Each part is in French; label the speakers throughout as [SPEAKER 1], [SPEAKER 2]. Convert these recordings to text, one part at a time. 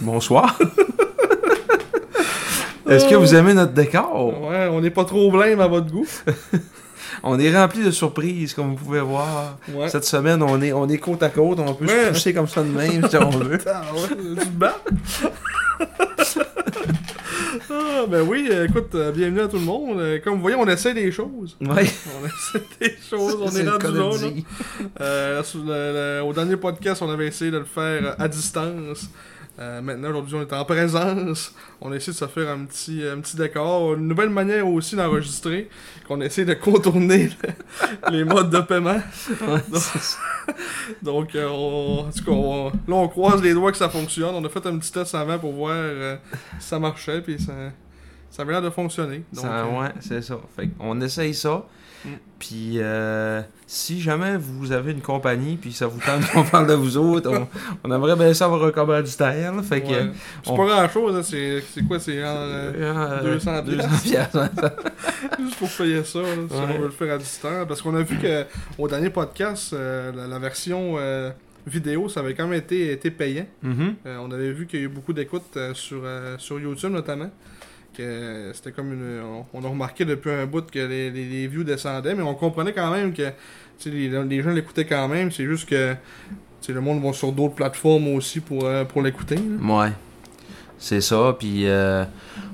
[SPEAKER 1] Bonsoir. Est-ce que vous aimez notre décor?
[SPEAKER 2] Ouais, on n'est pas trop blême à votre goût.
[SPEAKER 1] On est rempli de surprises, comme vous pouvez voir.
[SPEAKER 2] Ouais.
[SPEAKER 1] Cette semaine, on est, on est côte à côte, on peut se
[SPEAKER 2] Ouais.
[SPEAKER 1] pousser comme ça de même si on veut.
[SPEAKER 2] Ah, ouais, tu te bats? ah, ben oui, euh, écoute, euh, bienvenue à tout le monde. Euh, Comme vous voyez, on essaie des choses.
[SPEAKER 1] Ouais.
[SPEAKER 2] On essaie des choses, on
[SPEAKER 1] C'est
[SPEAKER 2] est
[SPEAKER 1] une
[SPEAKER 2] rendu là. là.
[SPEAKER 1] comédie.
[SPEAKER 2] Euh, sous le- le- au dernier podcast, on avait essayé de le faire euh, à distance. Euh, maintenant, aujourd'hui, on est en présence. On essaie de se faire un petit, euh, un petit décor. Une nouvelle manière aussi d'enregistrer, qu'on essaie de contourner le- les modes de paiement.
[SPEAKER 1] Ouais, c'est ça.
[SPEAKER 2] Donc, euh, on- en tout cas, on- là, on croise les doigts que ça fonctionne. On a fait un petit test avant pour voir euh, si ça marchait, puis ça, ça avait l'air de fonctionner. Donc,
[SPEAKER 1] Ça,
[SPEAKER 2] euh,
[SPEAKER 1] ouais, c'est ça. Fait on essaye ça.
[SPEAKER 2] Mm.
[SPEAKER 1] Puis, euh, si jamais vous avez une compagnie, puis ça vous tente qu'on parle de vous autres, on, on aimerait bien ça avoir un commanditaire. là. Fait que.
[SPEAKER 2] ouais. C'est
[SPEAKER 1] on-
[SPEAKER 2] pas grand-chose, hein. c'est c'est quoi, c'est genre, euh,
[SPEAKER 1] euh,
[SPEAKER 2] 200
[SPEAKER 1] piastres, ouais.
[SPEAKER 2] juste pour payer ça, là, si
[SPEAKER 1] Ouais.
[SPEAKER 2] on veut le faire à distance. Parce qu'on a vu que au dernier podcast, euh, la, la version euh, vidéo, ça avait quand même été, été payant.
[SPEAKER 1] Mhm.
[SPEAKER 2] Euh, on avait vu qu'il y a eu beaucoup d'écoutes euh, sur, euh, sur YouTube notamment. Que euh, c'était comme une. On, on a remarqué depuis un bout que les, les, les views descendaient, mais on comprenait quand même que tu sais, les, les gens l'écoutaient quand même. C'est juste que tu sais, le monde va sur d'autres plateformes aussi pour, euh, pour l'écouter. là.
[SPEAKER 1] Ouais. C'est ça. Puis euh,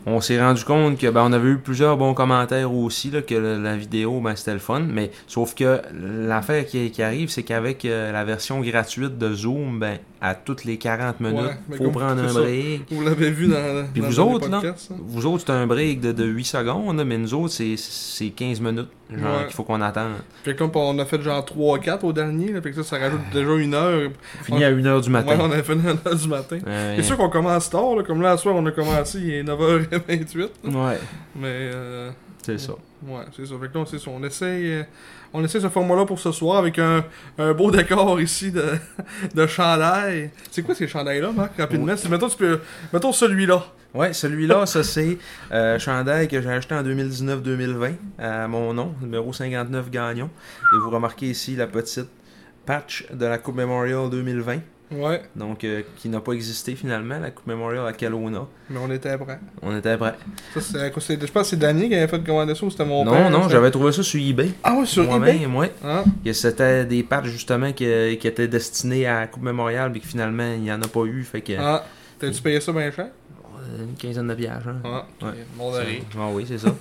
[SPEAKER 1] on s'est rendu compte que ben, on avait eu plusieurs bons commentaires aussi, là, que le- la vidéo, ben, c'était le fun. Mais sauf que l'affaire qui, qui arrive, c'est qu'avec euh, la version gratuite de Zoom, ben, à toutes les 40 minutes,
[SPEAKER 2] Ouais, mais
[SPEAKER 1] faut
[SPEAKER 2] comme-
[SPEAKER 1] prendre
[SPEAKER 2] c'est
[SPEAKER 1] un
[SPEAKER 2] ça.
[SPEAKER 1] break.
[SPEAKER 2] Vous l'avez vu dans,
[SPEAKER 1] Puis
[SPEAKER 2] dans
[SPEAKER 1] vous
[SPEAKER 2] le dernier
[SPEAKER 1] autres, là?
[SPEAKER 2] podcast, hein.
[SPEAKER 1] Vous autres, c'est un break de, de 8 secondes, là, mais nous autres, c'est- c'est 15 minutes genre
[SPEAKER 2] Ouais.
[SPEAKER 1] qu'il faut qu'on attende.
[SPEAKER 2] Fait que là, on a fait genre 3-4 au dernier. Là, fait que ça, ça rajoute déjà une heure.
[SPEAKER 1] Fini à 1h du Ah. matin.
[SPEAKER 2] Ouais, on a fait une heure du matin.
[SPEAKER 1] Ouais.
[SPEAKER 2] C'est sûr qu'on commence tard, là, comme là, à soir, on a commencé, il est 9h28.
[SPEAKER 1] Ouais,
[SPEAKER 2] Mais. euh,
[SPEAKER 1] c'est ça.
[SPEAKER 2] Ouais, c'est ça. Fait que là, c'est ça. On essaye, euh, on essaye ce format-là pour ce soir avec un, un beau décor ici de, de chandail. C'est quoi ces chandails-là, Marc, rapidement? C'est- Mettons, tu peux, mettons celui-là.
[SPEAKER 1] Ouais, celui-là, ça c'est euh, chandail que j'ai acheté en 2019-2020 à euh, mon nom, numéro 59 Gagnon. Et vous remarquez ici la petite patch de la Coupe Memorial 2020,
[SPEAKER 2] Ouais,
[SPEAKER 1] donc euh, qui n'a pas existé finalement, la Coupe Memorial à Kelowna.
[SPEAKER 2] mais on était prêts.
[SPEAKER 1] On était prêts.
[SPEAKER 2] Ça, c'est, à cause- c'est- je pense que c'est Damien qui avait fait commander ça ou c'était mon père.
[SPEAKER 1] Non, non,
[SPEAKER 2] ça?
[SPEAKER 1] j'avais trouvé ça sur eBay.
[SPEAKER 2] Ah ouais, sur eBay?
[SPEAKER 1] Moi-même, ouais.
[SPEAKER 2] Hein?
[SPEAKER 1] Que c'était des patchs justement que- qui, étaient destinés à la Coupe Memorial, mais que finalement il n'y en a pas eu, fait que
[SPEAKER 2] Ah, t'as-tu payé ça bien cher?
[SPEAKER 1] euh, une quinzaine de pièges.
[SPEAKER 2] Ah,
[SPEAKER 1] Ouais.
[SPEAKER 2] bon d'aller.
[SPEAKER 1] Ah oui, c'est ça.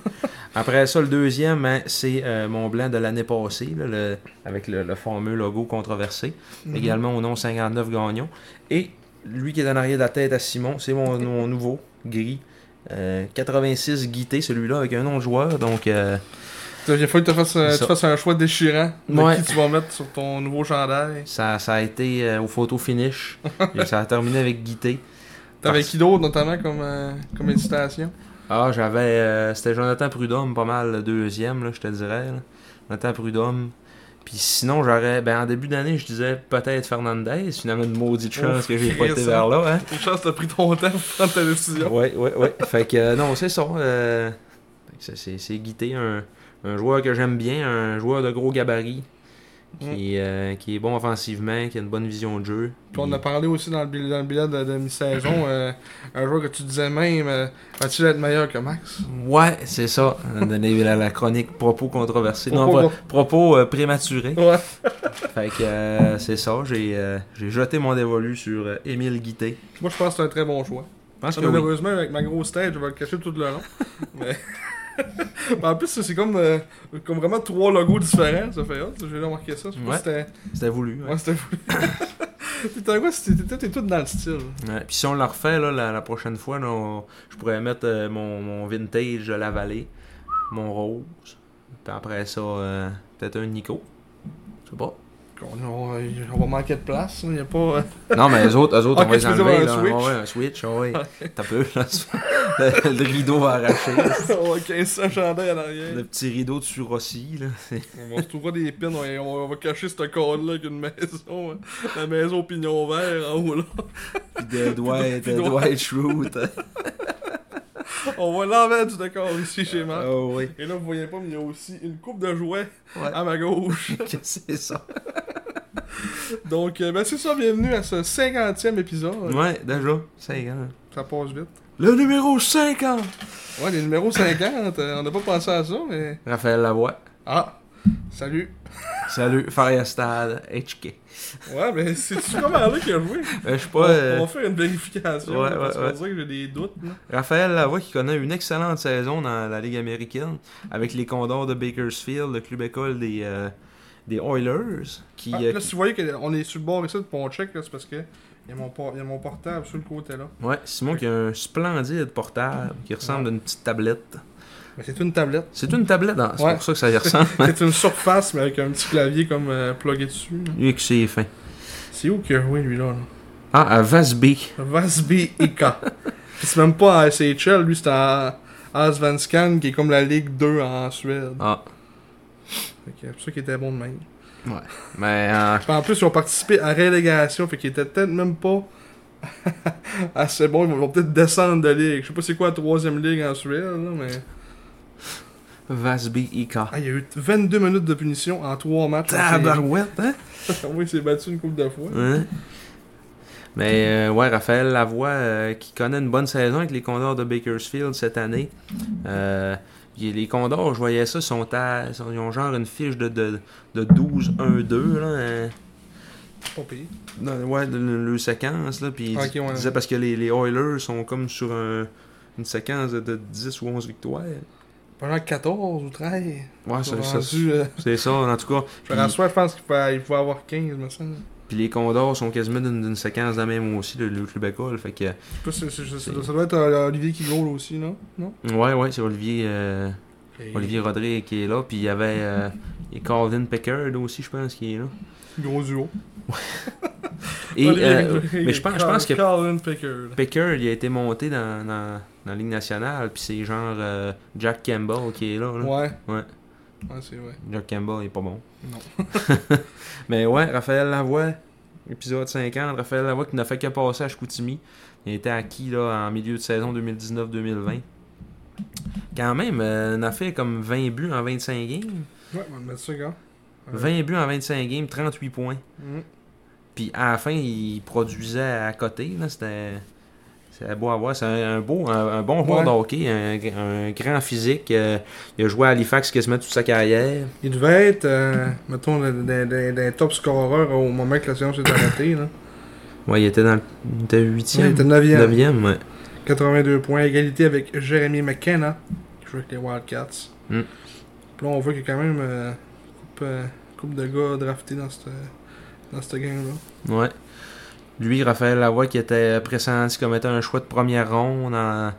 [SPEAKER 1] Après ça, le deuxième, hein, c'est euh, mon blanc de l'année passée, là, le- avec le, le fameux logo controversé. Également au nom 59 Gagnon. Et lui qui est en arrière de la tête à Simon, c'est mon, mon nouveau, gris. euh, 86 guité, celui-là, avec un nom de joueur. Donc, euh,
[SPEAKER 2] Il faut que tu fasses, euh,
[SPEAKER 1] C'est ça.
[SPEAKER 2] tu fasses un choix déchirant de
[SPEAKER 1] Ouais.
[SPEAKER 2] qui tu vas mettre sur ton nouveau chandail.
[SPEAKER 1] ça, ça a été euh, au photo finish. Et ça a terminé avec guité.
[SPEAKER 2] T'avais
[SPEAKER 1] Parce-
[SPEAKER 2] qui d'autre, notamment, comme, euh, comme hésitation?
[SPEAKER 1] Ah, j'avais. euh, C'était Jonathan Prudhomme, pas mal le deuxième, là, je te dirais. là. Jonathan Prudhomme. Puis sinon, j'aurais. Ben, en début d'année, je disais peut-être Fernandez. Finalement, une maudite chance
[SPEAKER 2] Oh,
[SPEAKER 1] que j'ai pas été
[SPEAKER 2] Christ,
[SPEAKER 1] vers là, hein.
[SPEAKER 2] Une chance, t'as pris ton temps pour prendre ta décision.
[SPEAKER 1] Ouais, ouais, ouais. fait que, euh, non, c'est ça. euh, fait que ça, c'est c'est Guité, un, un joueur que j'aime bien, un joueur de gros gabarit. Qui, euh, qui est bon offensivement, qui a une bonne vision de jeu.
[SPEAKER 2] Puis on a parlé aussi dans le, bil- dans le bilan de, de mi-saison, euh, un joueur que tu disais même, euh, va-t-il être meilleur que Max
[SPEAKER 1] Ouais, c'est ça. Donner la, la chronique propos controversés.
[SPEAKER 2] Propos
[SPEAKER 1] non, pro- propos euh, prématurés.
[SPEAKER 2] Ouais.
[SPEAKER 1] Fait que euh, c'est ça, j'ai euh, j'ai jeté mon dévolu sur euh, Émile Guité.
[SPEAKER 2] Moi, je pense que c'est un très bon choix.
[SPEAKER 1] Ah, Je pense que oui.
[SPEAKER 2] Malheureusement, avec ma grosse tête, je vais le cacher tout le long. Mais Ben, en plus, c'est c'est comme, euh, comme vraiment trois logos différents. Ça fait, oh, j'ai remarqué ça. Je sais pas
[SPEAKER 1] Ouais.
[SPEAKER 2] si c'était.
[SPEAKER 1] C'était voulu. ouais.
[SPEAKER 2] Ouais, c'était fou. T'es en quoi? c'était- T'es t'es tout dans le style.
[SPEAKER 1] Ouais, Puis si on la refait là, la, la prochaine fois, là, on- je pourrais mettre euh, mon, mon vintage de la vallée, mon rose, puis après ça, euh, peut-être un Nico. Je sais pas.
[SPEAKER 2] On, on- on va manquer de place. Il y a pas. euh,
[SPEAKER 1] Non, mais les autres, eux autres
[SPEAKER 2] Ah,
[SPEAKER 1] on va
[SPEAKER 2] qu'est-ce
[SPEAKER 1] les
[SPEAKER 2] que tu veux
[SPEAKER 1] enlever.
[SPEAKER 2] dire,
[SPEAKER 1] Là.
[SPEAKER 2] un
[SPEAKER 1] Ouais, ouais, un switch, ouais. T'as peu, là, le, le rideau va arracher.
[SPEAKER 2] on va 1500 chandelles à l'arrière.
[SPEAKER 1] Le petit rideau de Surossi, là. c'est-
[SPEAKER 2] On se trouvera des pins, on, on va cacher ce code-là avec une maison, hein. la maison pignon vert en haut là.
[SPEAKER 1] Puis de Dwight,
[SPEAKER 2] puis
[SPEAKER 1] de
[SPEAKER 2] Dwight.
[SPEAKER 1] Dwight Schrute.
[SPEAKER 2] On voit l'envers du décor ici chez Marc.
[SPEAKER 1] Oh oui.
[SPEAKER 2] Et là, vous voyez pas, mais il y a aussi une coupe de jouets
[SPEAKER 1] Ouais.
[SPEAKER 2] à ma gauche.
[SPEAKER 1] Qu'est-ce que c'est ça?
[SPEAKER 2] Donc, euh, ben c'est ça, bienvenue à ce 50e épisode.
[SPEAKER 1] Ouais, déjà, 50.
[SPEAKER 2] Ça passe vite.
[SPEAKER 1] Le numéro hein. 50!
[SPEAKER 2] Ouais, les numéros 50, euh, on n'a pas pensé à ça, mais.
[SPEAKER 1] Raphaël Lavoie.
[SPEAKER 2] Ah! Salut!
[SPEAKER 1] Salut, Faria Stade, HK.
[SPEAKER 2] Ouais, mais c'est-tu vraiment là qu'il a joué?
[SPEAKER 1] Euh, je suis
[SPEAKER 2] On,
[SPEAKER 1] pas. euh,
[SPEAKER 2] on va faire une vérification.
[SPEAKER 1] Ouais,
[SPEAKER 2] là, parce
[SPEAKER 1] ouais,
[SPEAKER 2] qu'on
[SPEAKER 1] ouais.
[SPEAKER 2] dirait que j'ai des doutes. là.
[SPEAKER 1] Raphaël Lavoie qui connaît une excellente saison dans la Ligue américaine avec les Condors de Bakersfield, le club école des, euh, des Oilers. Qui,
[SPEAKER 2] Ah,
[SPEAKER 1] euh,
[SPEAKER 2] là, si vous voyez qu'on est sur le bord ici de on check, là, c'est parce que il y, a mon por- il y a mon portable sur le côté là.
[SPEAKER 1] Ouais, Simon qui a un splendide portable qui ressemble à une petite tablette.
[SPEAKER 2] Mais c'est une tablette.
[SPEAKER 1] C'est une tablette, hein, c'est
[SPEAKER 2] Ouais.
[SPEAKER 1] pour ça que ça y ressemble.
[SPEAKER 2] c'est une surface, mais avec un petit clavier comme euh, plugué dessus. là.
[SPEAKER 1] Lui avec ses fins.
[SPEAKER 2] C'est où que oui, lui là, là?
[SPEAKER 1] Ah, à Vasby.
[SPEAKER 2] Vasby Ika. Puis c'est même pas à SHL, lui c'est à Asvanskan qui est comme la Ligue 2 en Suède.
[SPEAKER 1] Ah,
[SPEAKER 2] Fait que C'est pour ça qu'il était bon de même.
[SPEAKER 1] ouais. Mais euh,
[SPEAKER 2] Puis en plus, ils ont participé à relégation, fait qu'ils étaient peut-être même pas assez bons. Ils vont peut-être descendre de ligue. Je sais pas c'est quoi la troisième ligue en Suède, là, mais.
[SPEAKER 1] Vasby Ika.
[SPEAKER 2] Ah, il y a eu 22 minutes de punition en 3 matchs.
[SPEAKER 1] Tabarouette, hein?
[SPEAKER 2] oui, il s'est battu une coupe de fois.
[SPEAKER 1] Hein? Mais euh, ouais, Raphaël Lavoie euh, qui connaît une bonne saison avec les Condors de Bakersfield cette année. Euh, y- les Condors, je voyais ça, sont à, sont- ils ont genre une fiche de, de, de 12-1-2. là, euh,
[SPEAKER 2] Pas pire.
[SPEAKER 1] dans- ouais, le, le- le séquence. Là, puis il
[SPEAKER 2] Ok,
[SPEAKER 1] dis-
[SPEAKER 2] ouais.
[SPEAKER 1] disait parce que les, les Oilers sont comme sur un- une séquence de, de 10 ou 11 victoires.
[SPEAKER 2] Pendant 14 ou 13.
[SPEAKER 1] Ouais, Ah, ça-
[SPEAKER 2] ils sont
[SPEAKER 1] ça-
[SPEAKER 2] rendus, euh,
[SPEAKER 1] c'est ça, en tout cas.
[SPEAKER 2] je me souviens, je pense qu'il faut, il faut avoir 15, me semble.
[SPEAKER 1] Puis les Condors sont quasiment d'une d'une séquence de la même aussi, le, le club école. Fait que,
[SPEAKER 2] Je sais pas, c'est- c'est- c'est- ça doit être euh, Olivier qui goal aussi, non? Non?
[SPEAKER 1] ouais, ouais, c'est Olivier. euh, Olivier Rodrigue qui est là, puis il y avait euh, il y a Calvin Pickard aussi, je pense, qui est là.
[SPEAKER 2] Gros duo.
[SPEAKER 1] Et,
[SPEAKER 2] Olivier
[SPEAKER 1] euh,
[SPEAKER 2] Rodrigue
[SPEAKER 1] mais je pense, je pense que
[SPEAKER 2] et Colin Pickard.
[SPEAKER 1] Pickard, il a été monté dans, dans, dans la Ligue nationale, puis c'est genre euh, Jack Campbell qui est là. là.
[SPEAKER 2] Ouais.
[SPEAKER 1] Ouais.
[SPEAKER 2] Ouais, c'est vrai.
[SPEAKER 1] Jack Campbell il est pas bon.
[SPEAKER 2] Non.
[SPEAKER 1] mais ouais, Raphaël Lavoie, épisode 50, Raphaël Lavoie qui n'a fait que passer à Chicoutimi. Il a été acquis là, en milieu de saison 2019-2020. Quand même, euh, il a fait comme 20 buts en 25 games.
[SPEAKER 2] Ouais, on va mettre ça, gars. Ouais.
[SPEAKER 1] 20 buts en 25 games, 38 points.
[SPEAKER 2] Mhm.
[SPEAKER 1] Puis à la fin, il produisait à côté. Là, c'était, c'était beau à voir. C'est un, un beau, un, un bon joueur
[SPEAKER 2] Ouais.
[SPEAKER 1] de hockey, un, un grand physique. euh, il a joué à Halifax quasiment toute sa carrière.
[SPEAKER 2] Il devait être, euh, mettons, d'un top scorer au moment que la séance s'est arrêtée. Là.
[SPEAKER 1] Ouais, il était dans le il était
[SPEAKER 2] Il
[SPEAKER 1] huitième.
[SPEAKER 2] était 9e.
[SPEAKER 1] 9e, ouais.
[SPEAKER 2] 82 points, égalité avec Jeremy McKenna, qui joue avec les Wildcats.
[SPEAKER 1] Mm.
[SPEAKER 2] Puis là, on voit qu'il y a quand même euh, coupe, euh, coupe de gars draftés dans cette, dans cette gang-là.
[SPEAKER 1] Ouais. Lui, Raphaël Lavoie, qui était pressenti comme étant un choix de première ronde en,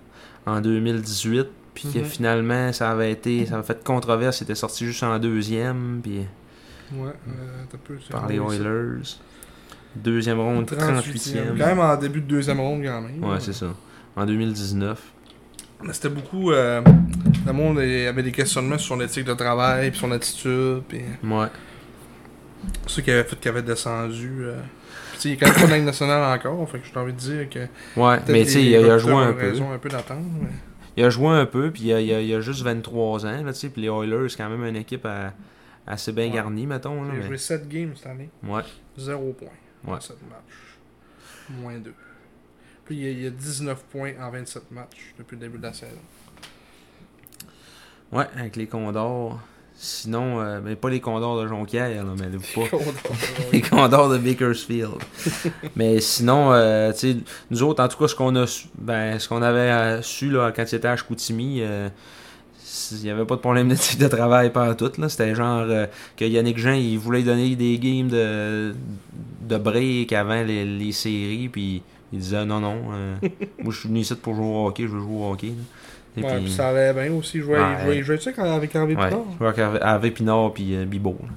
[SPEAKER 1] en 2018. Puis que
[SPEAKER 2] Mhm.
[SPEAKER 1] finalement, ça avait été. Ça avait fait controverse. Il était sorti juste en deuxième. Puis
[SPEAKER 2] Ouais, euh, t'as peu. c'est-
[SPEAKER 1] Mm. par les Oilers. Deuxième ronde,
[SPEAKER 2] 38e.
[SPEAKER 1] 38e.
[SPEAKER 2] Quand même en début de deuxième ronde, quand même.
[SPEAKER 1] Ouais, c'est ça. En 2019.
[SPEAKER 2] Mais c'était beaucoup. euh, le monde euh, avait des questionnements sur son éthique de travail, puis son attitude, puis
[SPEAKER 1] Ouais.
[SPEAKER 2] ceux qui avaient fait qu'il avait descendu. euh. Puis, tu sais, il est quand même pas dans le national encore, fait que j'ai envie de dire que.
[SPEAKER 1] Ouais, mais tu sais, il, a- il a joué un peu.
[SPEAKER 2] raison un peu d'attendre, mais.
[SPEAKER 1] Il a joué un peu, puis il a, il a- il a juste 23 ans, là, tu sais. Puis les Oilers, c'est quand même une équipe à- assez bien
[SPEAKER 2] Ouais.
[SPEAKER 1] garnie, mettons. Là,
[SPEAKER 2] Il a
[SPEAKER 1] mais-
[SPEAKER 2] joué 7 games cette année.
[SPEAKER 1] Ouais.
[SPEAKER 2] 0 points
[SPEAKER 1] Ouais.
[SPEAKER 2] en 7 matchs. Moins 2. Puis il y a- il y a, 19 points en 27 matchs depuis le début de la saison.
[SPEAKER 1] Ouais, avec les Condors. Sinon, euh, mais pas les Condors de Jonquière, là, mais pas. les Condors de Bakersfield. mais sinon, euh, tu sais, nous autres, en tout cas, ce qu'on a su- ben, ce qu'on avait euh, su là, quand il était à Chicoutimi, euh, il n'y avait pas de problème d'éthique de travail par tout. Là. C'était genre euh, que Yannick Jean, il voulait donner des games de, de break avant les, les séries, puis il disait non, non, euh, moi je suis venu ici pour jouer au hockey, je veux jouer au hockey. là. Et
[SPEAKER 2] Ouais,
[SPEAKER 1] puis-
[SPEAKER 2] puis ça allait bien aussi. Jouer,
[SPEAKER 1] Ouais.
[SPEAKER 2] jouer, jouer, tu sais, quand- avec Harvey
[SPEAKER 1] ouais,
[SPEAKER 2] Pinard.
[SPEAKER 1] je vois qu'Hervé Hervé Pinard puis euh, Bibo. là.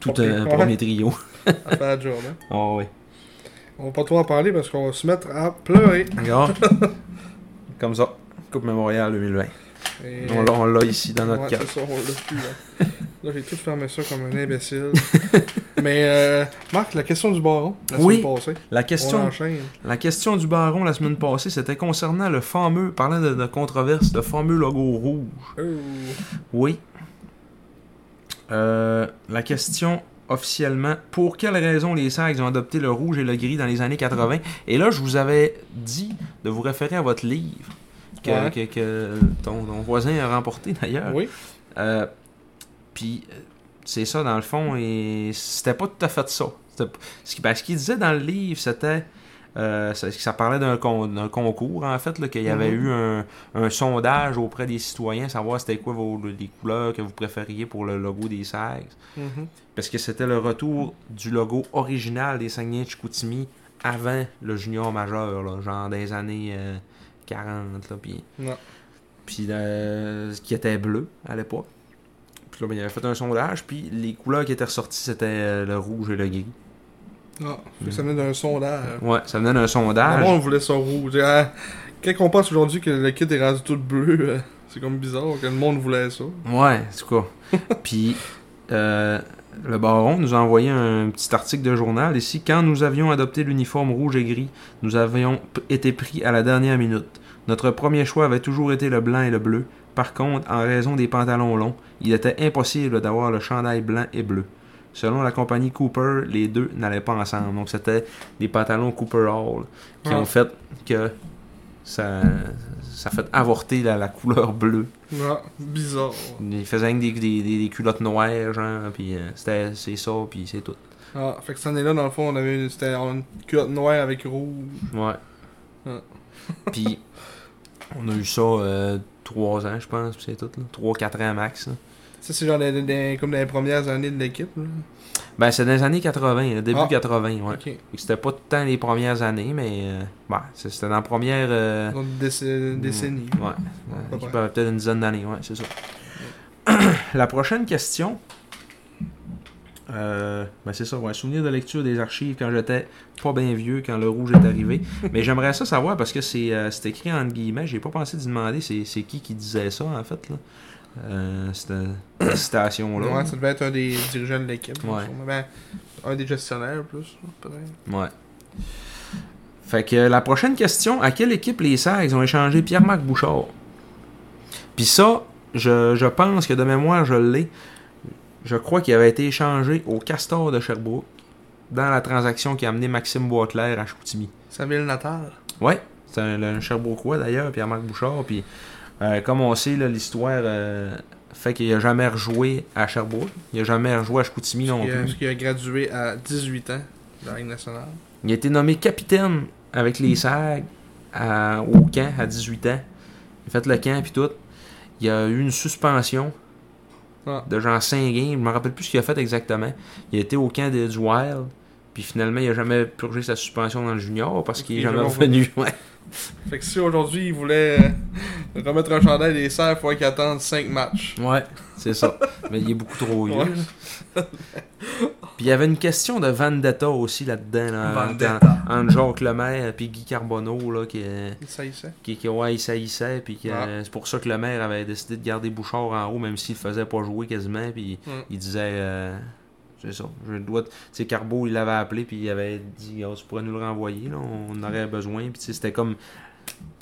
[SPEAKER 1] Tout
[SPEAKER 2] Ok,
[SPEAKER 1] un
[SPEAKER 2] ouais.
[SPEAKER 1] premier trio.
[SPEAKER 2] à faire la job, hein.
[SPEAKER 1] Ah oui.
[SPEAKER 2] On va pas trop en parler parce qu'on va se mettre à pleurer.
[SPEAKER 1] D'accord. Comme ça. Coupe Mémorial 2020.
[SPEAKER 2] Et-
[SPEAKER 1] On l'a, on l'a ici dans notre
[SPEAKER 2] Ouais,
[SPEAKER 1] carte.
[SPEAKER 2] c'est ça, on l'a plus, là. Là, j'ai tout fermé ça comme un imbécile. Mais, euh, Marc, la question du baron, la
[SPEAKER 1] Oui.
[SPEAKER 2] semaine passée,
[SPEAKER 1] La
[SPEAKER 2] on
[SPEAKER 1] question,
[SPEAKER 2] enchaîne.
[SPEAKER 1] la question du baron la semaine passée, c'était concernant le fameux, parlant de, de controverse, le fameux logo rouge.
[SPEAKER 2] Euh,
[SPEAKER 1] Oui. Euh, la question officiellement, pour quelles raisons les Sags ont adopté le rouge et le gris dans les années 80 Et là, je vous avais dit de vous référer à votre livre que,
[SPEAKER 2] Ouais.
[SPEAKER 1] que- que ton, ton voisin a remporté d'ailleurs.
[SPEAKER 2] Oui,
[SPEAKER 1] Euh, puis euh, c'est ça dans le fond et c'était pas tout à fait ça. C'était p- Ce qui- ben, ce qu'il disait dans le livre, c'était euh, ça, ça parlait d'un con- d'un concours en fait là, qu'il y avait
[SPEAKER 2] Mhm.
[SPEAKER 1] eu un, un sondage auprès des citoyens savoir c'était quoi vos, les couleurs que vous préfériez pour le logo des Sags
[SPEAKER 2] Mhm.
[SPEAKER 1] parce que c'était le retour du logo original des Saguenay-Chicoutimi avant le junior majeur, là, genre des années euh, 40, là, puis
[SPEAKER 2] Ouais.
[SPEAKER 1] puis euh, qui était bleu à l'époque. Puis là, ben, il avait fait un sondage, puis les couleurs qui étaient ressorties, c'était euh, le rouge et le gris.
[SPEAKER 2] Ah, fait que ça venait d'un sondage.
[SPEAKER 1] Ouais, ça venait d'un sondage.
[SPEAKER 2] D'abord, on voulait ça rouge. Ah, quand on pense aujourd'hui que le kit est rendu tout bleu, euh, c'est comme bizarre que le monde voulait ça.
[SPEAKER 1] Ouais, en tout cas. Puis, euh, le baron nous a envoyé un petit article de journal ici. Quand nous avions adopté l'uniforme rouge et gris, nous avions p- été pris à la dernière minute. Notre premier choix avait toujours été le blanc et le bleu. Par contre, en raison des pantalons longs, il était impossible d'avoir le chandail blanc et bleu. Selon la compagnie Cooper, les deux n'allaient pas ensemble. Donc, c'était des pantalons Cooper Hall qui
[SPEAKER 2] Ah.
[SPEAKER 1] ont fait que ça, ça a fait avorter la- la couleur bleue.
[SPEAKER 2] Ah, bizarre.
[SPEAKER 1] Il faisait avec des, des, des, des culottes noires, genre, puis euh, c'était c'est ça, puis c'est tout.
[SPEAKER 2] Ah, fait que cette année-là, dans le fond, on avait une, c'était une culotte noire avec rouge.
[SPEAKER 1] Ouais.
[SPEAKER 2] Ouais.
[SPEAKER 1] puis on a eu ça euh, trois ans, je pense, puis c'est tout, là. Trois, quatre ans max. là.
[SPEAKER 2] Ça, c'est genre des- des- des- comme dans les premières années de l'équipe. là.
[SPEAKER 1] Ben, c'est dans les années 80, là, début
[SPEAKER 2] Ah.
[SPEAKER 1] 80, ouais.
[SPEAKER 2] Ok.
[SPEAKER 1] Fait que C'était pas tout le temps les premières années, mais euh, ben, c'est- c'était dans la première. euh,
[SPEAKER 2] Donc, déc- décennie.
[SPEAKER 1] Ouais.
[SPEAKER 2] peu
[SPEAKER 1] Euh, qui
[SPEAKER 2] près.
[SPEAKER 1] peut- peut-être une dizaine d'années, ouais, c'est ça. La prochaine question. Euh, ben c'est ça, ouais. Souvenir de lecture des archives quand j'étais pas bien vieux, quand le rouge est arrivé. Mais j'aimerais ça savoir parce que c'est euh, c'est écrit entre guillemets. J'ai pas pensé d'y demander c'est c'est qui qui disait ça en fait. Là. Euh, cette citation-là.
[SPEAKER 2] Ouais, ça devait être un des dirigeants de l'équipe.
[SPEAKER 1] Ouais.
[SPEAKER 2] sûrement. Ben, un des gestionnaires, plus, peut-être.
[SPEAKER 1] Ouais. Fait que euh, la prochaine question, à quelle équipe les Sags ont échangé Pierre-Marc Bouchard? Puis ça, je, je pense que de mémoire, je l'ai. Je crois qu'il avait été échangé au Castor de Sherbrooke dans la transaction qui a amené Maxime Boisclair à Chicoutimi.
[SPEAKER 2] Sa ville natale.
[SPEAKER 1] Ouais, c'est un, un Sherbrookeois d'ailleurs, Pierre-Marc Bouchard. Puis euh, comme on sait, là, l'histoire euh, fait qu'il a jamais rejoué à Sherbrooke. Il a jamais rejoué à Chicoutimi non
[SPEAKER 2] Qui a,
[SPEAKER 1] plus.
[SPEAKER 2] qui a gradué à 18 ans de la Ligue nationale.
[SPEAKER 1] Il a été nommé capitaine avec
[SPEAKER 2] Mm.
[SPEAKER 1] les SAG à- au camp à 18 ans. Il a fait le camp puis tout. Il a eu une suspension
[SPEAKER 2] Ah.
[SPEAKER 1] de genre 5 games. Je me rappelle plus ce qu'il a fait exactement. Il a été au camp de- du Wild. Puis finalement, il a jamais purgé sa suspension dans le junior parce qu'il est
[SPEAKER 2] Il est
[SPEAKER 1] jamais
[SPEAKER 2] jamais
[SPEAKER 1] revenu. Ouais.
[SPEAKER 2] Fait que si aujourd'hui il voulait euh, remettre un chandail des serres, il faudrait qu'il attende 5 matchs.
[SPEAKER 1] Ouais, c'est ça. Mais il est beaucoup trop vieux.
[SPEAKER 2] Ouais.
[SPEAKER 1] là. Puis il y avait une question de Vendetta aussi là-dedans. Là,
[SPEAKER 2] Vendetta.
[SPEAKER 1] entre- Entre Jacques Lemaire et Guy Carbonneau. Là, qui est...
[SPEAKER 2] Il saillissait.
[SPEAKER 1] qui, qui ouais, il saillissait, puis que,
[SPEAKER 2] Ouais.
[SPEAKER 1] euh, c'est pour ça que le maire avait décidé de garder Bouchard en haut, même s'il le faisait pas jouer quasiment, puis
[SPEAKER 2] Mm.
[SPEAKER 1] il disait, euh, c'est ça, je dois, tu sais, Carbo, il l'avait appelé, puis il avait dit, oh, tu pourrais nous le renvoyer, là, on en aurait besoin, puis tu sais, c'était comme,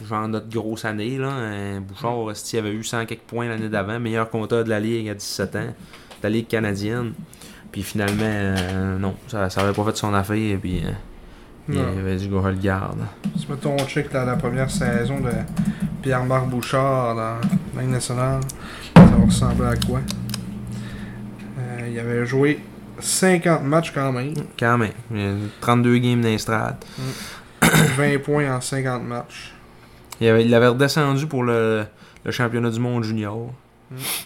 [SPEAKER 1] genre, notre grosse année, là, hein,
[SPEAKER 2] Mm.
[SPEAKER 1] Bouchard, s'il avait eu 100 quelques points l'année d'avant, meilleur compteur de la Ligue à 17 ans, de la Ligue canadienne, puis finalement, euh, non, ça, ça avait pas fait son affaire, puis euh, il
[SPEAKER 2] Non.
[SPEAKER 1] avait dit, go, le garde.
[SPEAKER 2] Si mettons on check la, la première saison de Pierre-Marc Bouchard dans la Ligue nationale, ça va ressembler à quoi? Euh, il avait joué 50 matchs quand même.
[SPEAKER 1] Quand même. Il y a 32 games d'instrade.
[SPEAKER 2] 20 points en 50 matchs.
[SPEAKER 1] Il avait, il avait redescendu pour le, le championnat du monde junior.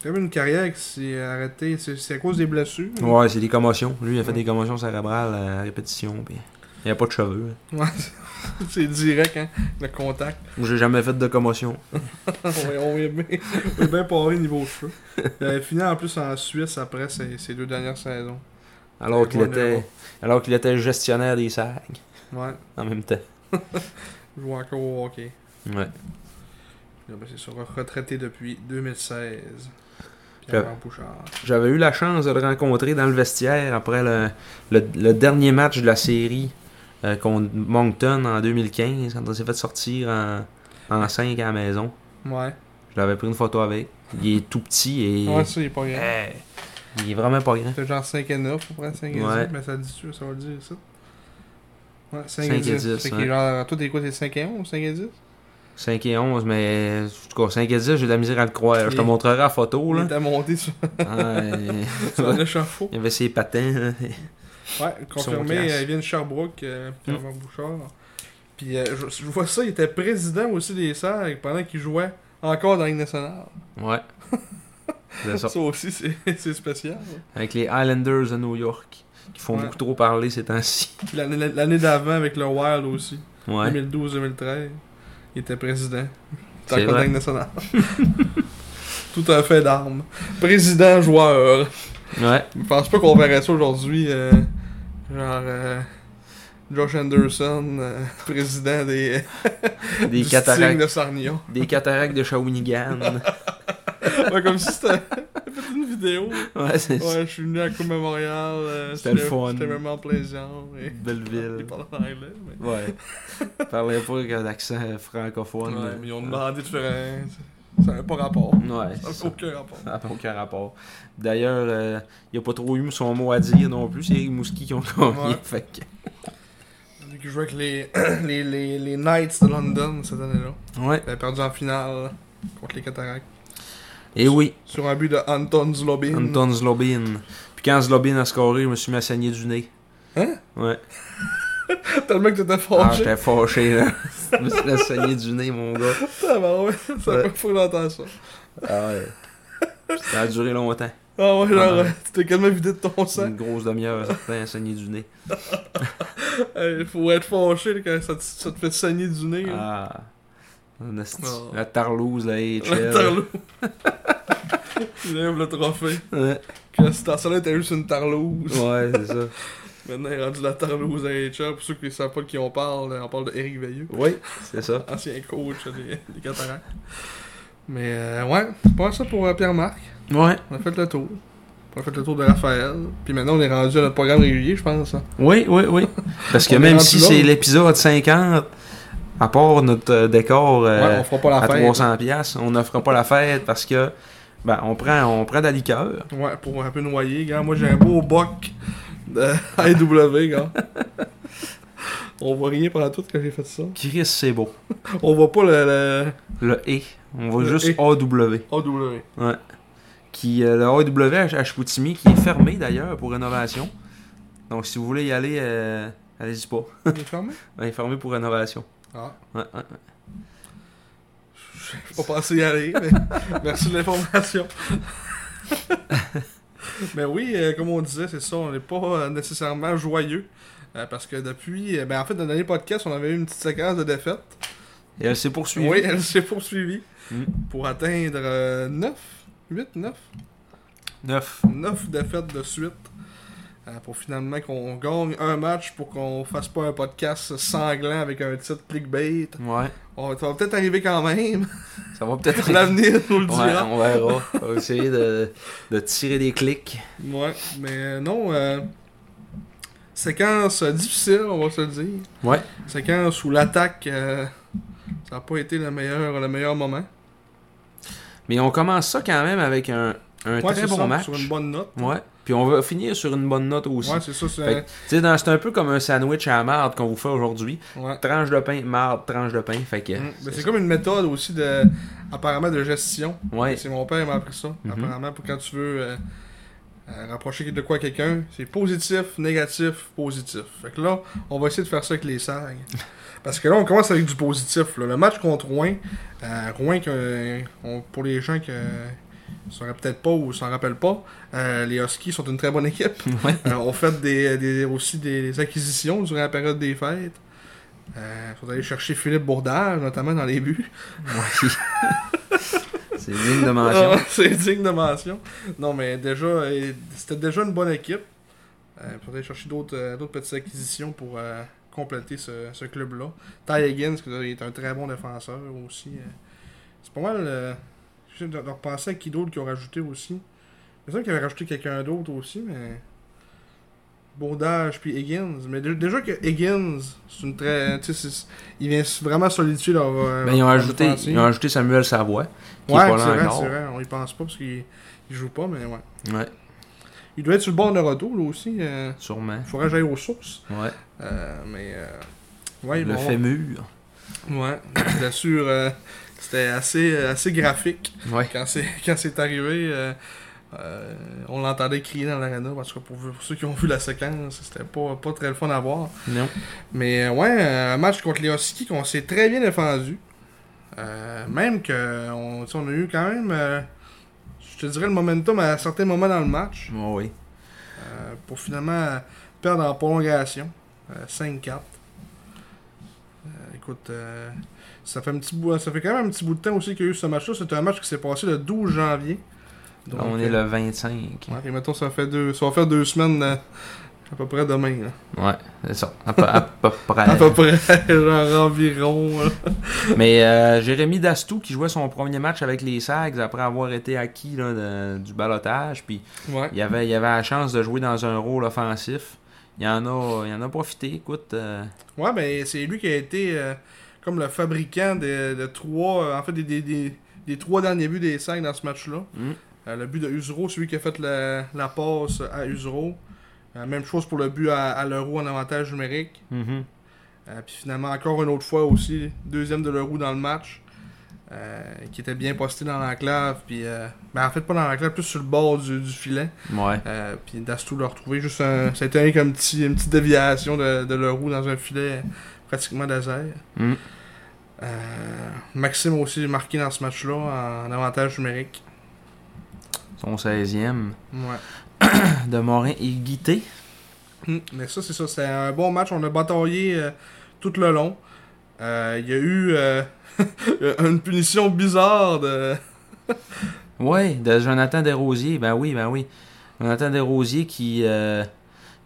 [SPEAKER 2] Comme une carrière qui s'est arrêtée, c'est c'est à cause des blessures.
[SPEAKER 1] Mm. Ouais, c'est des commotions. Lui, il a fait des commotions cérébrales à répétition. Puis... Il n'y a pas de cheveux. hein.
[SPEAKER 2] Ouais, c'est direct, hein, le contact.
[SPEAKER 1] Moi, J'ai jamais fait de commotion.
[SPEAKER 2] on, est, on est bien, on est bien paré niveau cheveux. Il avait fini en plus en Suisse après ces, ces deux dernières saisons.
[SPEAKER 1] Alors qu'il
[SPEAKER 2] Ouais,
[SPEAKER 1] était,
[SPEAKER 2] ouais.
[SPEAKER 1] alors qu'il était gestionnaire des sacs
[SPEAKER 2] Ouais,
[SPEAKER 1] en même temps.
[SPEAKER 2] il joue encore au hockey.
[SPEAKER 1] Ouais.
[SPEAKER 2] Là, ben, c'est sûr, retraité depuis 2016.
[SPEAKER 1] Puis,
[SPEAKER 2] Pierre Bouchard.
[SPEAKER 1] J'avais eu la chance de le rencontrer dans le vestiaire après le, le- le dernier match de la série euh, contre Moncton en 2015, quand on s'est fait sortir en, 5 à la maison.
[SPEAKER 2] Ouais.
[SPEAKER 1] Je l'avais pris une photo avec. Il est tout petit et. Euh.
[SPEAKER 2] Ouais, ça, il est pas grand.
[SPEAKER 1] Hey, il est vraiment pas grand.
[SPEAKER 2] C'est genre 5 et 9, à peu près 5 et
[SPEAKER 1] Ouais.
[SPEAKER 2] 10, mais ça dit-tu, ça va le dire ça. Ouais, 5,
[SPEAKER 1] Cinq
[SPEAKER 2] et
[SPEAKER 1] et
[SPEAKER 2] 10.
[SPEAKER 1] dix,
[SPEAKER 2] c'est
[SPEAKER 1] ouais.
[SPEAKER 2] qu'il est genre, toi t'es quoi, t'es 5 et 11 ou 5 et 10
[SPEAKER 1] 5 et 11, mais en tout cas, 5 et 10, j'ai de la misère à le croire. Je te
[SPEAKER 2] Il-
[SPEAKER 1] montrerai la photo.
[SPEAKER 2] Il
[SPEAKER 1] Là. Ah,
[SPEAKER 2] était monté sur,
[SPEAKER 1] Ouais.
[SPEAKER 2] sur l'échafaud.
[SPEAKER 1] il avait ses patins. là.
[SPEAKER 2] Ouais,
[SPEAKER 1] Son
[SPEAKER 2] confirmé,
[SPEAKER 1] classe.
[SPEAKER 2] euh, il vient de Sherbrooke,
[SPEAKER 1] Mm.
[SPEAKER 2] euh, Pierre Bouchard. Puis euh, je, je vois ça, il était président aussi des SAG pendant qu'il jouait encore dans la Ligue nationale.
[SPEAKER 1] Ouais. C'est ça.
[SPEAKER 2] Ça aussi, c'est c'est spécial. ouais.
[SPEAKER 1] Avec les Islanders de New York, qui font
[SPEAKER 2] Ouais.
[SPEAKER 1] beaucoup trop parler ces temps-ci.
[SPEAKER 2] Puis l'année- L'année d'avant avec le Wild aussi,
[SPEAKER 1] Ouais.
[SPEAKER 2] 2012-2013, il était président.
[SPEAKER 1] C'est
[SPEAKER 2] C'est
[SPEAKER 1] vrai.
[SPEAKER 2] la Ligue nationale. Tout un fait d'armes. Président joueur.
[SPEAKER 1] Ouais.
[SPEAKER 2] Je pense pas qu'on verrait ça aujourd'hui. euh, genre euh, Josh Anderson, euh, président des,
[SPEAKER 1] Des
[SPEAKER 2] du Sting
[SPEAKER 1] cataractes,
[SPEAKER 2] de Sarnia.
[SPEAKER 1] des cataractes de Shawinigan.
[SPEAKER 2] Ouais, comme si c'était fait une vidéo.
[SPEAKER 1] ouais, c'est ça.
[SPEAKER 2] Ouais, je suis venu à la Coupe Memorial. euh,
[SPEAKER 1] C'était le fun.
[SPEAKER 2] C'était vraiment plaisant. Et...
[SPEAKER 1] Belle
[SPEAKER 2] Ils
[SPEAKER 1] ville.
[SPEAKER 2] parlent en anglais. Mais...
[SPEAKER 1] Ouais. Parlait pas avec un accent francophone.
[SPEAKER 2] Ouais,
[SPEAKER 1] là.
[SPEAKER 2] mais Ah, ils ont demandé de faire un. Ça n'avait pas rapport.
[SPEAKER 1] Ouais,
[SPEAKER 2] Ça
[SPEAKER 1] c'est
[SPEAKER 2] n'avait
[SPEAKER 1] ça.
[SPEAKER 2] aucun rapport.
[SPEAKER 1] Ça n'a aucun rapport. D'ailleurs, euh, il a pas trop eu son mot à dire non plus. C'est les Mouski qui ont gagné.
[SPEAKER 2] Ouais.
[SPEAKER 1] Fait que-
[SPEAKER 2] Vu que je jouais avec les, les, les, les Knights de London cette année-là.
[SPEAKER 1] Ouais.
[SPEAKER 2] Ils avaient perdu en finale contre les Cataractes.
[SPEAKER 1] Et eh oui,
[SPEAKER 2] Sur un but de Anton Zlobin.
[SPEAKER 1] Anton Zlobin. Puis quand Zlobin a scoré, je me suis mis à saigner du nez.
[SPEAKER 2] Hein? Oh,
[SPEAKER 1] Ouais.
[SPEAKER 2] Tellement que t'étais
[SPEAKER 1] Ah,
[SPEAKER 2] fâché.
[SPEAKER 1] j'étais fâché, là. je me suis mis à saigner du nez, mon gars.
[SPEAKER 2] Ça va, Ah, bah ouais. Ça
[SPEAKER 1] Ouais.
[SPEAKER 2] fait fou d'entendre ça.
[SPEAKER 1] Ah ouais. Ça a duré longtemps.
[SPEAKER 2] Ah ouais,
[SPEAKER 1] Ah
[SPEAKER 2] genre,
[SPEAKER 1] ouais. Mm.
[SPEAKER 2] euh, tu t'es tellement vidé de ton sang.
[SPEAKER 1] Une grosse demi-heure, certain, à saigner du nez.
[SPEAKER 2] Euh, faut être fâché là, quand ça te, ça te fait saigner du nez. là.
[SPEAKER 1] Ah. Un esti-
[SPEAKER 2] Oh.
[SPEAKER 1] La tarlouse, la
[SPEAKER 2] Le
[SPEAKER 1] HL.
[SPEAKER 2] tarlou. Il lève le trophée.
[SPEAKER 1] Ouais,
[SPEAKER 2] Que cette là t'as juste une tarlouse.
[SPEAKER 1] ouais c'est ça.
[SPEAKER 2] Maintenant, il est rendu la tarlouse à HR. Pour ceux qui savent pas de qui on parle, euh, on parle de Eric Veilleux,
[SPEAKER 1] Oui, c'est ça.
[SPEAKER 2] ancien coach des, des Cataractes. Mais euh, ouais, c'est pas ça pour euh, Pierre-Marc.
[SPEAKER 1] Ouais.
[SPEAKER 2] On a fait le tour. On a fait le tour de Raphaël. Puis maintenant, on est rendu à notre programme régulier, je pense. hein.
[SPEAKER 1] Oui, oui, oui. Parce que
[SPEAKER 2] On est
[SPEAKER 1] même
[SPEAKER 2] rendu
[SPEAKER 1] si
[SPEAKER 2] là,
[SPEAKER 1] c'est
[SPEAKER 2] ou-
[SPEAKER 1] l'épisode 50, à part notre euh, décor euh,
[SPEAKER 2] ouais, on fera pas la
[SPEAKER 1] à
[SPEAKER 2] fête.
[SPEAKER 1] 300 pièces, on n'offre pas la fête parce que ben, on prend on prend de la liqueur.
[SPEAKER 2] Ouais, pour un peu noyer, gars. Moi, j'ai un beau boc de AEW, gars. On voit rien pendant tout quand j'ai fait ça.
[SPEAKER 1] Chris, c'est beau.
[SPEAKER 2] On voit pas le, le
[SPEAKER 1] Le E. On va
[SPEAKER 2] Le
[SPEAKER 1] juste
[SPEAKER 2] E.
[SPEAKER 1] AW.
[SPEAKER 2] AW.
[SPEAKER 1] qui euh, le AW à Chicoutimi, qui est fermé d'ailleurs pour rénovation. Donc si vous voulez y aller, euh, allez-y pas.
[SPEAKER 2] Il est fermé?
[SPEAKER 1] Il est fermé pour rénovation.
[SPEAKER 2] Ah,
[SPEAKER 1] Ouais, ouais, ouais.
[SPEAKER 2] j'ai pas pensé y aller, mais merci de l'information. mais oui, euh, comme on disait, c'est ça, on n'est pas euh, nécessairement joyeux. euh, parce que depuis, euh, ben en fait, dans le dernier podcast, on avait eu une petite séquence de défaites.
[SPEAKER 1] Et elle s'est poursuivie.
[SPEAKER 2] Oui, elle s'est poursuivie
[SPEAKER 1] Mm.
[SPEAKER 2] pour atteindre euh, 9, 8, 9,
[SPEAKER 1] 9.
[SPEAKER 2] 9 défaites de suite euh, pour finalement qu'on gagne un match pour qu'on fasse pas un podcast sanglant avec un titre clickbait.
[SPEAKER 1] Ouais.
[SPEAKER 2] On, ça va peut-être arriver quand même.
[SPEAKER 1] Ça va peut-être
[SPEAKER 2] L'avenir nous le
[SPEAKER 1] Ouais,
[SPEAKER 2] dira.
[SPEAKER 1] on verra. On va essayer de, de tirer des clics.
[SPEAKER 2] Ouais, mais euh, non. euh, séquence euh, difficile, on va se le dire.
[SPEAKER 1] Ouais.
[SPEAKER 2] Séquence où l'attaque, euh, ça n'a pas été le meilleur, le meilleur moment.
[SPEAKER 1] Mais on commence ça quand même avec un, un
[SPEAKER 2] Ouais,
[SPEAKER 1] très
[SPEAKER 2] c'est
[SPEAKER 1] bon
[SPEAKER 2] ça,
[SPEAKER 1] match.
[SPEAKER 2] Sur une bonne note.
[SPEAKER 1] Ouais. Puis on va finir sur une bonne note aussi.
[SPEAKER 2] Ouais, c'est ça. C'est,
[SPEAKER 1] Fait que, tu sais, dans- c'est un peu comme un sandwich à la marde qu'on vous fait aujourd'hui.
[SPEAKER 2] ouais.
[SPEAKER 1] Tranche de pain, marde, tranche de pain. Fait que.
[SPEAKER 2] Mm, mais c'est comme une méthode aussi de apparemment de gestion.
[SPEAKER 1] Ouais.
[SPEAKER 2] C'est mon père qui m'a appris ça.
[SPEAKER 1] Mhm.
[SPEAKER 2] Apparemment, pour quand tu veux euh, euh, rapprocher de quoi à quelqu'un, c'est positif, négatif, positif. Fait que là, on va essayer de faire ça avec les sages. Parce que là, on commence avec du positif. là. Le match contre Rouen, euh, Rouen, que, euh, on- pour les gens que- s'en rappellent peut-être pas ou s'en rappellent pas, euh, les Huskies sont une très bonne équipe. Euh, on fait des, des- aussi des acquisitions durant la période des fêtes. Euh, faut aller chercher Philippe Bourdage, notamment dans les buts.
[SPEAKER 1] C'est digne de mention.
[SPEAKER 2] Ah, c'est digne de mention. Non, mais déjà, euh, c'était déjà une bonne équipe. Euh, faut aller chercher d'autres euh, d'autres petites acquisitions pour euh, compléter ce, ce club-là. Ty Higgins, qui est un très bon défenseur aussi. euh. C'est pas mal. euh, J'essaie de, de repenser à qui d'autre qui ont rajouté aussi. C'est sûr qu'ils avaient rajouté quelqu'un d'autre aussi, mais. Bourdage puis Higgins. Mais dé- déjà que Higgins, c'est une très. tu sais, c'est- Il vient vraiment solidifier leur. euh,
[SPEAKER 1] Ben, ils, ont
[SPEAKER 2] leur
[SPEAKER 1] ajouté,
[SPEAKER 2] défensive.
[SPEAKER 1] ils ont ajouté Samuel Savoie, qui
[SPEAKER 2] Ouais,
[SPEAKER 1] est pas
[SPEAKER 2] c'est
[SPEAKER 1] là
[SPEAKER 2] vrai,
[SPEAKER 1] encore.
[SPEAKER 2] c'est vrai. On y pense pas parce qu'il il joue pas, mais ouais.
[SPEAKER 1] Ouais,
[SPEAKER 2] Il doit être sur le bord de retour, là aussi. euh,
[SPEAKER 1] sûrement.
[SPEAKER 2] faudrait que j'aille aux sources.
[SPEAKER 1] Ouais.
[SPEAKER 2] Euh, mais. euh, ouais,
[SPEAKER 1] le
[SPEAKER 2] bon,
[SPEAKER 1] fait mûr.
[SPEAKER 2] Ouais, bien sûr. euh, C'était assez, euh, assez graphique
[SPEAKER 1] Ouais.
[SPEAKER 2] quand c'est quand c'est arrivé. euh, euh, on l'entendait crier dans l'arena, en tout cas pour, pour ceux qui ont vu la séquence, c'était pas, pas très le fun à voir.
[SPEAKER 1] Non.
[SPEAKER 2] Mais euh, ouais, euh, un match contre les Huskies qu'on s'est très bien défendu. Euh, même que on, tu sais, on a eu quand même, euh, je te dirais, le momentum à certains moments dans le match
[SPEAKER 1] Ouais, oui.
[SPEAKER 2] euh, pour finalement euh, perdre en prolongation euh, 5-4. Euh, écoute, euh, ça, fait un petit bout, ça fait quand même un petit bout de temps aussi qu'il y a eu ce match-là. C'était un match qui s'est passé le 12 janvier. Donc,
[SPEAKER 1] on est
[SPEAKER 2] euh,
[SPEAKER 1] le 25.
[SPEAKER 2] ouais, et mettons, ça, fait deux, ça va faire deux semaines euh, à peu près demain. là.
[SPEAKER 1] Ouais, c'est ça. À peu, à peu près.
[SPEAKER 2] À peu près, genre environ. là.
[SPEAKER 1] Mais euh, Jérémy Dastou qui jouait son premier match avec les Sags après avoir été acquis là, de- du balotage. Puis
[SPEAKER 2] Ouais.
[SPEAKER 1] il avait, il avait la chance de jouer dans un rôle offensif. Il en a, il en a profité. Écoute, euh,
[SPEAKER 2] Ouais, ben c'est lui qui a été euh, comme le fabricant de, de trois, euh, en fait, des, des, des, des trois derniers buts des cinq dans ce match-là.
[SPEAKER 1] Mm.
[SPEAKER 2] Euh, le but de Usuro, celui qui a fait la, la passe à Usuro. Euh, même chose pour le but à, à l'euro en avantage numérique. Euh, Puis finalement, encore une autre fois aussi, deuxième de l'euro dans le match, euh, qui était bien posté dans l'enclave. Puis, euh, ben en fait, pas dans l'enclave, plus sur le bord du, du filet.
[SPEAKER 1] ouais.
[SPEAKER 2] Euh, puis Dastou l'a retrouvé juste un. Ça a été un, comme petit, une petite déviation de, de Leroux dans un filet pratiquement désert.
[SPEAKER 1] Mm.
[SPEAKER 2] Euh, Maxime aussi marqué dans ce match-là en avantage numérique.
[SPEAKER 1] Son 16e
[SPEAKER 2] Ouais.
[SPEAKER 1] de Morin et Guité.
[SPEAKER 2] Mm. Mais ça, c'est ça. C'était un bon match. On a bataillé euh, tout le long. Euh, Il y a eu euh, une punition bizarre de.
[SPEAKER 1] Ouais, de Jonathan Desrosiers. Ben oui, ben oui. Jonathan Desrosiers qui, euh,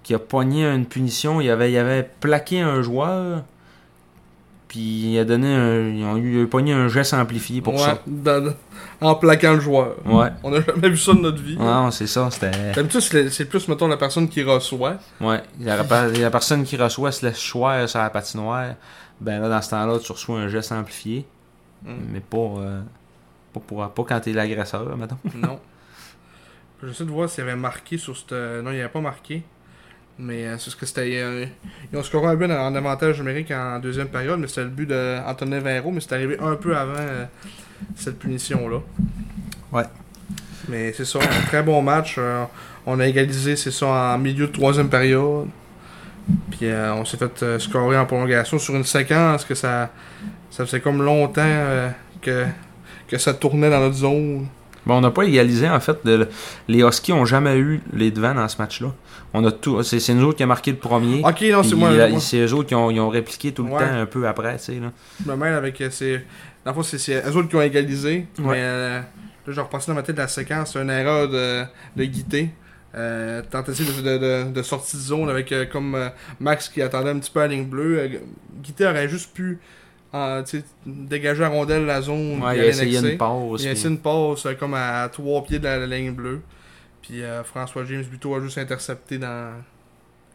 [SPEAKER 1] qui a pogné une punition. Il avait, il avait plaqué un joueur. Puis il a donné un, ils ont eu- il a pogné un geste amplifié pour
[SPEAKER 2] Ouais,
[SPEAKER 1] ça.
[SPEAKER 2] dans- en plaquant le joueur.
[SPEAKER 1] Ouais.
[SPEAKER 2] On n'a jamais vu ça de notre vie.
[SPEAKER 1] Non, c'est ça, c'était.
[SPEAKER 2] D'habitude, c'est c'est plus, mettons, la personne qui reçoit.
[SPEAKER 1] Ouais. La, pa- la personne qui reçoit se laisse choir sur la patinoire. Ben là, dans ce temps-là, tu reçois un geste amplifié.
[SPEAKER 2] Mm.
[SPEAKER 1] Mais pas, euh, pas, pour, pas quand t'es l'agresseur, mettons.
[SPEAKER 2] Non. J'essaie de voir s'il y avait marqué sur cette. Non, il n'y avait pas marqué. Mais euh, c'est ce que c'était. euh, Ils ont scoré un but en, en avantage numérique en deuxième période, mais c'était le but d'Antonin Vinro, mais c'est arrivé un peu avant euh, cette punition-là.
[SPEAKER 1] Ouais.
[SPEAKER 2] Mais c'est ça, un très bon match. euh, on a égalisé, c'est ça, en milieu de troisième période. Puis euh, on s'est fait euh, scorer en prolongation sur une séquence que ça. Ça faisait comme longtemps euh, que, que ça tournait dans notre zone.
[SPEAKER 1] Bon, Ben, on n'a pas égalisé, en fait. de- les Huskies ont jamais eu les devants dans ce match-là. On a tout. C'est, c'est nous autres qui a marqué le premier.
[SPEAKER 2] Ok, non,
[SPEAKER 1] puis
[SPEAKER 2] Ah, c'est moi.
[SPEAKER 1] il a-
[SPEAKER 2] moi.
[SPEAKER 1] c'est eux autres qui ont, ils ont répliqué tout le
[SPEAKER 2] Ouais.
[SPEAKER 1] temps un peu après, tu sais. Là.
[SPEAKER 2] Je me mêle avec. euh, C'est... Dans le fond, c'est, c'est eux autres qui ont égalisé.
[SPEAKER 1] Ouais.
[SPEAKER 2] Mais euh, là, je repassais dans ma tête la séquence. C'est une erreur de, de Guité. Euh, tentative de, de, de sortie de zone avec euh, comme euh, Max qui attendait un petit peu à la ligne bleue. Euh, Guité aurait juste pu euh, tu sais, dégager à rondelle la
[SPEAKER 1] Ouais,
[SPEAKER 2] zone. puis
[SPEAKER 1] il a
[SPEAKER 2] aller
[SPEAKER 1] essayé
[SPEAKER 2] annexer.
[SPEAKER 1] une pause.
[SPEAKER 2] Il a
[SPEAKER 1] puis-
[SPEAKER 2] essayé une passe euh, comme à trois pieds de la, la ligne bleue. Puis euh, François James Buteau a juste intercepté dans,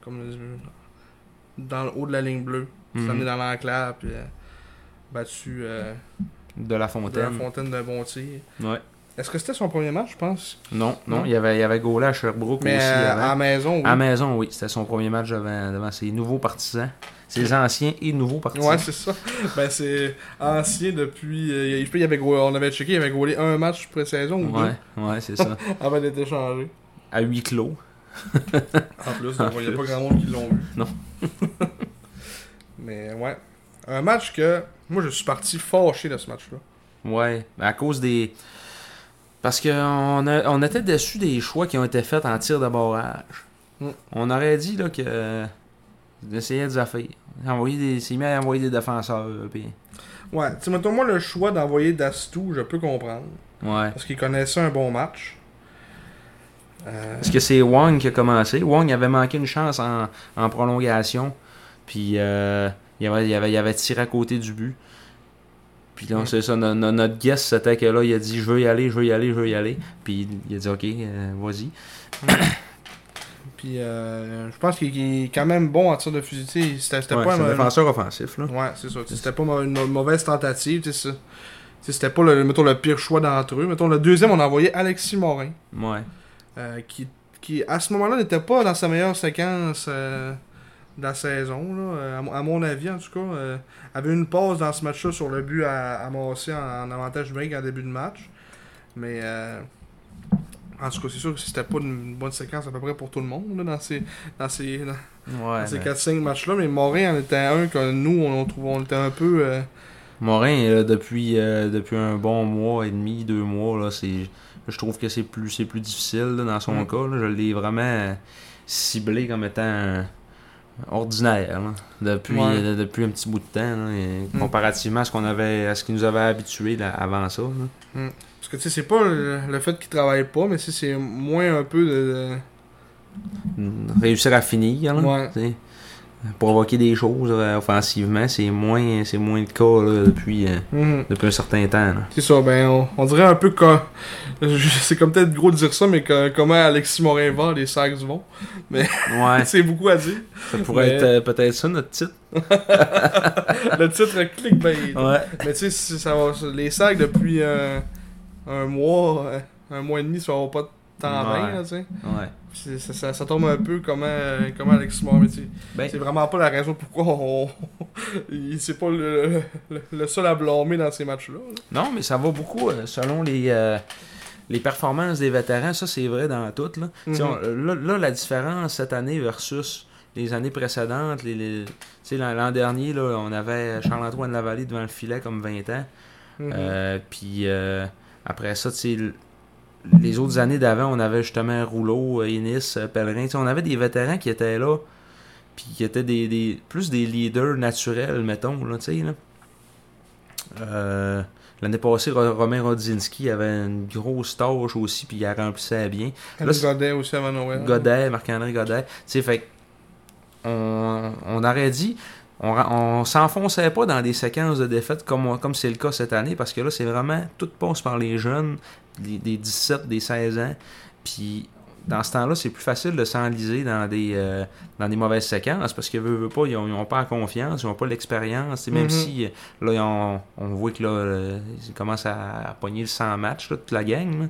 [SPEAKER 2] comme, euh, dans le haut de la ligne bleue. Il s'est
[SPEAKER 1] Mhm.
[SPEAKER 2] amené dans l'enclave. Puis euh, battu euh,
[SPEAKER 1] De la
[SPEAKER 2] de la
[SPEAKER 1] fontaine.
[SPEAKER 2] fontaine d'un bon tir.
[SPEAKER 1] Ouais.
[SPEAKER 2] Est-ce que c'était son premier match, je pense
[SPEAKER 1] Non, non,
[SPEAKER 2] Non.
[SPEAKER 1] il y avait, il y avait gaulé à Sherbrooke
[SPEAKER 2] Mais
[SPEAKER 1] aussi.
[SPEAKER 2] euh,
[SPEAKER 1] avant.
[SPEAKER 2] à la maison, oui.
[SPEAKER 1] À maison, oui. C'était son premier match devant, devant ses nouveaux partisans. Ses anciens et nouveaux partisans.
[SPEAKER 2] Ouais, c'est ça. ben, c'est ancien depuis. euh, je sais pas, il avait, gros- on avait checké, il avait gaulé un match pré-saison ou
[SPEAKER 1] ouais, ouais, c'est ça.
[SPEAKER 2] deux avant d'être échangé.
[SPEAKER 1] à huis clos.
[SPEAKER 2] En plus, donc, il n'y a pas grand monde qui l'ont vu.
[SPEAKER 1] Non.
[SPEAKER 2] Mais ouais. Un match que. Moi, je suis parti fâché de ce match-là.
[SPEAKER 1] Ouais, à cause des. Parce qu'on on était déçus des choix qui ont été faits en tir de barrage.
[SPEAKER 2] Mm.
[SPEAKER 1] On aurait dit là, que euh, d'essayer des affaires. Envoyer des, c'est mis à envoyer des défenseurs. euh, Puis...
[SPEAKER 2] Ouais, tu sais, mettons, moi, le choix d'envoyer Dastou, je peux comprendre.
[SPEAKER 1] Ouais.
[SPEAKER 2] Parce qu'il connaissait un bon match. Euh,
[SPEAKER 1] Parce que c'est Wang qui a commencé. Wang avait manqué une chance en, en prolongation. Puis euh, il, avait, il, avait, il avait tiré à côté du but. Puis là,
[SPEAKER 2] Mm.
[SPEAKER 1] c'est ça, no- no- notre guess, c'était que là, il a dit Je veux y aller, je veux y aller, je veux y aller. Puis il a dit Ok, euh, vas-y.
[SPEAKER 2] puis, euh, je pense qu'il qu'il est quand même bon en tir de fusil. Tu sais, C'était c'était
[SPEAKER 1] Ouais,
[SPEAKER 2] pas
[SPEAKER 1] c'est un
[SPEAKER 2] un-
[SPEAKER 1] défenseur offensif. Là.
[SPEAKER 2] Ouais, c'est ça. Tu sais, C'était pas ma- une mauvaise tentative. tu sais, ça. Tu sais, C'était pas le, mettons, le pire choix d'entre eux. Mettons, le deuxième, on a envoyé Alexis Morin.
[SPEAKER 1] Ouais.
[SPEAKER 2] euh, qui, qui, à ce moment-là, n'était pas dans sa meilleure séquence euh, de la saison, là, euh, à, mon- à mon avis, en tout cas. euh, avait une pause dans ce match-là sur le but à, à Massé en, en avantage 20 en début de match. Mais, euh, en tout cas, c'est sûr que c'était pas une bonne séquence à peu près pour tout le monde, là, dans ces, dans ces, dans
[SPEAKER 1] Ouais.
[SPEAKER 2] ces
[SPEAKER 1] mais-
[SPEAKER 2] 4-5 matchs-là. Mais Morin en était un que nous, on, on, trouvait- on était un peu... euh,
[SPEAKER 1] Morin, euh, depuis, euh, depuis un bon mois et demi, deux mois, là, c'est, je trouve que c'est plus, c'est plus difficile là, dans son
[SPEAKER 2] Mm.
[SPEAKER 1] cas. là. je l'ai vraiment euh, ciblé comme étant euh, ordinaire là, depuis,
[SPEAKER 2] Ouais.
[SPEAKER 1] euh, depuis un petit bout de temps. là, et
[SPEAKER 2] Mm.
[SPEAKER 1] Comparativement à ce qu'on avait à ce qu'il nous avait habitué là, avant ça. là.
[SPEAKER 2] parce que, tu sais, c'est pas le, le fait qu'il travaille pas, mais c'est- c'est moins un peu de...
[SPEAKER 1] Mm, Réussir à finir, là,
[SPEAKER 2] Ouais.
[SPEAKER 1] tu sais, provoquer des choses euh, offensivement, c'est moins, c'est moins le cas là, depuis, euh,
[SPEAKER 2] de- Mhm.
[SPEAKER 1] depuis un certain temps. là.
[SPEAKER 2] C'est ça, ben on, on dirait un peu que c'est comme peut-être gros de dire ça, mais que- comment Alexis Morin va, les sacs vont.
[SPEAKER 1] Ouais,
[SPEAKER 2] C'est beaucoup à dire.
[SPEAKER 1] ça pourrait
[SPEAKER 2] Mais-
[SPEAKER 1] être euh, peut-être ça notre titre.
[SPEAKER 2] Le titre clickbait.
[SPEAKER 1] Ouais.
[SPEAKER 2] Mais tu sais, si ça va- les sacs depuis euh, un mois, euh, un mois et demi, ça va pas tant
[SPEAKER 1] Ouais.
[SPEAKER 2] bien, là, tu sais.
[SPEAKER 1] ouais.
[SPEAKER 2] Puis c'est- Ça, ça, ça tombe un peu comment, euh, comment Alexis Morin, mais tu sais,
[SPEAKER 1] Ben,
[SPEAKER 2] c'est vraiment pas la raison pourquoi on. il- c'est pas le, le, le seul à blâmer dans ces matchs-là. là.
[SPEAKER 1] Non, mais ça va beaucoup euh, selon les, euh, les performances des vétérans. Ça, c'est vrai dans tout. Là. Tu sais, on- là, là, la différence cette année versus les années précédentes, les, les- tu sais, l'an l'an dernier, là, on avait Charles-Antoine Lavallée devant le filet comme 20 ans.
[SPEAKER 2] Mhm.
[SPEAKER 1] Euh, puis euh, après ça, tu sais, l- les autres années d'avant, on avait justement Rouleau, euh, Innis, euh, Pellerin. Tu sais, on avait des vétérans qui étaient là, puis qui étaient des, des- plus des leaders naturels, mettons. Là, tu sais, là. Euh, L'année passée, Ro- Romain Rodzinski avait une grosse tâche aussi, puis il la remplissait bien.
[SPEAKER 2] Andrew
[SPEAKER 1] là, c'est-
[SPEAKER 2] Godet aussi avant Noël.
[SPEAKER 1] Godet, Marc-André Godet. Tu sais, fait que on, on aurait dit, on, ra- on s'enfonçait pas dans des séquences de défaites comme on- comme c'est le cas cette année, parce que là, c'est vraiment tout passe par les jeunes, des, des 17, des 16 ans. Puis dans ce temps-là, c'est plus facile de s'enliser dans des euh, dans des mauvaises séquences parce que veut, veut pas, ils ont, ils ont pas la confiance, ils ont pas l'expérience. Tu sais, Même
[SPEAKER 2] Mhm.
[SPEAKER 1] si euh, là, ils ont- on voit que là, euh, ils commencent à, à pogner le 100 matchs, là, toute la gang. là.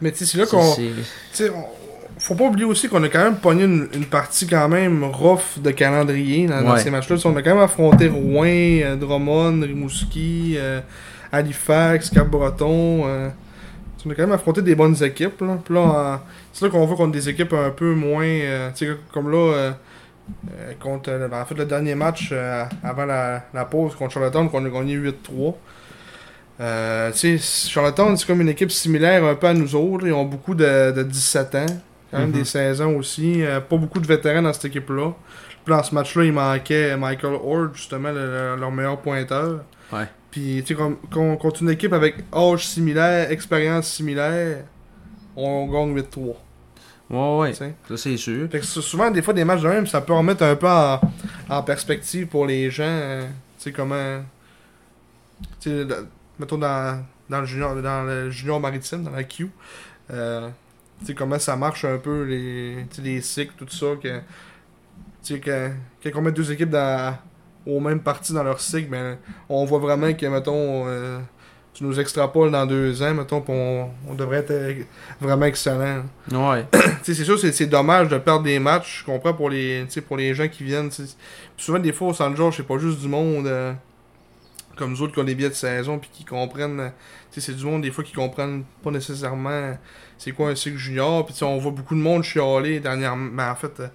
[SPEAKER 2] Mais tu sais, c'est là
[SPEAKER 1] C'est-
[SPEAKER 2] qu'on.
[SPEAKER 1] c'est-
[SPEAKER 2] Tu sais, on- faut pas oublier aussi qu'on a quand même pogné une, une partie quand même rough de calendrier dans, dans
[SPEAKER 1] Ouais.
[SPEAKER 2] ces matchs-là. Tu sais, On a quand même affronté Rouen, euh, Drummond, Rimouski, euh, Halifax, Cap-Breton. euh, tu sais, on a quand même affronté des bonnes équipes. Là. Puis là, en- c'est là qu'on voit contre des équipes un peu moins. euh, tu sais, comme là, euh, euh, contre euh, en fait, le dernier match euh, avant la, la pause contre Charlottetown, qu'on a gagné 8-3. Euh, tu sais, Charlottetown, c'est comme une équipe similaire un peu à nous autres. Ils ont beaucoup de, de 17 ans, quand même
[SPEAKER 1] Mhm.
[SPEAKER 2] des 16 ans aussi. Euh, pas beaucoup de vétérans dans cette équipe-là. Puis dans ce match-là, il manquait Michael Ord, justement, le- le- leur meilleur pointeur.
[SPEAKER 1] Ouais.
[SPEAKER 2] Puis, tu sais, comme- con- contre une équipe avec âge similaire, expérience similaire, on gagne 8-3.
[SPEAKER 1] Ouais, ouais,
[SPEAKER 2] tu sais.
[SPEAKER 1] ça c'est sûr.
[SPEAKER 2] Fait que sou- souvent, des fois, des matchs de même, ça peut remettre un peu en, en perspective pour les gens. euh, tu sais, comment. Tu sais, le- mettons dans, dans, le junior, dans le junior maritime, dans la Q. euh, tu sais, comment ça marche un peu, les, tu sais, les cycles, tout ça. Que, tu sais, que, quand on met deux équipes dans, aux mêmes parties dans leur cycle, ben, on voit vraiment que, mettons. euh, tu nous extrapoles dans deux ans, mettons, puis on, on devrait être euh, vraiment excellent.
[SPEAKER 1] Ouais.
[SPEAKER 2] Tu sais, c'est sûr, c'est, c'est dommage de perdre des matchs. Je comprends pour les, tu sais, pour les gens qui viennent. tu sais. Puis souvent, des fois, au San George, c'est pas juste du monde euh, comme nous autres qui ont des billets de saison puis qui comprennent. euh, tu sais, c'est du monde, des fois, qui comprennent pas nécessairement c'est quoi un cycle junior. Puis, tu sais, on voit beaucoup de monde chialer dernièrement. ben, en fait, euh,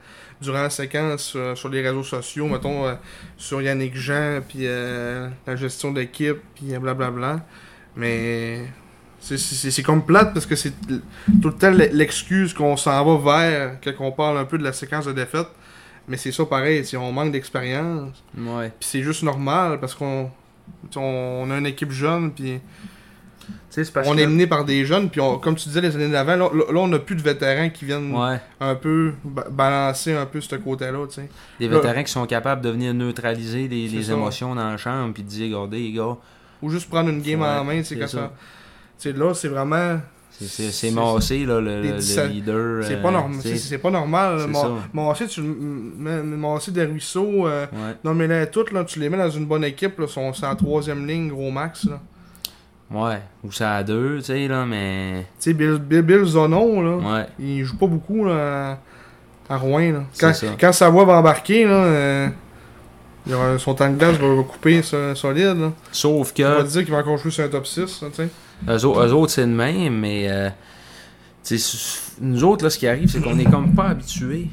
[SPEAKER 2] durant la séquence euh, sur les réseaux sociaux, mettons, euh, sur Yannick Jean, puis euh, la gestion d'équipe, puis euh, blablabla. Mais C'est- C'est c'est comme plate parce que c'est tout le temps l'excuse qu'on s'en va vers quand on parle un peu de la séquence de défaite. Mais c'est ça pareil, si on manque d'expérience.
[SPEAKER 1] Ouais.
[SPEAKER 2] Puis c'est juste normal parce qu'on on, on a une équipe jeune, puis
[SPEAKER 3] Tu sais, c'est parce
[SPEAKER 2] on
[SPEAKER 3] que-
[SPEAKER 2] est mené par des jeunes. Puis on- comme tu disais les années d'avant, là, là, on n'a plus de vétérans qui viennent
[SPEAKER 1] Ouais.
[SPEAKER 2] un peu ba- balancer un peu ce côté-là. tu sais.
[SPEAKER 1] Des
[SPEAKER 2] Là-
[SPEAKER 1] vétérans qui sont capables de venir neutraliser les,
[SPEAKER 2] C'est
[SPEAKER 1] les
[SPEAKER 2] ça.
[SPEAKER 1] émotions dans la chambre puis de dire regardez les gars,
[SPEAKER 2] Ou juste prendre une game
[SPEAKER 1] Ouais,
[SPEAKER 2] en main. tu sais,
[SPEAKER 1] c'est
[SPEAKER 2] quand
[SPEAKER 1] ça.
[SPEAKER 2] ça- tu sais, Là, c'est vraiment.
[SPEAKER 1] c'est- c'est c'est
[SPEAKER 2] C'est-
[SPEAKER 1] massé là, le,
[SPEAKER 2] les
[SPEAKER 1] le- le
[SPEAKER 2] dix-
[SPEAKER 1] leader.
[SPEAKER 2] C'est
[SPEAKER 1] euh,
[SPEAKER 2] pas, norm-
[SPEAKER 1] tu sais.
[SPEAKER 2] c'est- c'est pas normal. là.
[SPEAKER 1] C'est
[SPEAKER 2] Mon,
[SPEAKER 1] ça.
[SPEAKER 2] mon assiette, tu le- m- m- mon assiette des ruisseaux. euh,
[SPEAKER 1] Ouais.
[SPEAKER 2] Non, mais là, toutes, là, tu les mets dans une bonne équipe, là, sont sont en troisième ligne, gros max. Là.
[SPEAKER 1] ouais. Ou ça à deux, tu sais, là, mais.
[SPEAKER 2] Tu sais, Bill, Bill, Bill Zonon, là,
[SPEAKER 1] Ouais.
[SPEAKER 2] il joue pas beaucoup là, à Rouen. Là.
[SPEAKER 1] C'est
[SPEAKER 2] Quand,
[SPEAKER 1] ça.
[SPEAKER 2] quand sa voix va embarquer, là, euh, il y aura- son temps de glace va, va couper ça, solide. Là.
[SPEAKER 1] Sauf que.
[SPEAKER 2] On va dire qu'il va encore jouer sur un top 6. Là, tu sais.
[SPEAKER 1] Eux, au- eux autres, c'est de même, mais euh, tu sais, s- nous autres, là, ce qui arrive, c'est qu'on est comme pas habitués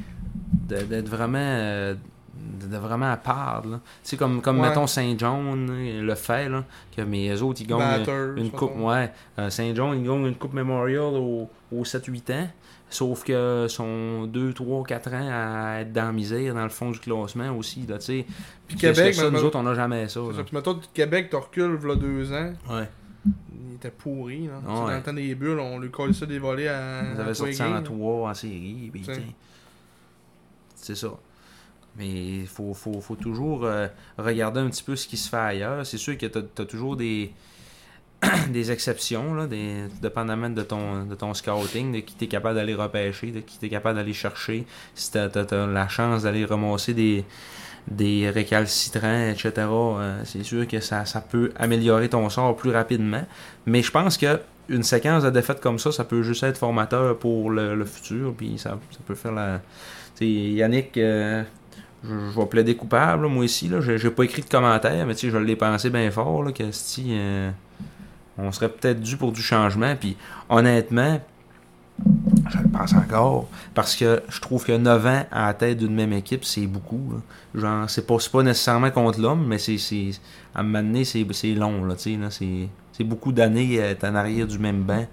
[SPEAKER 1] de- d'être vraiment, euh, de, de vraiment à part. là. Tu sais, comme, comme
[SPEAKER 2] Ouais.
[SPEAKER 1] mettons Saint-John là, le fait, là, que mais eux autres, ils gagnent euh,
[SPEAKER 2] Batters,
[SPEAKER 1] une,
[SPEAKER 2] mettons.
[SPEAKER 1] coupe. Ouais, Euh, Saint-John, ils gagnent une coupe Memorial aux 7-8 ans. Sauf que sont 2, 3, 4 ans à être dans la misère, dans le fond du classement aussi. Là, tu sais.
[SPEAKER 2] Puis
[SPEAKER 1] Qu'est-ce que
[SPEAKER 2] Québec,
[SPEAKER 1] ça,
[SPEAKER 2] ma-
[SPEAKER 1] nous autres, on n'a jamais ça.
[SPEAKER 2] c'est
[SPEAKER 1] là.
[SPEAKER 2] ça. Puis mettons, Québec, tu recules, v'là deux ans.
[SPEAKER 1] Ouais.
[SPEAKER 2] Il était pourri. Là.
[SPEAKER 1] Ouais.
[SPEAKER 2] Tu sais, Dans le temps des bulles, on lui collait ça des volets à.
[SPEAKER 1] Ils
[SPEAKER 2] à
[SPEAKER 1] avaient
[SPEAKER 2] tous les
[SPEAKER 1] sorti en
[SPEAKER 2] games.
[SPEAKER 1] 3 en série. puis,
[SPEAKER 2] T'sais.
[SPEAKER 1] tiens, C'est ça. Mais il faut, faut, faut toujours euh, regarder un petit peu ce qui se fait ailleurs. C'est sûr que tu as, toujours des, des exceptions, là, des, dépendamment de ton, de ton scouting, de qui tu es capable d'aller repêcher, de qui tu es capable d'aller chercher, si tu as, la chance d'aller ramasser des, des récalcitrants, etc. euh, c'est sûr que ça, ça peut améliorer ton sort plus rapidement. Mais je pense que une séquence de défaites comme ça, ça peut juste être formateur pour le, le futur, puis ça, ça peut faire la... Tu sais, Yannick, euh, je, je vais plaider coupable, là, moi ici, là, j'ai j'ai pas écrit de commentaire, mais tu sais, je l'ai pensé bien fort, là, que si, euh, on serait peut-être dû pour du changement, puis honnêtement, je le pense encore, parce que je trouve que 9 ans à la tête d'une même équipe, c'est beaucoup, là. genre, c'est pas, c'est pas nécessairement contre l'homme, mais c'est, c'est, à un moment donné, c'est c'est long, là, tu sais, là, c'est... C'est beaucoup d'années à être en arrière du même banc.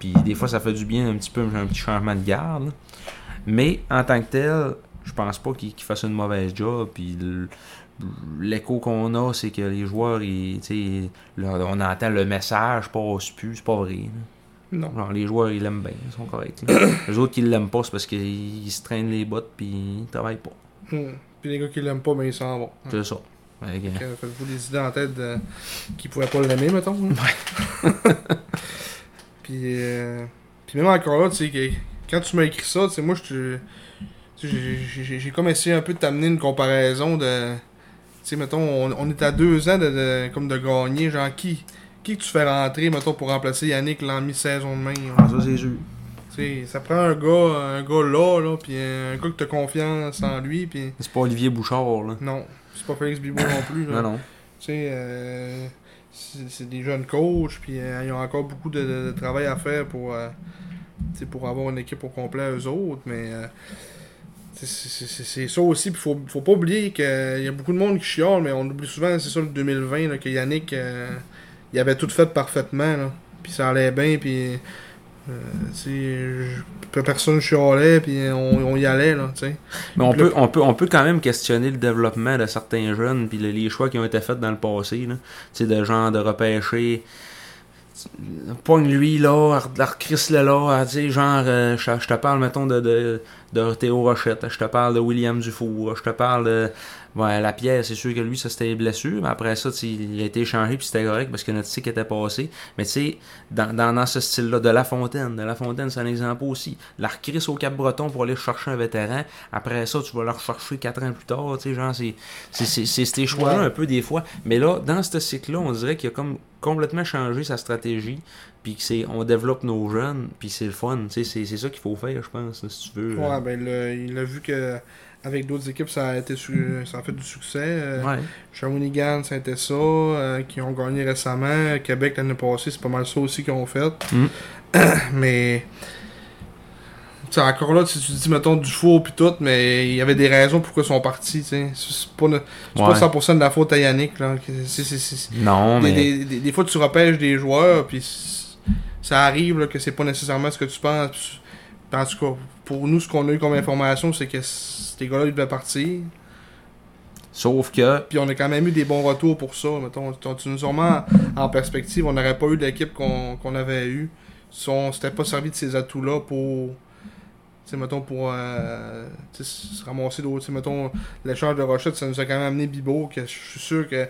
[SPEAKER 1] Puis des fois, ça fait du bien un petit peu, un petit changement de garde. là. Mais en tant que tel, je pense pas qu'il qu'il fasse une mauvaise job. Puis l- l'écho qu'on a, c'est que les joueurs, ils, tu sais, là, on entend le message passe plus, c'est pas vrai. là.
[SPEAKER 2] Non.
[SPEAKER 1] Genre, les joueurs, ils l'aiment bien, ils sont corrects. là. les autres qui l'aiment pas, c'est parce qu'ils ils se traînent les bottes puis ils travaillent pas.
[SPEAKER 2] Hmm. Puis les gars qui l'aiment pas, ben ils s'en vont.
[SPEAKER 1] C'est ça. euh, Fait que-
[SPEAKER 2] Fait que Faites-vous des idées en tête de- qui pourraient pas l'aimer, mettons. hein. puis, euh, puis même encore là, tu sais, que- quand tu m'as écrit ça, tu sais, moi, je te- tu sais, j'ai- j'ai j'ai- j'ai comme essayé un peu de t'amener une comparaison de. Tu sais, mettons, on, on est à deux ans de, de- comme de gagner. Genre, qui, qui que tu fais rentrer, mettons, pour remplacer Yannick l'an mi-saison de main
[SPEAKER 1] Ah, ça, c'est sûr.
[SPEAKER 2] Tu sais, ça prend un gars, un gars là, là, puis un gars que t'as confiance en lui, puis
[SPEAKER 1] C'est pas Olivier Bouchard, là.
[SPEAKER 2] non, c'est pas Félix Bibo non plus. là.
[SPEAKER 1] Non, non.
[SPEAKER 2] Tu sais, euh, c'est c'est des jeunes coachs, puis euh, ils ont encore beaucoup de, de- de travail à faire pour, euh, tu sais, pour avoir une équipe au complet eux autres, mais euh, tu sais, c'est c'est- c'est ça aussi. Puis faut, faut pas oublier qu'il y a beaucoup de monde qui chiale, mais on oublie souvent, c'est ça le 2020, là, que Yannick, euh, il avait tout fait parfaitement, là. puis ça allait bien, puis euh, tu sais, je- personne chialait, puis on, on y allait, là, tu sais.
[SPEAKER 1] Mais on
[SPEAKER 2] Le-
[SPEAKER 1] peut, on, peut, on peut quand même questionner le développement de certains jeunes, puis le- les choix qui ont été faits dans le passé. là. Tu sais, de genre de repêcher. Pogne lui là, Chris là, là, tu sais, genre, euh, je, je te parle, mettons, de, de, de Théo Rochette, je te parle de William Dufour, je te parle de. Ouais, la pierre, c'est sûr que lui, ça c'était les blessures, mais après ça, tu sais, il a été échangé, puis c'était correct parce que notre cycle était passé. Mais tu sais, dans, dans, dans ce style-là, de La Fontaine, de La Fontaine, c'est un exemple aussi. L'arcris au Cap-Breton pour aller chercher un vétéran, après ça, tu vas le rechercher quatre ans plus tard, tu sais, genre, c'est- c'est- c'est c'est ces choix-là
[SPEAKER 2] Ouais.
[SPEAKER 1] un peu des fois. Mais là, dans ce cycle-là, on dirait qu'il a comme complètement changé sa stratégie, puis que c'est, on développe nos jeunes, puis c'est le fun, tu sais, c'est c'est ça qu'il faut faire, je pense, là, si tu veux. là.
[SPEAKER 2] Ouais, ben là, il a vu que avec d'autres équipes, ça a, été su- ça a fait du succès. euh,
[SPEAKER 1] Ouais.
[SPEAKER 2] Shawinigan, c'était ça, euh, qui ont gagné récemment. Québec l'année passée, c'est pas mal ça aussi qu'ils ont fait.
[SPEAKER 1] Mm.
[SPEAKER 2] mais. tu sais, encore là, tu tu dis, mettons, du four puis tout, mais il y avait des raisons pourquoi ils sont partis. tu sais. C'est c'est pas, ne- c'est
[SPEAKER 1] Ouais.
[SPEAKER 2] pas 100% de la faute à Yannick. Là. que- c'est- c'est- c'est-
[SPEAKER 1] Non, mais.
[SPEAKER 2] des, des- des- des fois, tu repêches des joueurs, puis c'est- ça arrive là, que c'est pas nécessairement ce que tu penses. En tout cas, pour nous, ce qu'on a eu comme information, c'est que ces gars-là, ils devaient partir.
[SPEAKER 1] Sauf que.
[SPEAKER 2] Puis on a quand même eu des bons retours pour ça. Mettons, tu nous sûrement en perspective, on n'aurait pas eu l'équipe qu'on qu'on avait eue si on s'était pas servi de ces atouts-là pour. Tu sais, mettons, pour euh, t'sais, se ramasser d'autres. Tu sais, mettons, l'échange de Rochette, ça nous a quand même amené Bibo, que je suis sûr que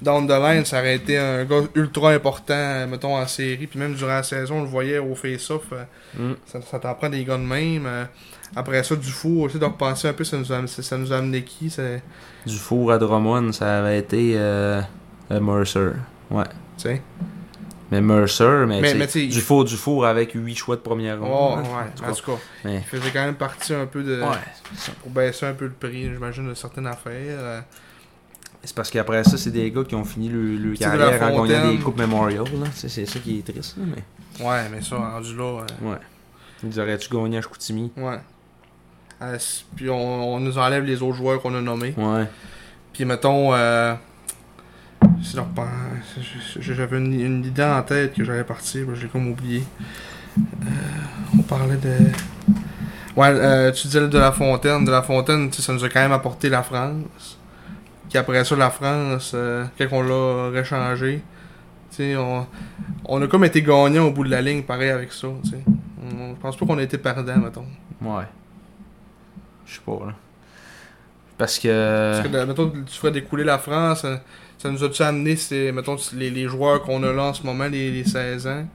[SPEAKER 2] down the line, ça aurait été un gars ultra important, mettons, en série. Puis même durant la saison, on le voyait au face-off. euh,
[SPEAKER 1] Mm.
[SPEAKER 2] Ça, ça t'en prend des gars de même. euh, après ça, du four, tu sais, de repenser un peu, ça nous a, ça nous a amené qui c'est-
[SPEAKER 1] Du four à Drummond, ça avait été euh, euh, Mercer. Ouais.
[SPEAKER 2] Tu sais.
[SPEAKER 1] Mais Mercer, mais,
[SPEAKER 2] Mais-
[SPEAKER 1] c'est
[SPEAKER 2] mais t'sais-
[SPEAKER 1] du four du four avec 8 choix de première
[SPEAKER 2] Oh,
[SPEAKER 1] ronde.
[SPEAKER 2] ouais,
[SPEAKER 1] hein, en
[SPEAKER 2] en
[SPEAKER 1] tout
[SPEAKER 2] tout cas,
[SPEAKER 1] Mais-
[SPEAKER 2] il faisait quand même partie un peu de.
[SPEAKER 1] cas. Ouais.
[SPEAKER 2] Pour baisser un peu le prix, j'imagine, de certaines affaires. euh.
[SPEAKER 1] C'est parce qu'après ça, c'est des gars qui ont fini le, le
[SPEAKER 2] C'est de la
[SPEAKER 1] carrière en gagnant
[SPEAKER 2] fontaine.
[SPEAKER 1] des coupes Memorial. là. C'est c'est ça qui est triste. là, mais...
[SPEAKER 2] Ouais, mais ça, rendu là. euh,
[SPEAKER 1] Ouais. Ils auraient-tu gagné à Chicoutimi?
[SPEAKER 2] Ouais. Euh, c- puis on, on nous enlève les autres joueurs qu'on a nommés.
[SPEAKER 1] Ouais.
[SPEAKER 2] Puis mettons. Euh, c'est leur pan- je- je- J'avais une, une idée en tête que j'allais partir, mais je l'ai comme oublié. Euh, on parlait de. Ouais, euh, tu disais de la Fontaine. De la Fontaine, tu sais, ça nous a quand même apporté la France. Puis après ça, la France, euh, quand on l'a réchangé, tu sais, on, on a comme été gagnant au bout de la ligne, pareil avec ça. tu sais. On- Je pense pas qu'on a été perdant, mettons.
[SPEAKER 1] Ouais. Je sais pas, là. Parce
[SPEAKER 2] Parce que,
[SPEAKER 1] que.
[SPEAKER 2] là, mettons, tu ferais découler la France, euh, ça nous a-tu amené, ces- mettons, les, les joueurs qu'on a là en ce moment, les, les 16 ans?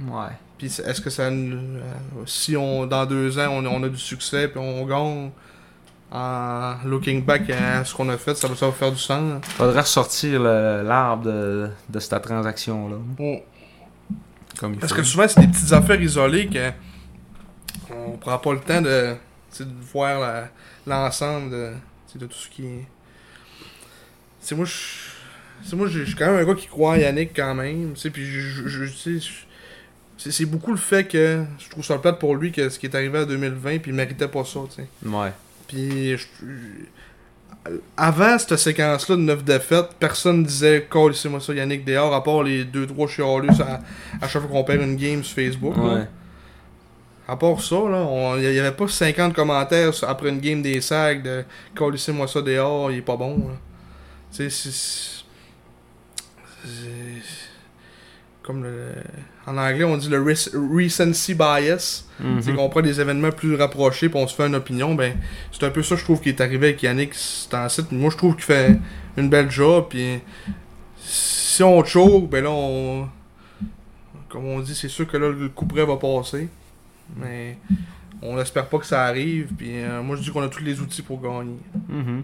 [SPEAKER 1] Ouais.
[SPEAKER 2] Puis c'est- est-ce que ça nous. euh, Si on, dans deux ans, on, on a du succès, puis on gagne, en looking back à ce qu'on a fait, ça va, ça va faire du sens.
[SPEAKER 1] Faudrait ressortir le- l'arbre de, de cette transaction-là.
[SPEAKER 2] On-
[SPEAKER 1] Comme il
[SPEAKER 2] Parce
[SPEAKER 1] faut.
[SPEAKER 2] que souvent, c'est des petites affaires isolées que. On prend pas le temps de, tu sais, de voir la- l'ensemble de, tu sais, de tout ce qui est. C'est moi, je. tu sais, moi, je je suis quand même un gars qui croit en Yannick quand même. tu sais, Puis je- je- je- tu sais, je- c'est c'est beaucoup le fait que je trouve ça plate pour lui que ce qui est arrivé en 2020, puis il méritait pas ça. tu sais.
[SPEAKER 1] Ouais.
[SPEAKER 2] Puis je- je- avant cette séquence-là de 9 défaites, personne disait Call, c'est moi ça, Yannick dehors, à part les 2-3 chialus à, à chaque fois qu'on perd une game sur Facebook. là.
[SPEAKER 1] Ouais.
[SPEAKER 2] À part ça, là, on- il n'y avait pas 50 commentaires sur- après une game des sacs de Call, c'est moi ça dehors, il est pas bon. là. Tu sais, c'est- c'est. c'est- Comme le- En anglais, on dit le rec- recency bias.
[SPEAKER 1] Mhm.
[SPEAKER 2] C'est qu'on prend des événements plus rapprochés puis on se fait une opinion, ben c'est un peu ça je trouve qui est arrivé avec Yannick c'est en site. Moi je trouve qu'il fait une belle job puis si on choke, ben là on comme on dit, c'est sûr que là le coup près va passer. Mais on n'espère pas que ça arrive puis euh, moi je dis qu'on a tous les outils pour gagner.
[SPEAKER 1] Mhm.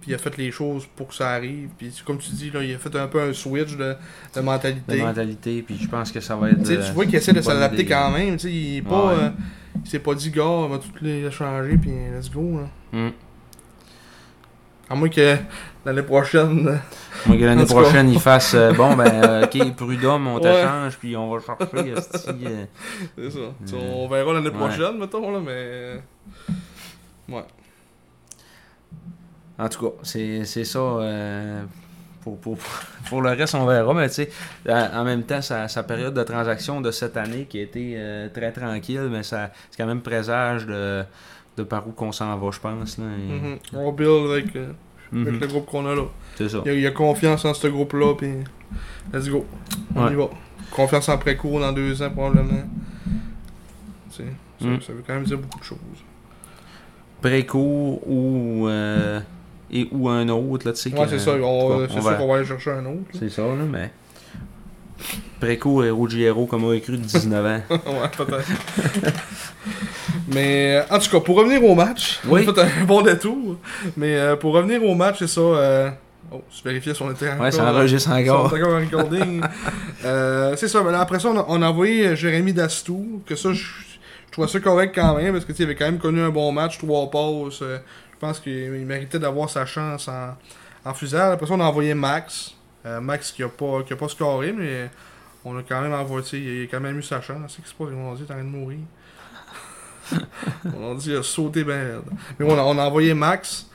[SPEAKER 2] Puis il a fait les choses pour que ça arrive puis comme tu dis là, il a fait un peu un switch de, de mentalité.
[SPEAKER 1] La mentalité, puis je pense que ça va être.
[SPEAKER 2] Tu sais,
[SPEAKER 1] euh,
[SPEAKER 2] tu vois qu'il essaie de
[SPEAKER 1] bonne
[SPEAKER 2] s'adapter
[SPEAKER 1] idée.
[SPEAKER 2] quand même. tu sais, il est pas.
[SPEAKER 1] Ouais.
[SPEAKER 2] euh, il s'est pas dit, gars, on va tout les changer, puis let's go. Là.
[SPEAKER 1] Mm.
[SPEAKER 2] À moins que l'année prochaine. euh,
[SPEAKER 1] Moi, que l'année
[SPEAKER 2] En tout cas.
[SPEAKER 1] prochaine, ils fassent euh, bon, ben, euh, ok, prud'homme, on
[SPEAKER 2] Ouais.
[SPEAKER 1] t'échange, puis on va chercher. esti, euh,
[SPEAKER 2] C'est ça. Tu sais, On verra l'année
[SPEAKER 1] Ouais.
[SPEAKER 2] prochaine, mettons, là, mais. euh, Ouais.
[SPEAKER 1] En tout cas, c'est c'est ça. euh, pour, pour, pour- pour le reste, on verra. Mais tu sais, en en même temps, sa, sa période de transaction de cette année qui a été euh, très tranquille, mais ça c'est quand même présage de, de par où qu'on s'en va, je pense. là. Et-
[SPEAKER 2] Mhm. On build avec, euh,
[SPEAKER 1] Mhm.
[SPEAKER 2] avec le groupe qu'on a là.
[SPEAKER 1] C'est ça.
[SPEAKER 2] Il y a, il y a confiance en ce groupe-là, puis let's go. On
[SPEAKER 1] Ouais.
[SPEAKER 2] y va. Confiance en pré-cours dans deux ans, probablement. Tu sais, ça-
[SPEAKER 1] Mm.
[SPEAKER 2] ça veut quand même dire beaucoup de choses.
[SPEAKER 1] Précourt ou, euh, et, ou un autre. Là, tu sais,
[SPEAKER 2] Ouais,
[SPEAKER 1] que-
[SPEAKER 2] c'est ça.
[SPEAKER 1] en tout
[SPEAKER 2] on-
[SPEAKER 1] cas,
[SPEAKER 2] C'est
[SPEAKER 1] on
[SPEAKER 2] sûr
[SPEAKER 1] va-
[SPEAKER 2] qu'on va aller chercher un autre.
[SPEAKER 1] C'est ça, là, mais. Préco et Ruggiero, comme on a écrit, de 19 ans.
[SPEAKER 2] ouais, peut-être. mais euh, en tout cas, pour revenir au match,
[SPEAKER 1] Oui.
[SPEAKER 2] on a fait un bon détour. Mais euh, pour revenir au match, c'est ça. euh, Oh, je vérifiais si on était
[SPEAKER 1] Ouais, ça
[SPEAKER 2] encore-
[SPEAKER 1] enregistre
[SPEAKER 2] si on
[SPEAKER 1] encore.
[SPEAKER 2] était encore en recording. Euh, c'est ça. mais là, après ça, on a, on a envoyé euh, Jérémy Dastou. Que ça, je, je trouvais ça correct quand même. Parce que tu sais, il avait quand même connu un bon match, trois passes. euh, je pense qu'il il méritait d'avoir sa chance en, en fusillade. Après ça, on a envoyé Max. Euh, Max qui a, pas, qui a pas scoré, mais on a quand même envoyé. tu sais, Il a quand même eu sa chance. C'est que c'est pas on a dit, t'es en train de mourir. on a dit, il a sauté ben raide. Mais on a, on a envoyé Max.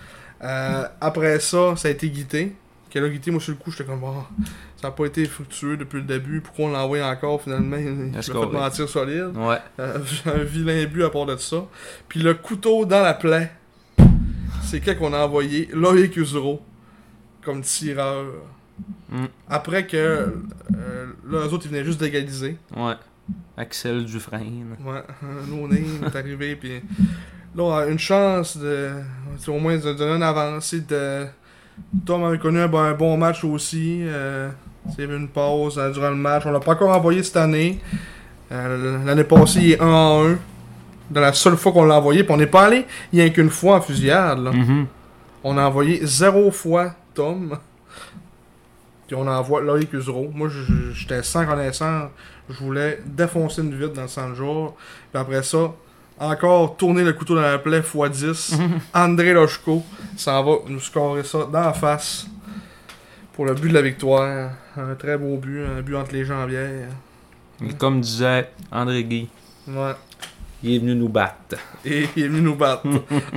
[SPEAKER 2] Euh, après ça, ça a été Guité. que Calogité, moi, sur le coup, j'étais comme, oh, ça n'a pas été fructueux depuis le début. Pourquoi on l'envoie encore finalement Il m'a fait
[SPEAKER 1] correct.
[SPEAKER 2] mentir solide.
[SPEAKER 1] Ouais.
[SPEAKER 2] Euh, j'ai un vilain but à part de ça. Puis le couteau dans la plaie, c'est quand qu'on a envoyé Loïc Usuro comme tireur.
[SPEAKER 1] Mm.
[SPEAKER 2] Après que euh, là, eux autres, ils venaient juste d'égaliser.
[SPEAKER 1] Ouais. Axel Dufresne.
[SPEAKER 2] Ouais, euh, no name est arrivé. Puis là, on a une chance de, tu sais, au moins de donner une avancée. De... Tom avait connu un, bon- un bon match aussi. Euh, il y avait une pause euh, durant le match. On l'a pas encore envoyé cette année. Euh, L'année passée, il est 1 en 1. Dans la seule fois qu'on l'a envoyé, puis on n'est pas allé il y a qu'une fois en fusillade. là.
[SPEAKER 1] Mhm.
[SPEAKER 2] On a envoyé zéro fois Tom. Puis on envoie Loïc Usereau. Moi, je- je- j'étais sans connaissance. Je voulais défoncer une vite dans le sang de jour. Puis après ça, encore tourner le couteau dans la plaie x 10. André Lochko s'en va nous scorer ça dans la face pour le but de la victoire. Un très beau but, un but entre les jambières.
[SPEAKER 1] Et Comme disait André Guy,
[SPEAKER 2] Ouais.
[SPEAKER 1] il est venu nous battre.
[SPEAKER 2] Et il est venu nous battre.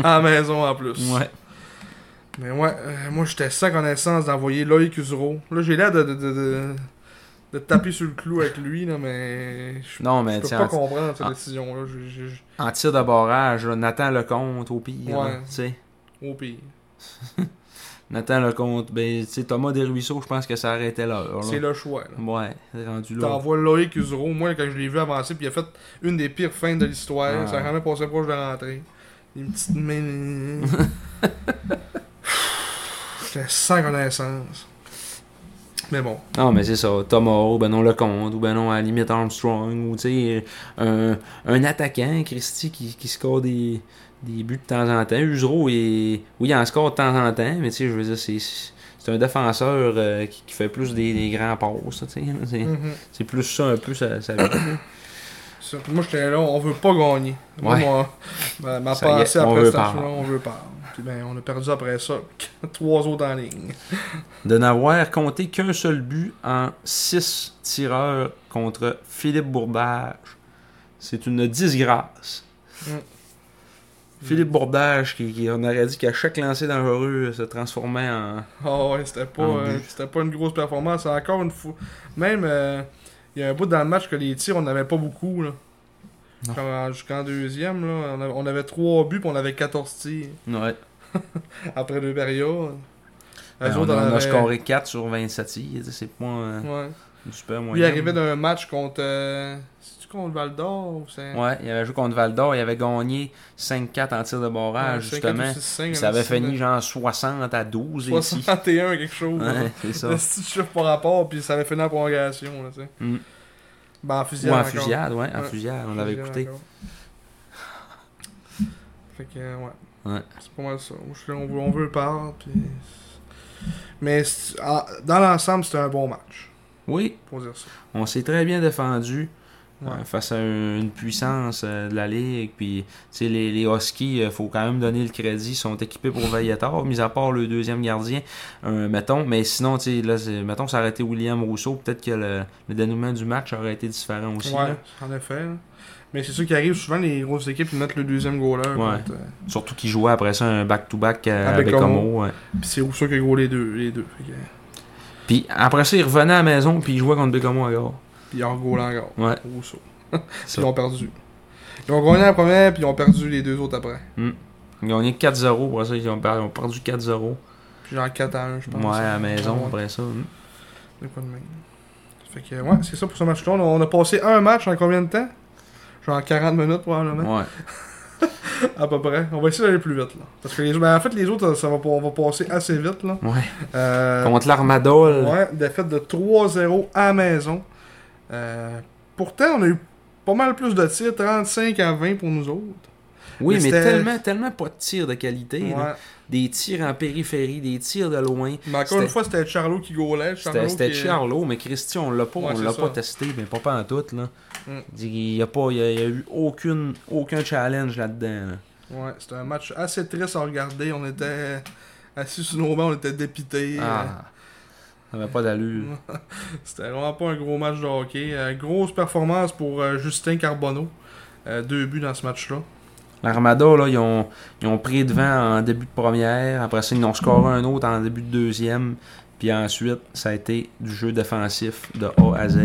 [SPEAKER 2] à la maison en plus.
[SPEAKER 1] Ouais.
[SPEAKER 2] Mais ouais, euh, moi j'étais sans connaissance d'envoyer Loïc Usereau. Là j'ai l'air de, de, de, de, de taper sur le clou avec lui, là, mais je
[SPEAKER 1] Non,
[SPEAKER 2] je
[SPEAKER 1] mais
[SPEAKER 2] peux
[SPEAKER 1] tu sais,
[SPEAKER 2] pas
[SPEAKER 1] en,
[SPEAKER 2] comprendre cette
[SPEAKER 1] ah.
[SPEAKER 2] décision-là. Je- je- je-
[SPEAKER 1] en tir de barrage, là, Nathan Lecomte au pire.
[SPEAKER 2] Ouais.
[SPEAKER 1] là, tu sais.
[SPEAKER 2] Au pire.
[SPEAKER 1] Nathan Lecomte, ben, tu sais, Thomas Desruisseaux, je pense que ça arrêtait l'heure.
[SPEAKER 2] C'est
[SPEAKER 1] là.
[SPEAKER 2] le choix. là.
[SPEAKER 1] Ouais, rendu là.
[SPEAKER 2] T'envoies Loïc Usereau. Moi quand je l'ai vu avancer, puis il a fait une des pires fins de l'histoire.
[SPEAKER 1] Ah.
[SPEAKER 2] Ça a quand même passé proche de la rentrée. Une petite main. j'étais sans connaissance. Mais bon.
[SPEAKER 1] Non, mais c'est ça. Thomas, ou ben non Lecomte, ou ben non à la limite Armstrong, ou tu sais, un, un attaquant, Christy, qui, qui score des, des buts de temps en temps. Usereau, est, oui, il en score de temps en temps, mais tu sais, je veux dire, c'est, c'est un défenseur euh, qui, qui fait plus des, des grands passes, tu sais. là, C'est,
[SPEAKER 2] Mhm.
[SPEAKER 1] c'est plus ça un peu sa, sa vie.
[SPEAKER 2] Ça, moi, j'étais là, on veut pas gagner. Moi,
[SPEAKER 1] Ouais.
[SPEAKER 2] moi, ma, ma
[SPEAKER 1] Ça y est,
[SPEAKER 2] pensée
[SPEAKER 1] on
[SPEAKER 2] après
[SPEAKER 1] veut
[SPEAKER 2] cette
[SPEAKER 1] perdre.
[SPEAKER 2] action-là, on veut pas. Puis ben, on a perdu après ça. Trois autres en ligne.
[SPEAKER 1] de n'avoir compté qu'un seul but en 6 tireurs contre Philippe Bourdage. C'est une disgrâce.
[SPEAKER 2] Mm.
[SPEAKER 1] Philippe Bourdage, qui, qui- on aurait dit qu'à chaque lancer dangereux, se transformait en.
[SPEAKER 2] Ah ouais, c'était pas,
[SPEAKER 1] Un
[SPEAKER 2] euh,
[SPEAKER 1] but.
[SPEAKER 2] c'était pas une grosse performance. Encore une fois. Même, euh, il y a un bout dans le match que les tirs, on n'avait pas beaucoup. là.
[SPEAKER 1] Non.
[SPEAKER 2] Quand- en- Jusqu'en deuxième, là, on, avait, on avait trois buts, puis on avait 14 tirs
[SPEAKER 1] Ouais.
[SPEAKER 2] après deux périodes. Eux
[SPEAKER 1] Ben, on,
[SPEAKER 2] autres,
[SPEAKER 1] a-
[SPEAKER 2] en
[SPEAKER 1] on a
[SPEAKER 2] avaient-
[SPEAKER 1] scoré 4 sur 27 tirs. C'est pas un
[SPEAKER 2] Ouais.
[SPEAKER 1] une super
[SPEAKER 2] Lui, il
[SPEAKER 1] moyen.
[SPEAKER 2] arrivait d'un match contre. euh, C'est-tu contre Val d'Or ou c'est.
[SPEAKER 1] Ouais, il avait joué contre Valdor, il avait gagné 5-4 en tir de barrage, justement. Puis Ça avait fini genre 60 à 12 ici.
[SPEAKER 2] 61 quelque chose. là.
[SPEAKER 1] Ouais, c'est ça.
[SPEAKER 2] Le petit chiffre par rapport, puis ça avait fini en prolongation, là, tu sais.
[SPEAKER 1] Mm.
[SPEAKER 2] Ben, en
[SPEAKER 1] Ou
[SPEAKER 2] fusillade.
[SPEAKER 1] en
[SPEAKER 2] encore.
[SPEAKER 1] fusillade, ouais, en
[SPEAKER 2] Ouais,
[SPEAKER 1] fusillade, on l'avait
[SPEAKER 2] Fusillade
[SPEAKER 1] écouté.
[SPEAKER 2] encore. Fait que, euh, ouais.
[SPEAKER 1] Ouais.
[SPEAKER 2] C'est pas mal ça. Moi, je suis là, on veut, on veut le perdre, puis. Mais c'est- en- dans l'ensemble, c'était un bon match,
[SPEAKER 1] Oui,
[SPEAKER 2] pour dire ça.
[SPEAKER 1] on s'est très bien défendu
[SPEAKER 2] Ouais.
[SPEAKER 1] euh, face à un- une puissance euh, de la ligue. Puis, tu sais, les, les Huskies, euh, faut quand même donner le crédit, sont équipés pour Veilletor, mis à part le deuxième gardien, euh, mettons. Mais sinon, tu sais, là, c'est- mettons, ça aurait été William Rousseau, peut-être que le, le dénouement du match aurait été différent aussi.
[SPEAKER 2] ouais,
[SPEAKER 1] là.
[SPEAKER 2] en effet. là. Mais c'est sûr qu'il arrive souvent, les grosses équipes, ils mettent le deuxième goaler.
[SPEAKER 1] Ouais.
[SPEAKER 2] contre, euh,
[SPEAKER 1] Surtout qu'ils jouaient après ça un back-to-back euh,
[SPEAKER 2] Avec
[SPEAKER 1] avec
[SPEAKER 2] Homo.
[SPEAKER 1] Homo. ouais.
[SPEAKER 2] Puis c'est où sûr que gros les deux. Les deux. Fait que,
[SPEAKER 1] Puis après ça, ils revenaient à la maison, puis ils jouaient contre Bécomo encore.
[SPEAKER 2] puis hors goaler encore.
[SPEAKER 1] Ouais.
[SPEAKER 2] Rousseau.
[SPEAKER 1] Ça.
[SPEAKER 2] Ils ont perdu. Ils ont gagné la première, puis ils ont perdu les deux autres après.
[SPEAKER 1] Ils ont gagné 4-0, après ça, ils ont, per- ils ont perdu 4-0.
[SPEAKER 2] Puis genre 4 à 1, je pense.
[SPEAKER 1] Ouais, à la maison,
[SPEAKER 2] Ouais,
[SPEAKER 1] après ça. hum.
[SPEAKER 2] ouais, pas de main. Fait que, ouais, c'est ça pour ce match-là. On a- On a passé un match en combien de temps Genre 40 minutes, probablement.
[SPEAKER 1] Ouais.
[SPEAKER 2] À peu près. On va essayer d'aller plus vite, là. Parce que les autres, ben, en fait, les autres, ça va, pas- on va passer assez vite, là.
[SPEAKER 1] Ouais.
[SPEAKER 2] Euh,
[SPEAKER 1] Contre l'Armadol.
[SPEAKER 2] ouais, défaite de 3-0 à la maison. Euh, pourtant, on a eu pas mal plus de tirs, 35 à 20 pour nous autres.
[SPEAKER 1] Oui,
[SPEAKER 2] Mais
[SPEAKER 1] mais,
[SPEAKER 2] c'était-
[SPEAKER 1] tellement, tellement pas de tirs de qualité.
[SPEAKER 2] Ouais.
[SPEAKER 1] là. Des tirs en périphérie, des tirs de loin.
[SPEAKER 2] Mais encore une
[SPEAKER 1] C'était-
[SPEAKER 2] fois, c'était Charlot qui gaulait.
[SPEAKER 1] C'était
[SPEAKER 2] Charlot
[SPEAKER 1] c'était
[SPEAKER 2] qui-
[SPEAKER 1] Charlot, mais Christian, on l'a pas,
[SPEAKER 2] Ouais,
[SPEAKER 1] on
[SPEAKER 2] c'est
[SPEAKER 1] l'a
[SPEAKER 2] ça.
[SPEAKER 1] pas testé, mais pas pas en tout. Là.
[SPEAKER 2] Mm.
[SPEAKER 1] Il n'y a, pas- il y a- il y a eu aucune, aucun challenge là-dedans. là.
[SPEAKER 2] Ouais, c'était un match assez triste à regarder. On était assis sur nos bancs, on était dépités.
[SPEAKER 1] Ah, ça n'avait pas d'allure.
[SPEAKER 2] Euh, C'était vraiment pas un gros match de hockey. Euh, grosse performance pour euh, Justin Carbonneau. Euh, deux buts dans ce match-là.
[SPEAKER 1] L'Armada, là, ils ont, ils ont pris devant en début de première. Après ça, ils en ont scoré un autre en début de deuxième. Puis ensuite, ça a été du jeu défensif de A à Z.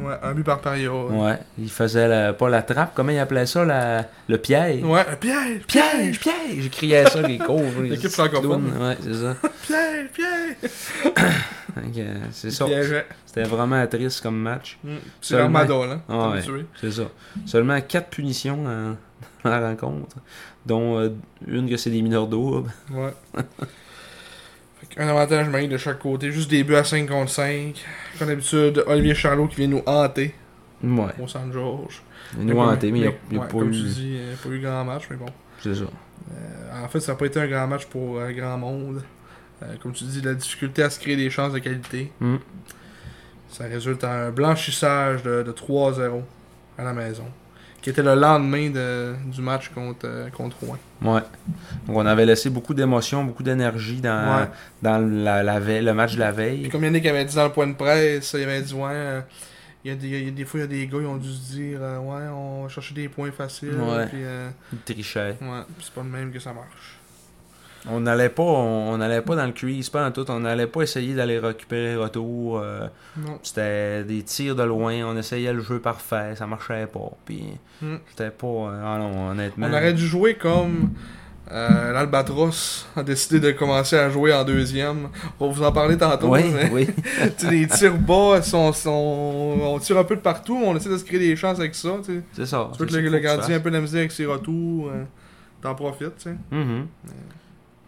[SPEAKER 2] Ouais, un but par période.
[SPEAKER 1] Ouais, il faisait la- pas la trappe, comment il appelait ça, la- le piège.
[SPEAKER 2] Ouais, euh, un piège,
[SPEAKER 1] Piège, piège! Je criais ça, les pauvres. les
[SPEAKER 2] L'équipe
[SPEAKER 1] petits
[SPEAKER 2] francophone.
[SPEAKER 1] clowns. Ouais, c'est ça.
[SPEAKER 2] piège, piège.
[SPEAKER 1] Donc, euh, c'est ça.
[SPEAKER 2] Piège.
[SPEAKER 1] C'était vraiment triste comme match.
[SPEAKER 2] Mm. C'est l'armada, là.
[SPEAKER 1] Ah ouais.
[SPEAKER 2] T'es habitué.
[SPEAKER 1] C'est ça. Seulement quatre punitions dans, dans la rencontre, dont euh, une que c'est des mineurs d'eau.
[SPEAKER 2] Ouais. Fait un avantage Marie de chaque côté, juste des buts à 5 contre 5. Comme d'habitude, Olivier Charlot qui vient nous hanter
[SPEAKER 1] Ouais.
[SPEAKER 2] au centre Georges.
[SPEAKER 1] Une ouantée, mais il n'y a, il y a
[SPEAKER 2] ouais,
[SPEAKER 1] pas
[SPEAKER 2] comme
[SPEAKER 1] eu.
[SPEAKER 2] tu dis, euh, pas eu grand match, mais bon.
[SPEAKER 1] C'est ça.
[SPEAKER 2] Euh, en fait, ça n'a pas été un grand match pour euh, grand monde. Euh, comme tu dis, la difficulté à se créer des chances de qualité.
[SPEAKER 1] Mm.
[SPEAKER 2] Ça résulte à un blanchissage de, de 3-0 à la maison, qui était le lendemain de- du match contre, euh, contre Rouen.
[SPEAKER 1] Ouais. Donc on avait laissé beaucoup d'émotions, beaucoup d'énergie dans,
[SPEAKER 2] Ouais.
[SPEAKER 1] dans la, la veille- le match de la
[SPEAKER 2] Puis
[SPEAKER 1] veille.
[SPEAKER 2] comme Yannick avait dit dans le point de presse, il avait dit ouais, euh, il y a des, il y a des fois il y a des gars qui ont dû se dire euh, ouais, on va chercher des points faciles.
[SPEAKER 1] Ouais.
[SPEAKER 2] Puis, euh,
[SPEAKER 1] Il trichait.
[SPEAKER 2] ouais, puis c'est pas le même que ça marche.
[SPEAKER 1] On n'allait pas, on, on n'allait pas dans le crease, pas en tout. On n'allait pas essayer d'aller récupérer retour. euh,
[SPEAKER 2] Non.
[SPEAKER 1] c'était des tirs de loin. On essayait le jeu parfait, ça marchait pas. Puis
[SPEAKER 2] Mm.
[SPEAKER 1] c'était pas. euh, ah non, honnêtement.
[SPEAKER 2] On aurait dû jouer comme euh, l'Albatros a décidé de commencer à jouer en deuxième. On va vous en parler tantôt.
[SPEAKER 1] Oui,
[SPEAKER 2] mais-
[SPEAKER 1] oui.
[SPEAKER 2] tu sais, les tirs bas, sont, sont- on tire un peu de partout, on essaie de se créer des chances avec ça. Tu sais.
[SPEAKER 1] C'est Ah, ça.
[SPEAKER 2] Tu veux que
[SPEAKER 1] C'est
[SPEAKER 2] le,
[SPEAKER 1] ça qu'il faut
[SPEAKER 2] le
[SPEAKER 1] que tu
[SPEAKER 2] gardien a un peu de la misère avec ses retours, euh, t'en profites. tu sais.
[SPEAKER 1] Mhm.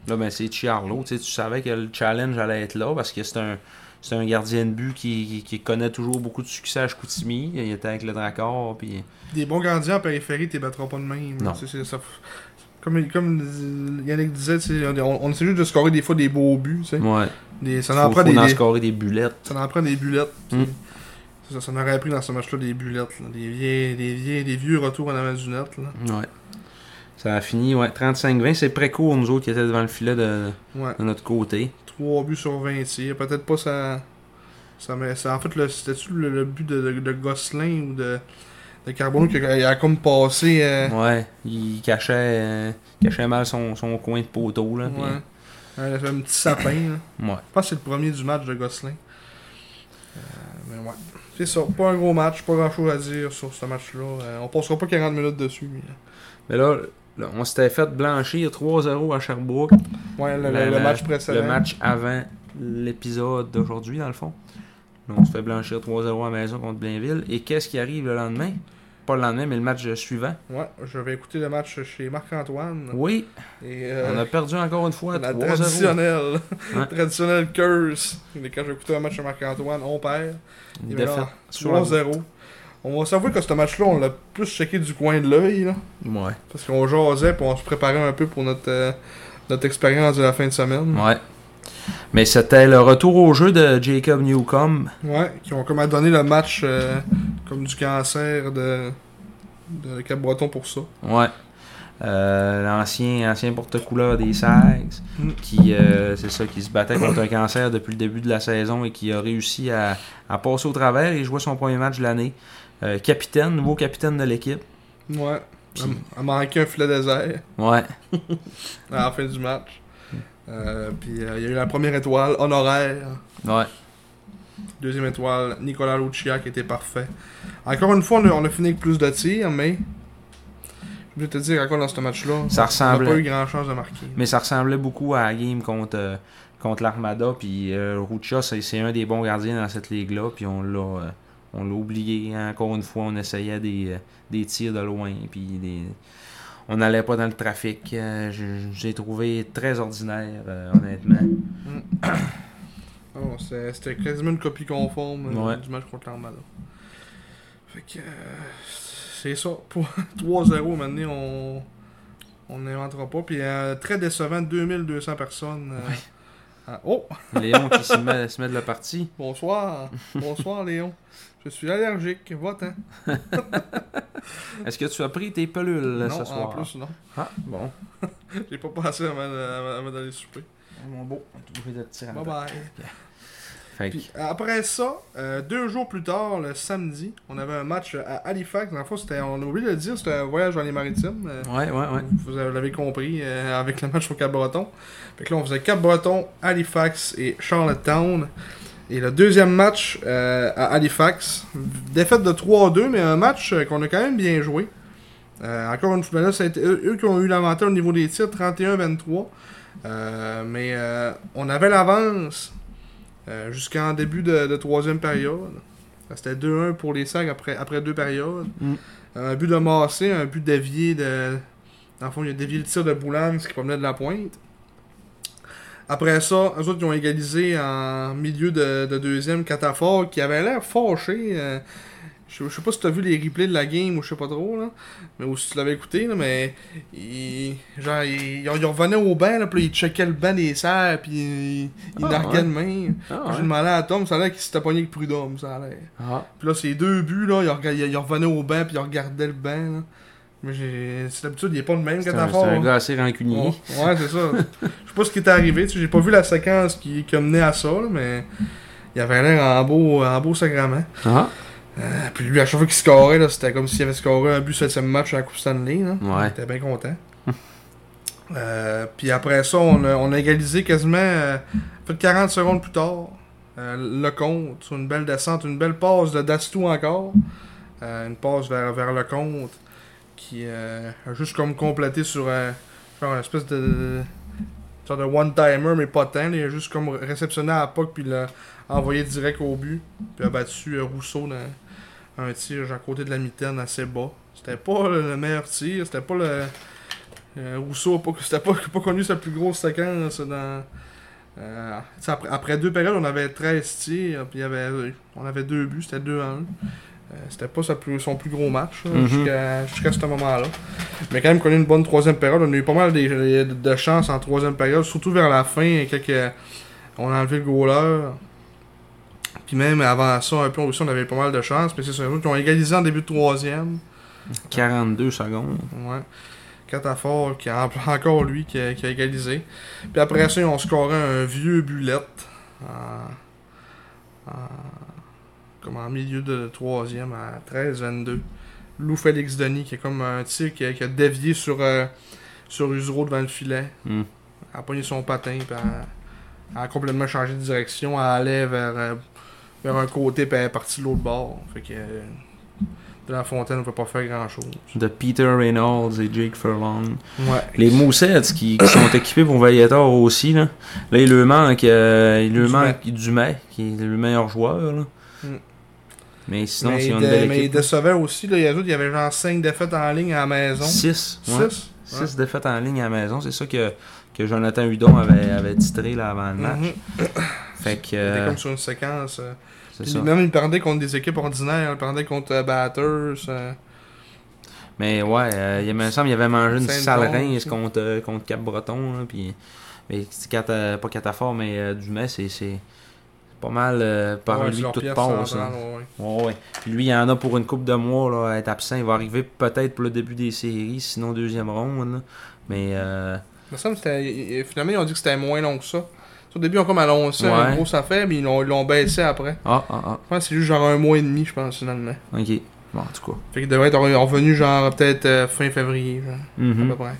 [SPEAKER 1] Là, ben, c'est Chiarlo. Tu sais, tu savais que le challenge allait être là parce que c'est un, c'est un gardien de but qui, qui- qui connaît toujours beaucoup de succès à Chicoutimi. Il était avec le Dracor. Puis...
[SPEAKER 2] Des bons gardiens en périphérie, t'es battra pas de même.
[SPEAKER 1] Non.
[SPEAKER 2] C'est- c'est- ça- comme, comme euh, Yannick disait, tu sais, on, on essaie juste de scorer des fois des beaux buts. tu sais.
[SPEAKER 1] Ouais.
[SPEAKER 2] Des- ça, en
[SPEAKER 1] Faut,
[SPEAKER 2] prend
[SPEAKER 1] faut
[SPEAKER 2] des,
[SPEAKER 1] en
[SPEAKER 2] des-
[SPEAKER 1] scorer des bulettes.
[SPEAKER 2] ça en prend des bulettes. tu sais.
[SPEAKER 1] Mm.
[SPEAKER 2] C'est Ça, ça en aurait pris dans ce match-là des bulettes. là. Des, vieilles, des, vieilles- des vieux retours en avant du net. Là.
[SPEAKER 1] Ouais. Ça a fini, ouais, 35-20. C'est Préco, nous autres, qui était devant le filet de,
[SPEAKER 2] Ouais.
[SPEAKER 1] de notre côté.
[SPEAKER 2] 3 buts sur 20 tirs. Peut-être pas ça. ça, mais ça en fait, le- c'était-tu le, le but de, de, de Gosselin ou de, de Carbonneau qui a, il a comme passé. euh,
[SPEAKER 1] Ouais. Il cachait, euh, il cachait mal son, son coin de poteau. Là, puis-
[SPEAKER 2] ouais. Un, un petit sapin. là.
[SPEAKER 1] ouais.
[SPEAKER 2] Je pense que c'est le premier du match de Gosselin. Euh, mais ouais. C'est ça. Pas un gros match, pas grand chose à dire sur ce match-là. Euh, on passera pas 40 minutes dessus. mais, euh,
[SPEAKER 1] Mais là, là, on s'était fait blanchir 3-0 à Sherbrooke.
[SPEAKER 2] Ouais, le, le-
[SPEAKER 1] La-
[SPEAKER 2] le
[SPEAKER 1] la-
[SPEAKER 2] match précédent.
[SPEAKER 1] Le match avant l'épisode d'aujourd'hui, dans le fond. On se fait blanchir 3-0 à la maison contre Blainville. Et qu'est-ce qui arrive le lendemain Pas le lendemain, mais le match suivant.
[SPEAKER 2] Ouais, je vais écouter le match chez Marc-Antoine.
[SPEAKER 1] Oui,
[SPEAKER 2] Et
[SPEAKER 1] on
[SPEAKER 2] euh,
[SPEAKER 1] a perdu encore une fois
[SPEAKER 2] la
[SPEAKER 1] 3-0.
[SPEAKER 2] traditionnelle,
[SPEAKER 1] Ouais.
[SPEAKER 2] traditionnelle curse. Mais Quand j'ai écouté un match chez Marc-Antoine, on perd.
[SPEAKER 1] Une
[SPEAKER 2] Et
[SPEAKER 1] défaite
[SPEAKER 2] maintenant,
[SPEAKER 1] sur la
[SPEAKER 2] 3-0. On va s'avouer que ce match-là, on l'a plus checké du coin de l'œil. là.
[SPEAKER 1] Ouais.
[SPEAKER 2] Parce qu'on jasait puis on se préparait un peu pour notre, euh, notre expérience de la fin de semaine.
[SPEAKER 1] Ouais. Mais c'était le retour au jeu de Jacob Newcomb.
[SPEAKER 2] Ouais. qui ont comme donné le match euh, comme du cancer de, de Cap-Breton pour ça.
[SPEAKER 1] Ouais. Euh, l'ancien, ancien porte-couleur des Sags,
[SPEAKER 2] Mm.
[SPEAKER 1] qui, euh, c'est ça, qui se battait contre un cancer depuis le début de la saison et qui a réussi à, à passer au travers et jouer son premier match de l'année. Euh, capitaine, nouveau capitaine de l'équipe.
[SPEAKER 2] Ouais.
[SPEAKER 1] Puis-
[SPEAKER 2] A, a manqué un filet désert
[SPEAKER 1] Ouais,
[SPEAKER 2] à la fin du match. Euh, puis euh, il y a eu la première étoile honoraire.
[SPEAKER 1] ouais.
[SPEAKER 2] Deuxième étoile, Nicolas Lucia qui était parfait. Encore une fois, on a, on a fini avec plus de tirs, mais je vais te dire encore dans ce match-là,
[SPEAKER 1] Ça
[SPEAKER 2] on n'a pas
[SPEAKER 1] ressemblait.
[SPEAKER 2] eu grand chance de marquer.
[SPEAKER 1] Mais ça ressemblait beaucoup à la game contre, euh, contre l'Armada. Puis euh, Rucha, c'est, c'est un des bons gardiens dans cette ligue-là. Puis on l'a, euh, on l'a oublié. hein. Encore une fois, on essayait des, euh, des tirs de loin. Puis des... on n'allait pas dans le trafic. Euh, je- je l'ai trouvé très ordinaire, euh, honnêtement.
[SPEAKER 2] Oh, c'est- C'était quasiment une copie conforme euh,
[SPEAKER 1] Ouais.
[SPEAKER 2] du match contre l'Armada. Fait que. euh, c'est ça. Pour 3-0, maintenant, on. On n'inventera pas. Puis euh, très décevant, 2200 personnes. euh, à- Oh!
[SPEAKER 1] Léon qui se met, se met de la partie.
[SPEAKER 2] Bonsoir! Bonsoir, Léon. Je suis allergique. Va-t'en.
[SPEAKER 1] Est-ce que tu as pris tes pelules euh,
[SPEAKER 2] non,
[SPEAKER 1] ce
[SPEAKER 2] en
[SPEAKER 1] soir?
[SPEAKER 2] plus, non.
[SPEAKER 1] Ah, bon.
[SPEAKER 2] J'ai pas passé avant, de- avant- avant d'aller souper.
[SPEAKER 1] Ah, Mon beau, on va trouver le petit
[SPEAKER 2] Bye bye.
[SPEAKER 1] Fait que-
[SPEAKER 2] bah. Puis après ça, euh, deux jours plus tard, le samedi, on avait un match à Halifax. Dans le fond, c'était, on a oublié de le dire, c'était un voyage dans les maritimes. Euh,
[SPEAKER 1] Ouais, ouais, ouais.
[SPEAKER 2] Vous avez- l'avez compris euh, avec le match au Cap-Breton. Fait que là, on faisait Cap-Breton, Halifax et Charlottetown. Et le deuxième match euh, à Halifax, défaite de 3-2, mais un match euh, qu'on a quand même bien joué. Euh, encore une fois, là, ça a été eux, eux qui ont eu l'avantage au niveau des tirs, 31-23. Euh, mais euh, on avait l'avance euh, jusqu'en début de, de troisième période. C'était 2-1 pour les sacs après, après deux périodes.
[SPEAKER 1] Mm.
[SPEAKER 2] Un but de Massé, un but dévié de, dans le fond, il a dévié le tir de Boulans qui promenait de la pointe. Après ça, eux autres, ils ont égalisé en milieu de, de deuxième Catafort qui avait l'air fâché. euh, je, je sais pas si t'as vu les replays de la game ou je sais pas trop, là, mais, ou si tu l'avais écouté, là, mais il, genre, il, il revenait au banc, là, puis il checkait le banc des serres, puis il, il
[SPEAKER 1] Ah,
[SPEAKER 2] narguait
[SPEAKER 1] ouais.
[SPEAKER 2] de main.
[SPEAKER 1] Ah,
[SPEAKER 2] J'ai
[SPEAKER 1] ouais.
[SPEAKER 2] demandé à Tom, ça a l'air qu'il s'était pogné avec Prud'homme, ça a l'air.
[SPEAKER 1] Ah.
[SPEAKER 2] Puis là, ces deux buts, là, il, rega- il revenait au banc, puis il regardait le banc. là. Mais j'ai... c'est d'habitude, il est pas le même
[SPEAKER 1] C'est
[SPEAKER 2] quand
[SPEAKER 1] un,
[SPEAKER 2] t'as
[SPEAKER 1] c'est un
[SPEAKER 2] fort.
[SPEAKER 1] gars assez rancunier.
[SPEAKER 2] Ouais, ouais, c'est ça. Je sais pas ce qui est arrivé, tu sais, j'ai pas vu la séquence qui, qui a mené à ça, là, mais il avait l'air en beau, en beau sacrement.
[SPEAKER 1] Ah.
[SPEAKER 2] Euh, Puis lui, à chaque fois qu'il scorait, là, c'était comme s'il avait scoré un but septième match à la Coupe Stanley. Là.
[SPEAKER 1] Ouais.
[SPEAKER 2] Il était bien content. Euh, puis après ça, on a, on a égalisé quasiment euh, fait que 40 secondes plus tard. euh, le compte, sur une belle descente, une belle passe de Dastou encore. Euh, une passe vers, vers le compte qui euh, a juste comme complété sur euh, genre une espèce de, de- sorte de one-timer, mais pas tant. là. Il a juste comme réceptionné à la puck puis l'a envoyé direct au but. Puis a battu euh, Rousseau dans, un tir genre, à côté de la mitaine assez bas. C'était pas le, le meilleur tir, c'était pas le. euh, Rousseau a pas, c'était pas, pas connu sa plus grosse séquence dans. euh, tu sais, après, après deux périodes, on avait 13 tirs, puis il y avait, on avait deux buts, c'était 2 à 1. c'était pas sa plus, son plus gros match là,
[SPEAKER 1] Mhm.
[SPEAKER 2] jusqu'à, jusqu'à ce moment-là. Mais quand même qu'on a eu une bonne troisième période, on a eu pas mal des- des- de, chances en troisième période, surtout vers la fin, quand que on a enlevé le goaler. Puis même avant ça, un peu aussi, on avait pas mal de chance. Mais c'est sûr, eux qui ont égalisé en début de troisième.
[SPEAKER 1] 42 secondes.
[SPEAKER 2] Ouais. Catafort, qui a encore lui, qui a, qui a égalisé. Puis après ça, ils ont scoré un vieux bulette. En, en- comme en milieu de troisième, à 13-22. Lou Félix Denis, qui est comme un tir qui a, qui a dévié sur, euh, sur Usereau devant le filet.
[SPEAKER 1] Hmm.
[SPEAKER 2] Elle a pogné son patin, puis elle- elle a complètement changé de direction. Elle allait vers, euh, vers un côté, puis elle est partie de l'autre bord. Fait que euh, De La Fontaine ne peut pas faire grand-chose.
[SPEAKER 1] De Peter Reynolds et Jake Furlong.
[SPEAKER 2] Ouais.
[SPEAKER 1] Les Moussettes qui, qui sont équipés pour Valiator aussi. Là, là il lui manque, euh, il lui
[SPEAKER 2] Dumais.
[SPEAKER 1] manque Dumais, qui est le meilleur joueur. Là.
[SPEAKER 2] Mm.
[SPEAKER 1] Mais sinon,
[SPEAKER 2] Mais,
[SPEAKER 1] c'est
[SPEAKER 2] il
[SPEAKER 1] une
[SPEAKER 2] dé-
[SPEAKER 1] belle
[SPEAKER 2] mais il
[SPEAKER 1] équipe.
[SPEAKER 2] décevait aussi. Là, il, y a d'autres, il y avait genre 5 défaites en ligne à la maison.
[SPEAKER 1] 6.
[SPEAKER 2] 6
[SPEAKER 1] Six défaites en ligne à la maison. C'est ça que, que Jonathan Hudon avait, avait titré là, avant le match. Fait que.
[SPEAKER 2] Il était
[SPEAKER 1] euh,
[SPEAKER 2] Mm. Mhm. comme sur une séquence. euh.
[SPEAKER 1] c'est
[SPEAKER 2] Puis
[SPEAKER 1] ça.
[SPEAKER 2] même, il perdait contre des équipes ordinaires. Il perdait contre euh, Batters. euh,
[SPEAKER 1] Mais ouais, euh, il me semble qu'il avait mangé une
[SPEAKER 2] Saint-Jean,
[SPEAKER 1] sale rince
[SPEAKER 2] aussi.
[SPEAKER 1] contre, euh, contre Cap-Breton. là, puis- mais c'est Cata- pas Catafort, mais euh, Dumais, c'est c'est pas mal euh, par
[SPEAKER 2] ouais,
[SPEAKER 1] lui
[SPEAKER 2] sur
[SPEAKER 1] que
[SPEAKER 2] leur
[SPEAKER 1] tout
[SPEAKER 2] pièce
[SPEAKER 1] passe.
[SPEAKER 2] centrale,
[SPEAKER 1] là.
[SPEAKER 2] ouais.
[SPEAKER 1] Ouais, ouais. Puis lui, il y en a pour une coupe de mois là, à être absent. Il va arriver peut-être pour le début des séries, sinon deuxième ronde. là. Mais euh,
[SPEAKER 2] Il me semble que c'était- il- il- Finalement, ils ont dit que c'était moins long que ça. Au début, ils ont comme annoncé un
[SPEAKER 1] Ouais.
[SPEAKER 2] gros affaire, mais ils l'ont ils l'ont baissé après.
[SPEAKER 1] ah ah ah,
[SPEAKER 2] Je pense que c'est juste genre un mois et demi, je pense, finalement.
[SPEAKER 1] ok. Bon, en tout cas.
[SPEAKER 2] Fait qu'il devrait être revenu genre peut-être euh, fin février, genre,
[SPEAKER 1] Mhm.
[SPEAKER 2] à peu près.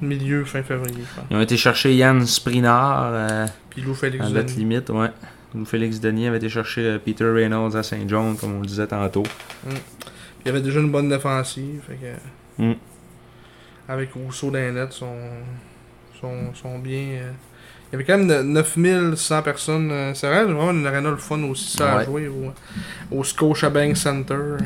[SPEAKER 2] Milieu, fin février, je pense.
[SPEAKER 1] Ils ont été chercher Yann Sprinard euh,
[SPEAKER 2] Puis Lou Félix
[SPEAKER 1] à
[SPEAKER 2] Denis.
[SPEAKER 1] date limite, ouais. Nous, Félix Denis avait été chercher euh, Peter Reynolds à Saint-John, comme on le disait tantôt.
[SPEAKER 2] Il y avait déjà une bonne défensive, fait que...
[SPEAKER 1] Mm.
[SPEAKER 2] Avec Rousseau dans les net, sont, sont, sont bien... euh, Il y avait quand même ne- 9100 personnes. euh, C'est vrai, vraiment une arena le fun aussi, ça à
[SPEAKER 1] Ouais.
[SPEAKER 2] jouer au, au Scotiabank Center.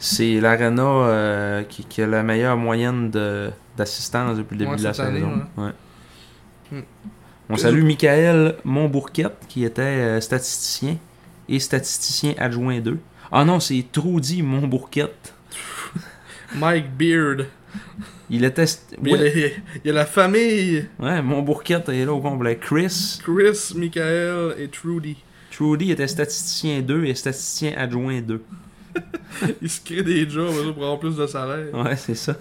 [SPEAKER 1] C'est l'Arena euh, qui, qui a la meilleure moyenne de- d'assistance depuis le début
[SPEAKER 2] Ouais,
[SPEAKER 1] de la
[SPEAKER 2] cette
[SPEAKER 1] saison.
[SPEAKER 2] année,
[SPEAKER 1] Ouais.
[SPEAKER 2] Hmm.
[SPEAKER 1] On salue Michael Montbourquette, qui était euh, statisticien et statisticien adjoint 2. Ah non, c'est Trudy Montbourquette.
[SPEAKER 2] Mike Beard.
[SPEAKER 1] Il était. st-
[SPEAKER 2] Mais
[SPEAKER 1] Ouais,
[SPEAKER 2] il, y a, il y a la famille
[SPEAKER 1] ouais, Montbourquette est là au complet. Chris.
[SPEAKER 2] Chris, Michael et Trudy.
[SPEAKER 1] Trudy était statisticien 2 et statisticien adjoint 2.
[SPEAKER 2] Ils se créent des jobs eux autres, pour avoir plus de salaire.
[SPEAKER 1] Ouais, c'est ça.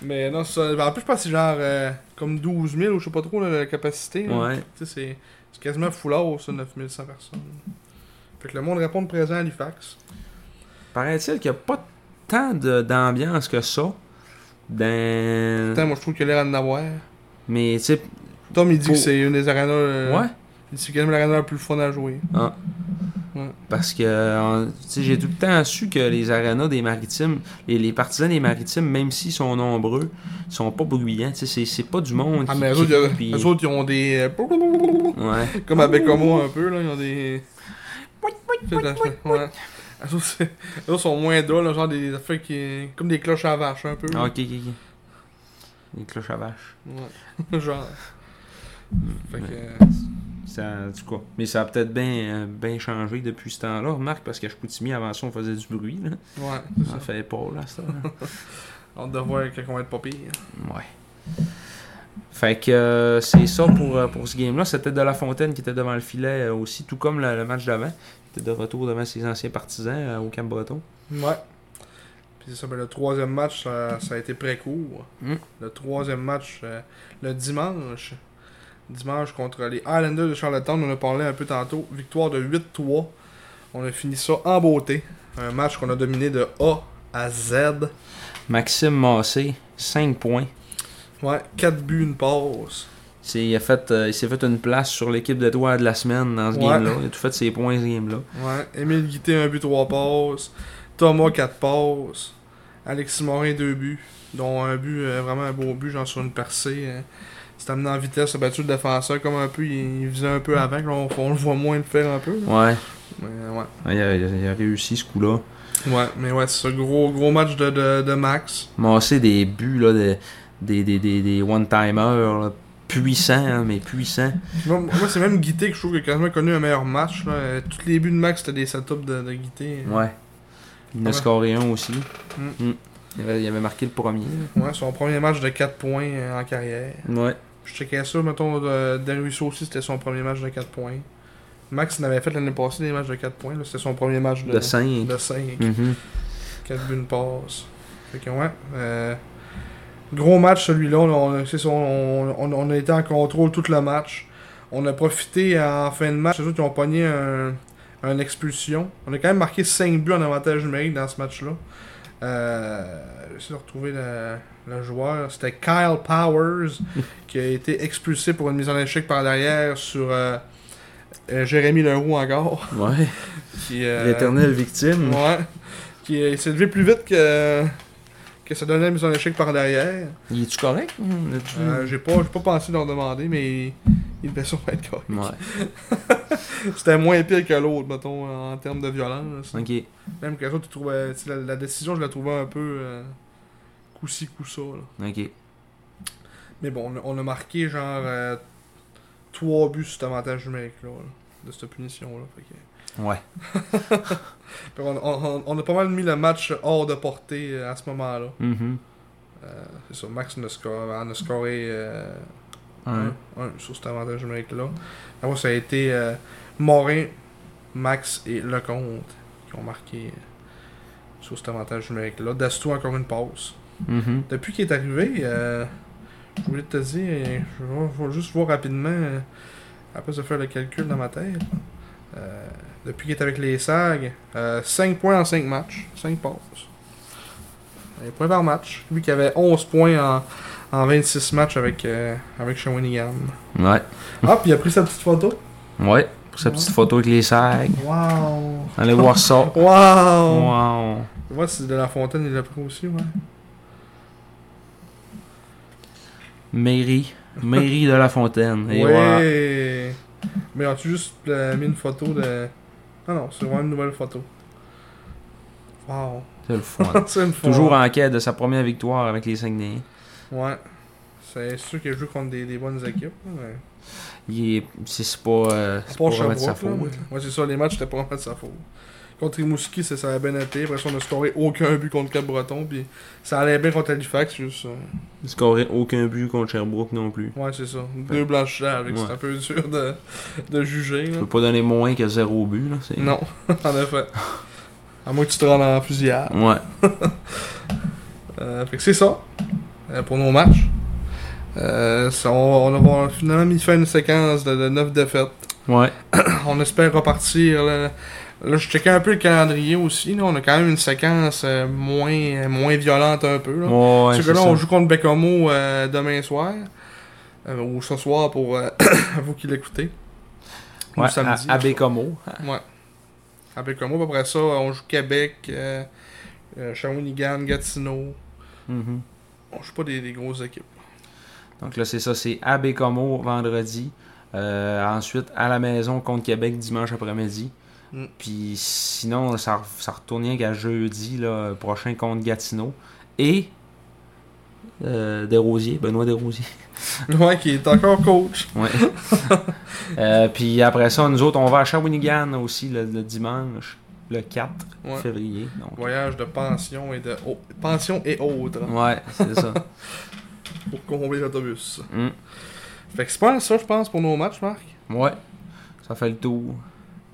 [SPEAKER 2] Mais non, c'est ça. En plus, je pense que c'est genre euh, comme 12 000 ou je sais pas trop là, la capacité. là.
[SPEAKER 1] Ouais.
[SPEAKER 2] Tu sais, c'est- C'est quasiment foulard, ça, 9100 personnes. Fait que le monde répond de présent à Halifax.
[SPEAKER 1] Hein? Paraît-il qu'il n'y a pas tant de- d'ambiance que ça. Dans...
[SPEAKER 2] Putain, moi, je trouve qu'il y a l'air d'en avoir.
[SPEAKER 1] Mais tu sais.
[SPEAKER 2] Tom, il dit
[SPEAKER 1] Pour-
[SPEAKER 2] que c'est une des arenas. euh,
[SPEAKER 1] Ouais.
[SPEAKER 2] Il dit que c'est quand même l'arena la plus fun à jouer.
[SPEAKER 1] Parce que euh, tu sais, j'ai tout le temps su que les arénas des maritimes, les, les partisans des maritimes, même s'ils sont nombreux, sont pas bruyants. Tu sais, C'est c'est pas du monde.
[SPEAKER 2] Ah,
[SPEAKER 1] qui-
[SPEAKER 2] mais eux
[SPEAKER 1] qui-
[SPEAKER 2] autres, il y a-
[SPEAKER 1] puis-
[SPEAKER 2] eux autres, ils ont des. euh,
[SPEAKER 1] Ouais.
[SPEAKER 2] Comme à Bécomo, un peu, là, ils ont des. C'est la- Ouais. Eux autres, c'est- eux autres sont moins drôles, là, genre des affaires qui. Comme des cloches à vache, un peu.
[SPEAKER 1] Ah,
[SPEAKER 2] là.
[SPEAKER 1] ok, ok, ok. Les cloches à vache.
[SPEAKER 2] Ouais. genre. Fait que. euh,
[SPEAKER 1] Ça, en tout cas. Mais ça a peut-être bien euh, bien changé depuis ce temps-là. Remarque, parce qu'à Chicoutimi, avant ça, on faisait du bruit. Là.
[SPEAKER 2] Ouais, c'est
[SPEAKER 1] On
[SPEAKER 2] ça.
[SPEAKER 1] en fait pas, là, ça.
[SPEAKER 2] Hâte de voir quelqu'un va être pas pire.
[SPEAKER 1] Ouais. Fait que euh, c'est ça pour, euh, pour ce game-là. C'était De La Fontaine qui était devant le filet euh, aussi, tout comme le, le match d'avant. Il était de retour devant ses anciens partisans euh, au Camp Breton.
[SPEAKER 2] Ouais. Puis c'est ça, ben, le troisième match, ça, ça a été pré-court.
[SPEAKER 1] Mm.
[SPEAKER 2] Le troisième match, euh, le dimanche. Dimanche contre les Highlanders de Charlottetown, on en a parlé un peu tantôt. Victoire de 8-3. On a fini ça en beauté. Un match qu'on a dominé de A à Z.
[SPEAKER 1] Maxime Massé, 5 points.
[SPEAKER 2] Ouais, 4 buts, une passe.
[SPEAKER 1] C'est- Il, a fait, euh, il s'est fait une place sur l'équipe d'étoiles de la semaine dans ce
[SPEAKER 2] Ouais.
[SPEAKER 1] game-là. Il a tout fait ses points ce game-là.
[SPEAKER 2] Ouais, Émile Guité, un but, 3 passes. Thomas, 4 passes. Alexis Morin, 2 buts. Dont un but, euh, vraiment un beau but, genre sur une percée. euh, Il s'est amené en vitesse, a battu le défenseur comme un peu, il, il faisait un peu avant, que là, on, on le voit moins le faire un peu. là.
[SPEAKER 1] Ouais.
[SPEAKER 2] Mais, euh, ouais.
[SPEAKER 1] Il a, il a- il a réussi ce coup-là.
[SPEAKER 2] ouais, mais ouais, c'est ce gros, gros match de, de, de Max.
[SPEAKER 1] Masser des buts, là, de- des, des, des, des one-timers là, puissants, hein, mais puissants.
[SPEAKER 2] Moi, moi, c'est même Guité que je trouve qu'il a quasiment connu un meilleur match. Là. Euh, Tous les buts de Max, c'était des setups de, de Guité. hein.
[SPEAKER 1] Ouais. Il en a
[SPEAKER 2] Ouais.
[SPEAKER 1] scoré un aussi.
[SPEAKER 2] Mm.
[SPEAKER 1] Mm. Il, avait, il avait marqué le premier. là.
[SPEAKER 2] Ouais, son premier match de 4 points euh, en carrière.
[SPEAKER 1] Ouais.
[SPEAKER 2] Je checkais ça, mettons, de, Darusso aussi, c'était son premier match de 4 points. Max il en avait fait l'année passée des matchs de 4 points, là, c'était son premier match de,
[SPEAKER 1] De 5.
[SPEAKER 2] de 5.
[SPEAKER 1] Mm-hmm.
[SPEAKER 2] 4 buts, une passe. Fait que ouais. euh, gros match celui-là, on, on- c'est ça, on, on- on a été en contrôle tout le match. On a profité en fin de match, les autres ils ont pogné un, un expulsion. On a quand même marqué 5 buts en avantage numérique dans ce match-là. Euh, J'essaie de retrouver le, le joueur. C'était Kyle Powers qui a été expulsé pour une mise en échec par derrière sur euh, euh, Jérémy Leroux encore.
[SPEAKER 1] Ouais.
[SPEAKER 2] Qui, euh,
[SPEAKER 1] L'éternelle victime.
[SPEAKER 2] Ouais. Hmm. Qui euh, il s'est levé plus vite que, que ça donnait la mise en échec par derrière.
[SPEAKER 1] Il est-tu correct? Mm, as-tu-
[SPEAKER 2] Euh, j'ai pas, j'ai pas pensé leur demander, mais il devait sûrement être correct.
[SPEAKER 1] Ouais.
[SPEAKER 2] C'était moins pire que l'autre, mettons, en termes de violence.
[SPEAKER 1] Ok.
[SPEAKER 2] Même que l'autre, tu trouvais- tu sais, la, la décision, je la trouvais un peu euh, coup-ci, coup-ça. là.
[SPEAKER 1] Ok.
[SPEAKER 2] Mais bon, on a- on a marqué genre 3 buts sur cet avantage numérique-là, là, de cette punition-là. Fait que-
[SPEAKER 1] Ouais.
[SPEAKER 2] fait qu'on- on, on- on a pas mal mis le match hors de portée euh, à ce moment-là.
[SPEAKER 1] Mhm.
[SPEAKER 2] Euh, c'est ça, Max en a scoré, en a scoré, euh,
[SPEAKER 1] Un.
[SPEAKER 2] un, un sur cet avantage numérique-là. Après, ça a été euh, Morin, Max et Lecomte qui ont marqué euh, sur cet avantage numérique-là. Dastou encore une pause.
[SPEAKER 1] Mhm.
[SPEAKER 2] Depuis qu'il est arrivé, euh, je voulais te dire, euh, je vais- je vais juste voir rapidement, euh, après se faire le calcul dans ma tête. Euh, depuis qu'il est avec les SAG, 5 points en 5 matchs, 5 passes. Un point par match. Lui qui avait 11 points en, en 26 matchs avec, euh, avec Shawinigan.
[SPEAKER 1] Ouais.
[SPEAKER 2] Ah, puis il a pris sa petite photo.
[SPEAKER 1] Ouais. Pour sa petite photo avec les sacs.
[SPEAKER 2] Waouh!
[SPEAKER 1] Allez voir ça.
[SPEAKER 2] Waouh!
[SPEAKER 1] Wow.
[SPEAKER 2] Tu vois, c'est de la fontaine, il l'a pris aussi, ouais.
[SPEAKER 1] Mairie. Mairie de la Fontaine. Et
[SPEAKER 2] ouais.
[SPEAKER 1] voilà.
[SPEAKER 2] Mais as-tu juste euh, mis une photo de. Ah non, c'est vraiment une nouvelle photo. Wow.
[SPEAKER 1] C'est le fun.
[SPEAKER 2] c'est une photo.
[SPEAKER 1] Toujours en quête de sa première victoire avec les Saguenayens.
[SPEAKER 2] Ouais. C'est sûr qu'il joue contre des, des bonnes équipes. là, Mais...
[SPEAKER 1] Il est, c'est c'est pas, euh, c'est
[SPEAKER 2] C'est pas
[SPEAKER 1] pas vraiment de sa
[SPEAKER 2] Sherbrooke, là,
[SPEAKER 1] faute.
[SPEAKER 2] mais- Ouais, c'est ça, les matchs, c'était pas vraiment de sa faute. Contre Rimouski, c'est- ça a bien été. Après ça, on a scoré aucun but contre Cap-Breton. Puis ça allait bien contre Halifax, juste. euh,
[SPEAKER 1] Il scorait aucun but contre Sherbrooke non plus.
[SPEAKER 2] Ouais, c'est ça. Deux blanchissages, fait que
[SPEAKER 1] Ouais.
[SPEAKER 2] c'est un peu dur de, de juger. là.
[SPEAKER 1] Tu peux pas donner moins que zéro but. Là, c'est-
[SPEAKER 2] Non, en effet. À moins que tu te rendes en fusillade.
[SPEAKER 1] Ouais.
[SPEAKER 2] Euh, fait que c'est ça euh, pour nos matchs. Euh, ça, on, on a on a finalement mis fin à une séquence de, de 9 défaites.
[SPEAKER 1] Ouais.
[SPEAKER 2] on espère repartir. Là, Là, je checkais un peu le calendrier aussi. Là. On a quand même une séquence euh, moins, moins violente un peu. Là.
[SPEAKER 1] Ouais, ouais,
[SPEAKER 2] Parce que
[SPEAKER 1] c'est
[SPEAKER 2] là,
[SPEAKER 1] ça.
[SPEAKER 2] on joue contre Bécamo euh, demain soir. Euh, ou ce soir pour euh, vous qui l'écoutez. Ou
[SPEAKER 1] Ouais,
[SPEAKER 2] samedi,
[SPEAKER 1] à, à
[SPEAKER 2] je sais
[SPEAKER 1] Bécomo.
[SPEAKER 2] Ouais. À Bécamo, après ça, on joue Québec, euh, euh, Shawinigan, Gatineau.
[SPEAKER 1] Mhm.
[SPEAKER 2] On joue pas des, des grosses équipes.
[SPEAKER 1] Donc là, c'est ça, c'est à Bécomo vendredi. Euh, ensuite, à la maison contre Québec dimanche après-midi.
[SPEAKER 2] Mm.
[SPEAKER 1] Puis sinon, ça, re- ça retourne rien qu'à jeudi, là, prochain contre Gatineau. Et euh, Desrosiers, Benoît Desrosiers.
[SPEAKER 2] Ouais, qui est encore coach.
[SPEAKER 1] Ouais. Euh, puis après ça, nous autres, on va à Shawinigan aussi le, le dimanche, le 4
[SPEAKER 2] Ouais.
[SPEAKER 1] février. donc.
[SPEAKER 2] Voyage de pension et de au- pension et autres
[SPEAKER 1] Ouais, c'est ça.
[SPEAKER 2] pour combler l'autobus.
[SPEAKER 1] Mm.
[SPEAKER 2] Fait que c'est pas mal ça, je pense, pour nos matchs, Marc.
[SPEAKER 1] Ouais. Ça fait le tour.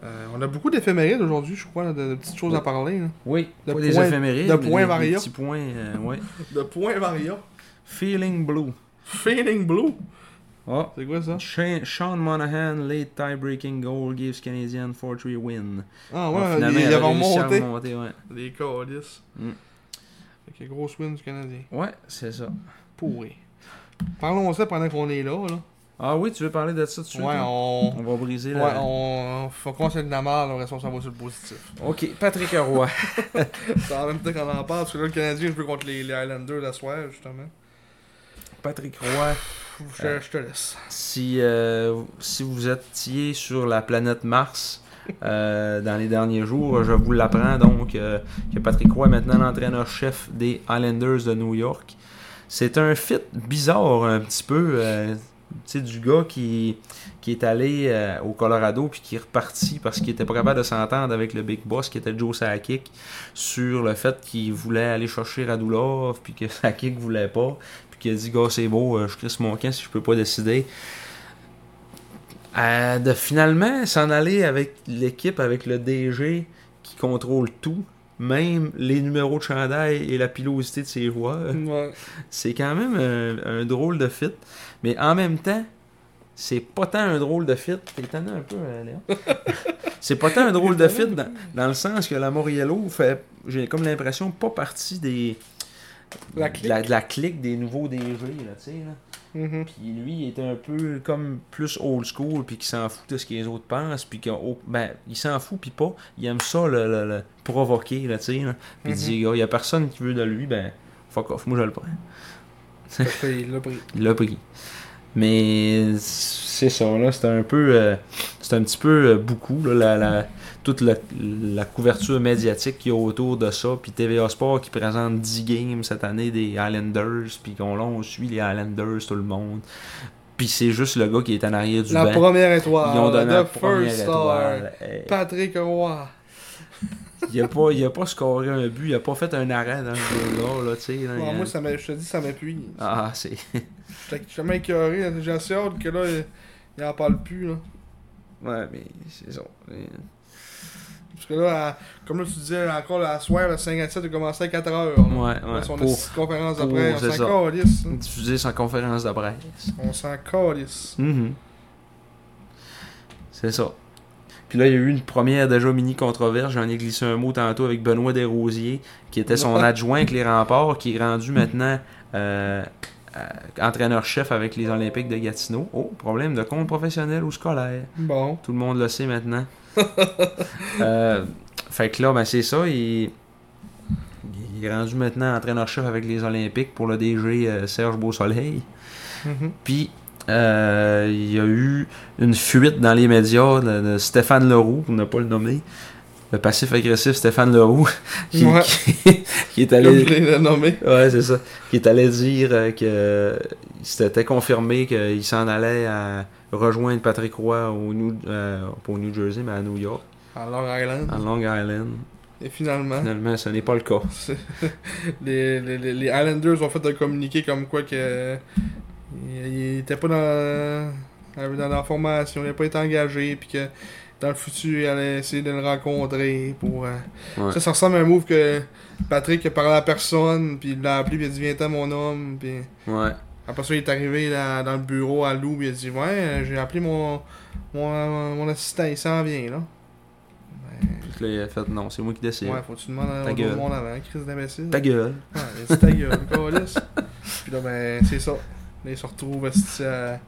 [SPEAKER 2] Euh, on a beaucoup d'éphémérides aujourd'hui, je crois, là, de, de petites choses à parler. là.
[SPEAKER 1] Oui,
[SPEAKER 2] De
[SPEAKER 1] pas
[SPEAKER 2] points-
[SPEAKER 1] des éphémérides.
[SPEAKER 2] de
[SPEAKER 1] mais
[SPEAKER 2] points
[SPEAKER 1] des-
[SPEAKER 2] variés.
[SPEAKER 1] des petits points, euh, ouais.
[SPEAKER 2] De points variants.
[SPEAKER 1] Feeling Blue.
[SPEAKER 2] Feeling Blue.
[SPEAKER 1] Oh.
[SPEAKER 2] C'est quoi ça?
[SPEAKER 1] Sha- Sean Monahan, late tie-breaking goal gives Canadian 4-3 win.
[SPEAKER 2] Ah
[SPEAKER 1] Bon,
[SPEAKER 2] ouais,
[SPEAKER 1] finalement,
[SPEAKER 2] ils
[SPEAKER 1] elle a
[SPEAKER 2] l'avaient
[SPEAKER 1] réussi à
[SPEAKER 2] monté.
[SPEAKER 1] remonter, ouais.
[SPEAKER 2] Les calices.
[SPEAKER 1] Mm.
[SPEAKER 2] Fait que grosse win du Canadien.
[SPEAKER 1] Ouais, c'est ça.
[SPEAKER 2] Pourri. Parlons-en pendant qu'on est là. là.
[SPEAKER 1] Ah oui, tu veux parler de ça tout de suite?
[SPEAKER 2] ouais,
[SPEAKER 1] là?
[SPEAKER 2] on...
[SPEAKER 1] On va briser
[SPEAKER 2] Ouais,
[SPEAKER 1] la...
[SPEAKER 2] on... Faut qu'on s'aide de la marde, on reste on s'en va sur le positif.
[SPEAKER 1] Ok, Patrick Roy.
[SPEAKER 2] C'est en même temps qu'on en parle, parce que là, le Canadien joue contre les, les Highlanders la soirée, justement.
[SPEAKER 1] Patrick Roy, Euh.
[SPEAKER 2] Je, te- je te laisse.
[SPEAKER 1] si, euh, si vous étiez sur la planète Mars euh, dans les derniers jours, je vous l'apprends donc euh, que Patrick Roy est maintenant l'entraîneur-chef des Islanders de New York. C'est un fit bizarre un petit peu, euh, tu sais, du gars qui, qui est allé euh, au Colorado puis qui est reparti parce qu'il était pas capable de s'entendre avec le big boss qui était Joe Sakic sur le fait qu'il voulait aller chercher Radulov puis que Sakic voulait pas puis qu'il a dit gars c'est beau euh, je crisse mon camp si je peux pas décider Euh, de finalement s'en aller avec l'équipe avec le DG qui contrôle tout même les numéros de chandail et la pilosité de ses joueurs
[SPEAKER 2] Ouais.
[SPEAKER 1] c'est quand même un, un drôle de fit. Mais en même temps, c'est pas tant un drôle de fit. T'es tanné un peu, euh, Léon. c'est pas tant un drôle de fit dans, dans le sens que la Moriello fait, j'ai comme l'impression, pas partie des,
[SPEAKER 2] La
[SPEAKER 1] de,
[SPEAKER 2] clique.
[SPEAKER 1] la, de la clique des nouveaux DG. Là, tu sais, là.
[SPEAKER 2] Mhm.
[SPEAKER 1] Puis lui, il était un peu comme plus old school, puis qui s'en fout de ce que les autres pensent, puis qu'il ben, il s'en fout, puis pas. Il aime ça, le, le- le provoquer, là, tu sais. là. Puis
[SPEAKER 2] Mhm.
[SPEAKER 1] il dit, il y a personne qui veut de lui, ben, fuck off, moi je le prends.
[SPEAKER 2] Fait que Il l'a pris.
[SPEAKER 1] Il l'a pris. Mais c'est ça, là, c'est un peu. euh, c'est un petit peu euh, beaucoup, là, la, la- toute la, la couverture médiatique qu'il y a autour de ça. Puis TVA Sport qui présente 10 games cette année des Highlanders, puis qu'on là, on suit les Highlanders, tout le monde. Puis c'est juste le gars qui est en arrière du
[SPEAKER 2] La
[SPEAKER 1] banc.
[SPEAKER 2] première étoile.
[SPEAKER 1] Ils ont donné la
[SPEAKER 2] The
[SPEAKER 1] première
[SPEAKER 2] first star.
[SPEAKER 1] étoile. Ah, Hey,
[SPEAKER 2] Patrick Roy.
[SPEAKER 1] Il a pas, il a pas scoré un but, il a pas fait un arrêt dans ce là là, tu sais. là,
[SPEAKER 2] Bon,
[SPEAKER 1] il a-
[SPEAKER 2] moi, ça m'a- je te dis, ça m'appuie.
[SPEAKER 1] Ah, c'est.
[SPEAKER 2] J'étais tellement écœuré. J'ai assez hâte que là, il- il en parle plus. Là.
[SPEAKER 1] Ouais, mais c'est ça.
[SPEAKER 2] Parce que là, à- comme là, tu disais, encore la soirée, le 5 à 7 a commencé à 4 heures. là.
[SPEAKER 1] Ouais,
[SPEAKER 2] Là,
[SPEAKER 1] ouais.
[SPEAKER 2] si on a
[SPEAKER 1] pour-
[SPEAKER 2] 6 conférences
[SPEAKER 1] pour-
[SPEAKER 2] après, on
[SPEAKER 1] c'est ça. Mm.
[SPEAKER 2] s'en calisse. là.
[SPEAKER 1] diffusé sans conférence de presse.
[SPEAKER 2] On s'en calisse.
[SPEAKER 1] C'est ça. Puis là, il y a eu une première déjà mini controverse. J'en ai glissé un mot tantôt avec Benoît Desrosiers, qui était son adjoint avec les remparts, qui est rendu maintenant euh, euh, entraîneur-chef avec les Olympiques de Gatineau. Oh, problème de compte professionnel ou scolaire.
[SPEAKER 2] Bon.
[SPEAKER 1] Tout le monde le sait maintenant. Euh, fait que là, ben, c'est ça. Il... il est rendu maintenant entraîneur-chef avec les Olympiques pour le DG euh, Serge Beausoleil.
[SPEAKER 2] Mhm.
[SPEAKER 1] Puis, euh, il y a eu une fuite dans les médias de, de Stéphane Leroux, pour ne pas le nommer. Le passif agressif Stéphane Leroux, qui,
[SPEAKER 2] Ouais.
[SPEAKER 1] qui- qui est
[SPEAKER 2] Comme je
[SPEAKER 1] allé.
[SPEAKER 2] l'ai nommé.
[SPEAKER 1] Ouais, c'est ça. Qui est allé dire euh, que c'était confirmé qu'il s'en allait à rejoindre Patrick Roy au New, euh, pas au New Jersey, mais à New York,
[SPEAKER 2] À Long Island.
[SPEAKER 1] à Long Island.
[SPEAKER 2] Et finalement,
[SPEAKER 1] Finalement, ce n'est pas le cas.
[SPEAKER 2] c'est- les, les, les, les Islanders ont fait un communiqué comme quoi que. euh, Il, il était pas dans, euh, dans la formation, il n'avait pas été engagé, puis que dans le futur, il allait essayer de le rencontrer pour. euh,
[SPEAKER 1] Ouais.
[SPEAKER 2] Ça, ça ressemble à un move que Patrick a parlé à personne, puis il l'a appelé, puis il a dit Viens-t'en, mon homme, puis
[SPEAKER 1] Ouais.
[SPEAKER 2] Après ça, il est arrivé là, dans le bureau à Lou, il a dit Ouais, euh, j'ai appelé mon, mon, mon assistant, il s'en vient là. Ben,
[SPEAKER 1] Puis que là, il a fait non, c'est moi qui décide.
[SPEAKER 2] Ouais, faut que tu demandes à
[SPEAKER 1] Ta
[SPEAKER 2] tout le
[SPEAKER 1] gueule.
[SPEAKER 2] monde avant, crise d'imbécile.
[SPEAKER 1] Ta gueule.
[SPEAKER 2] Ouais, il a dit ta gueule, câlisse. Puis là, ben, c'est ça. Là, il se retrouve, esti, à...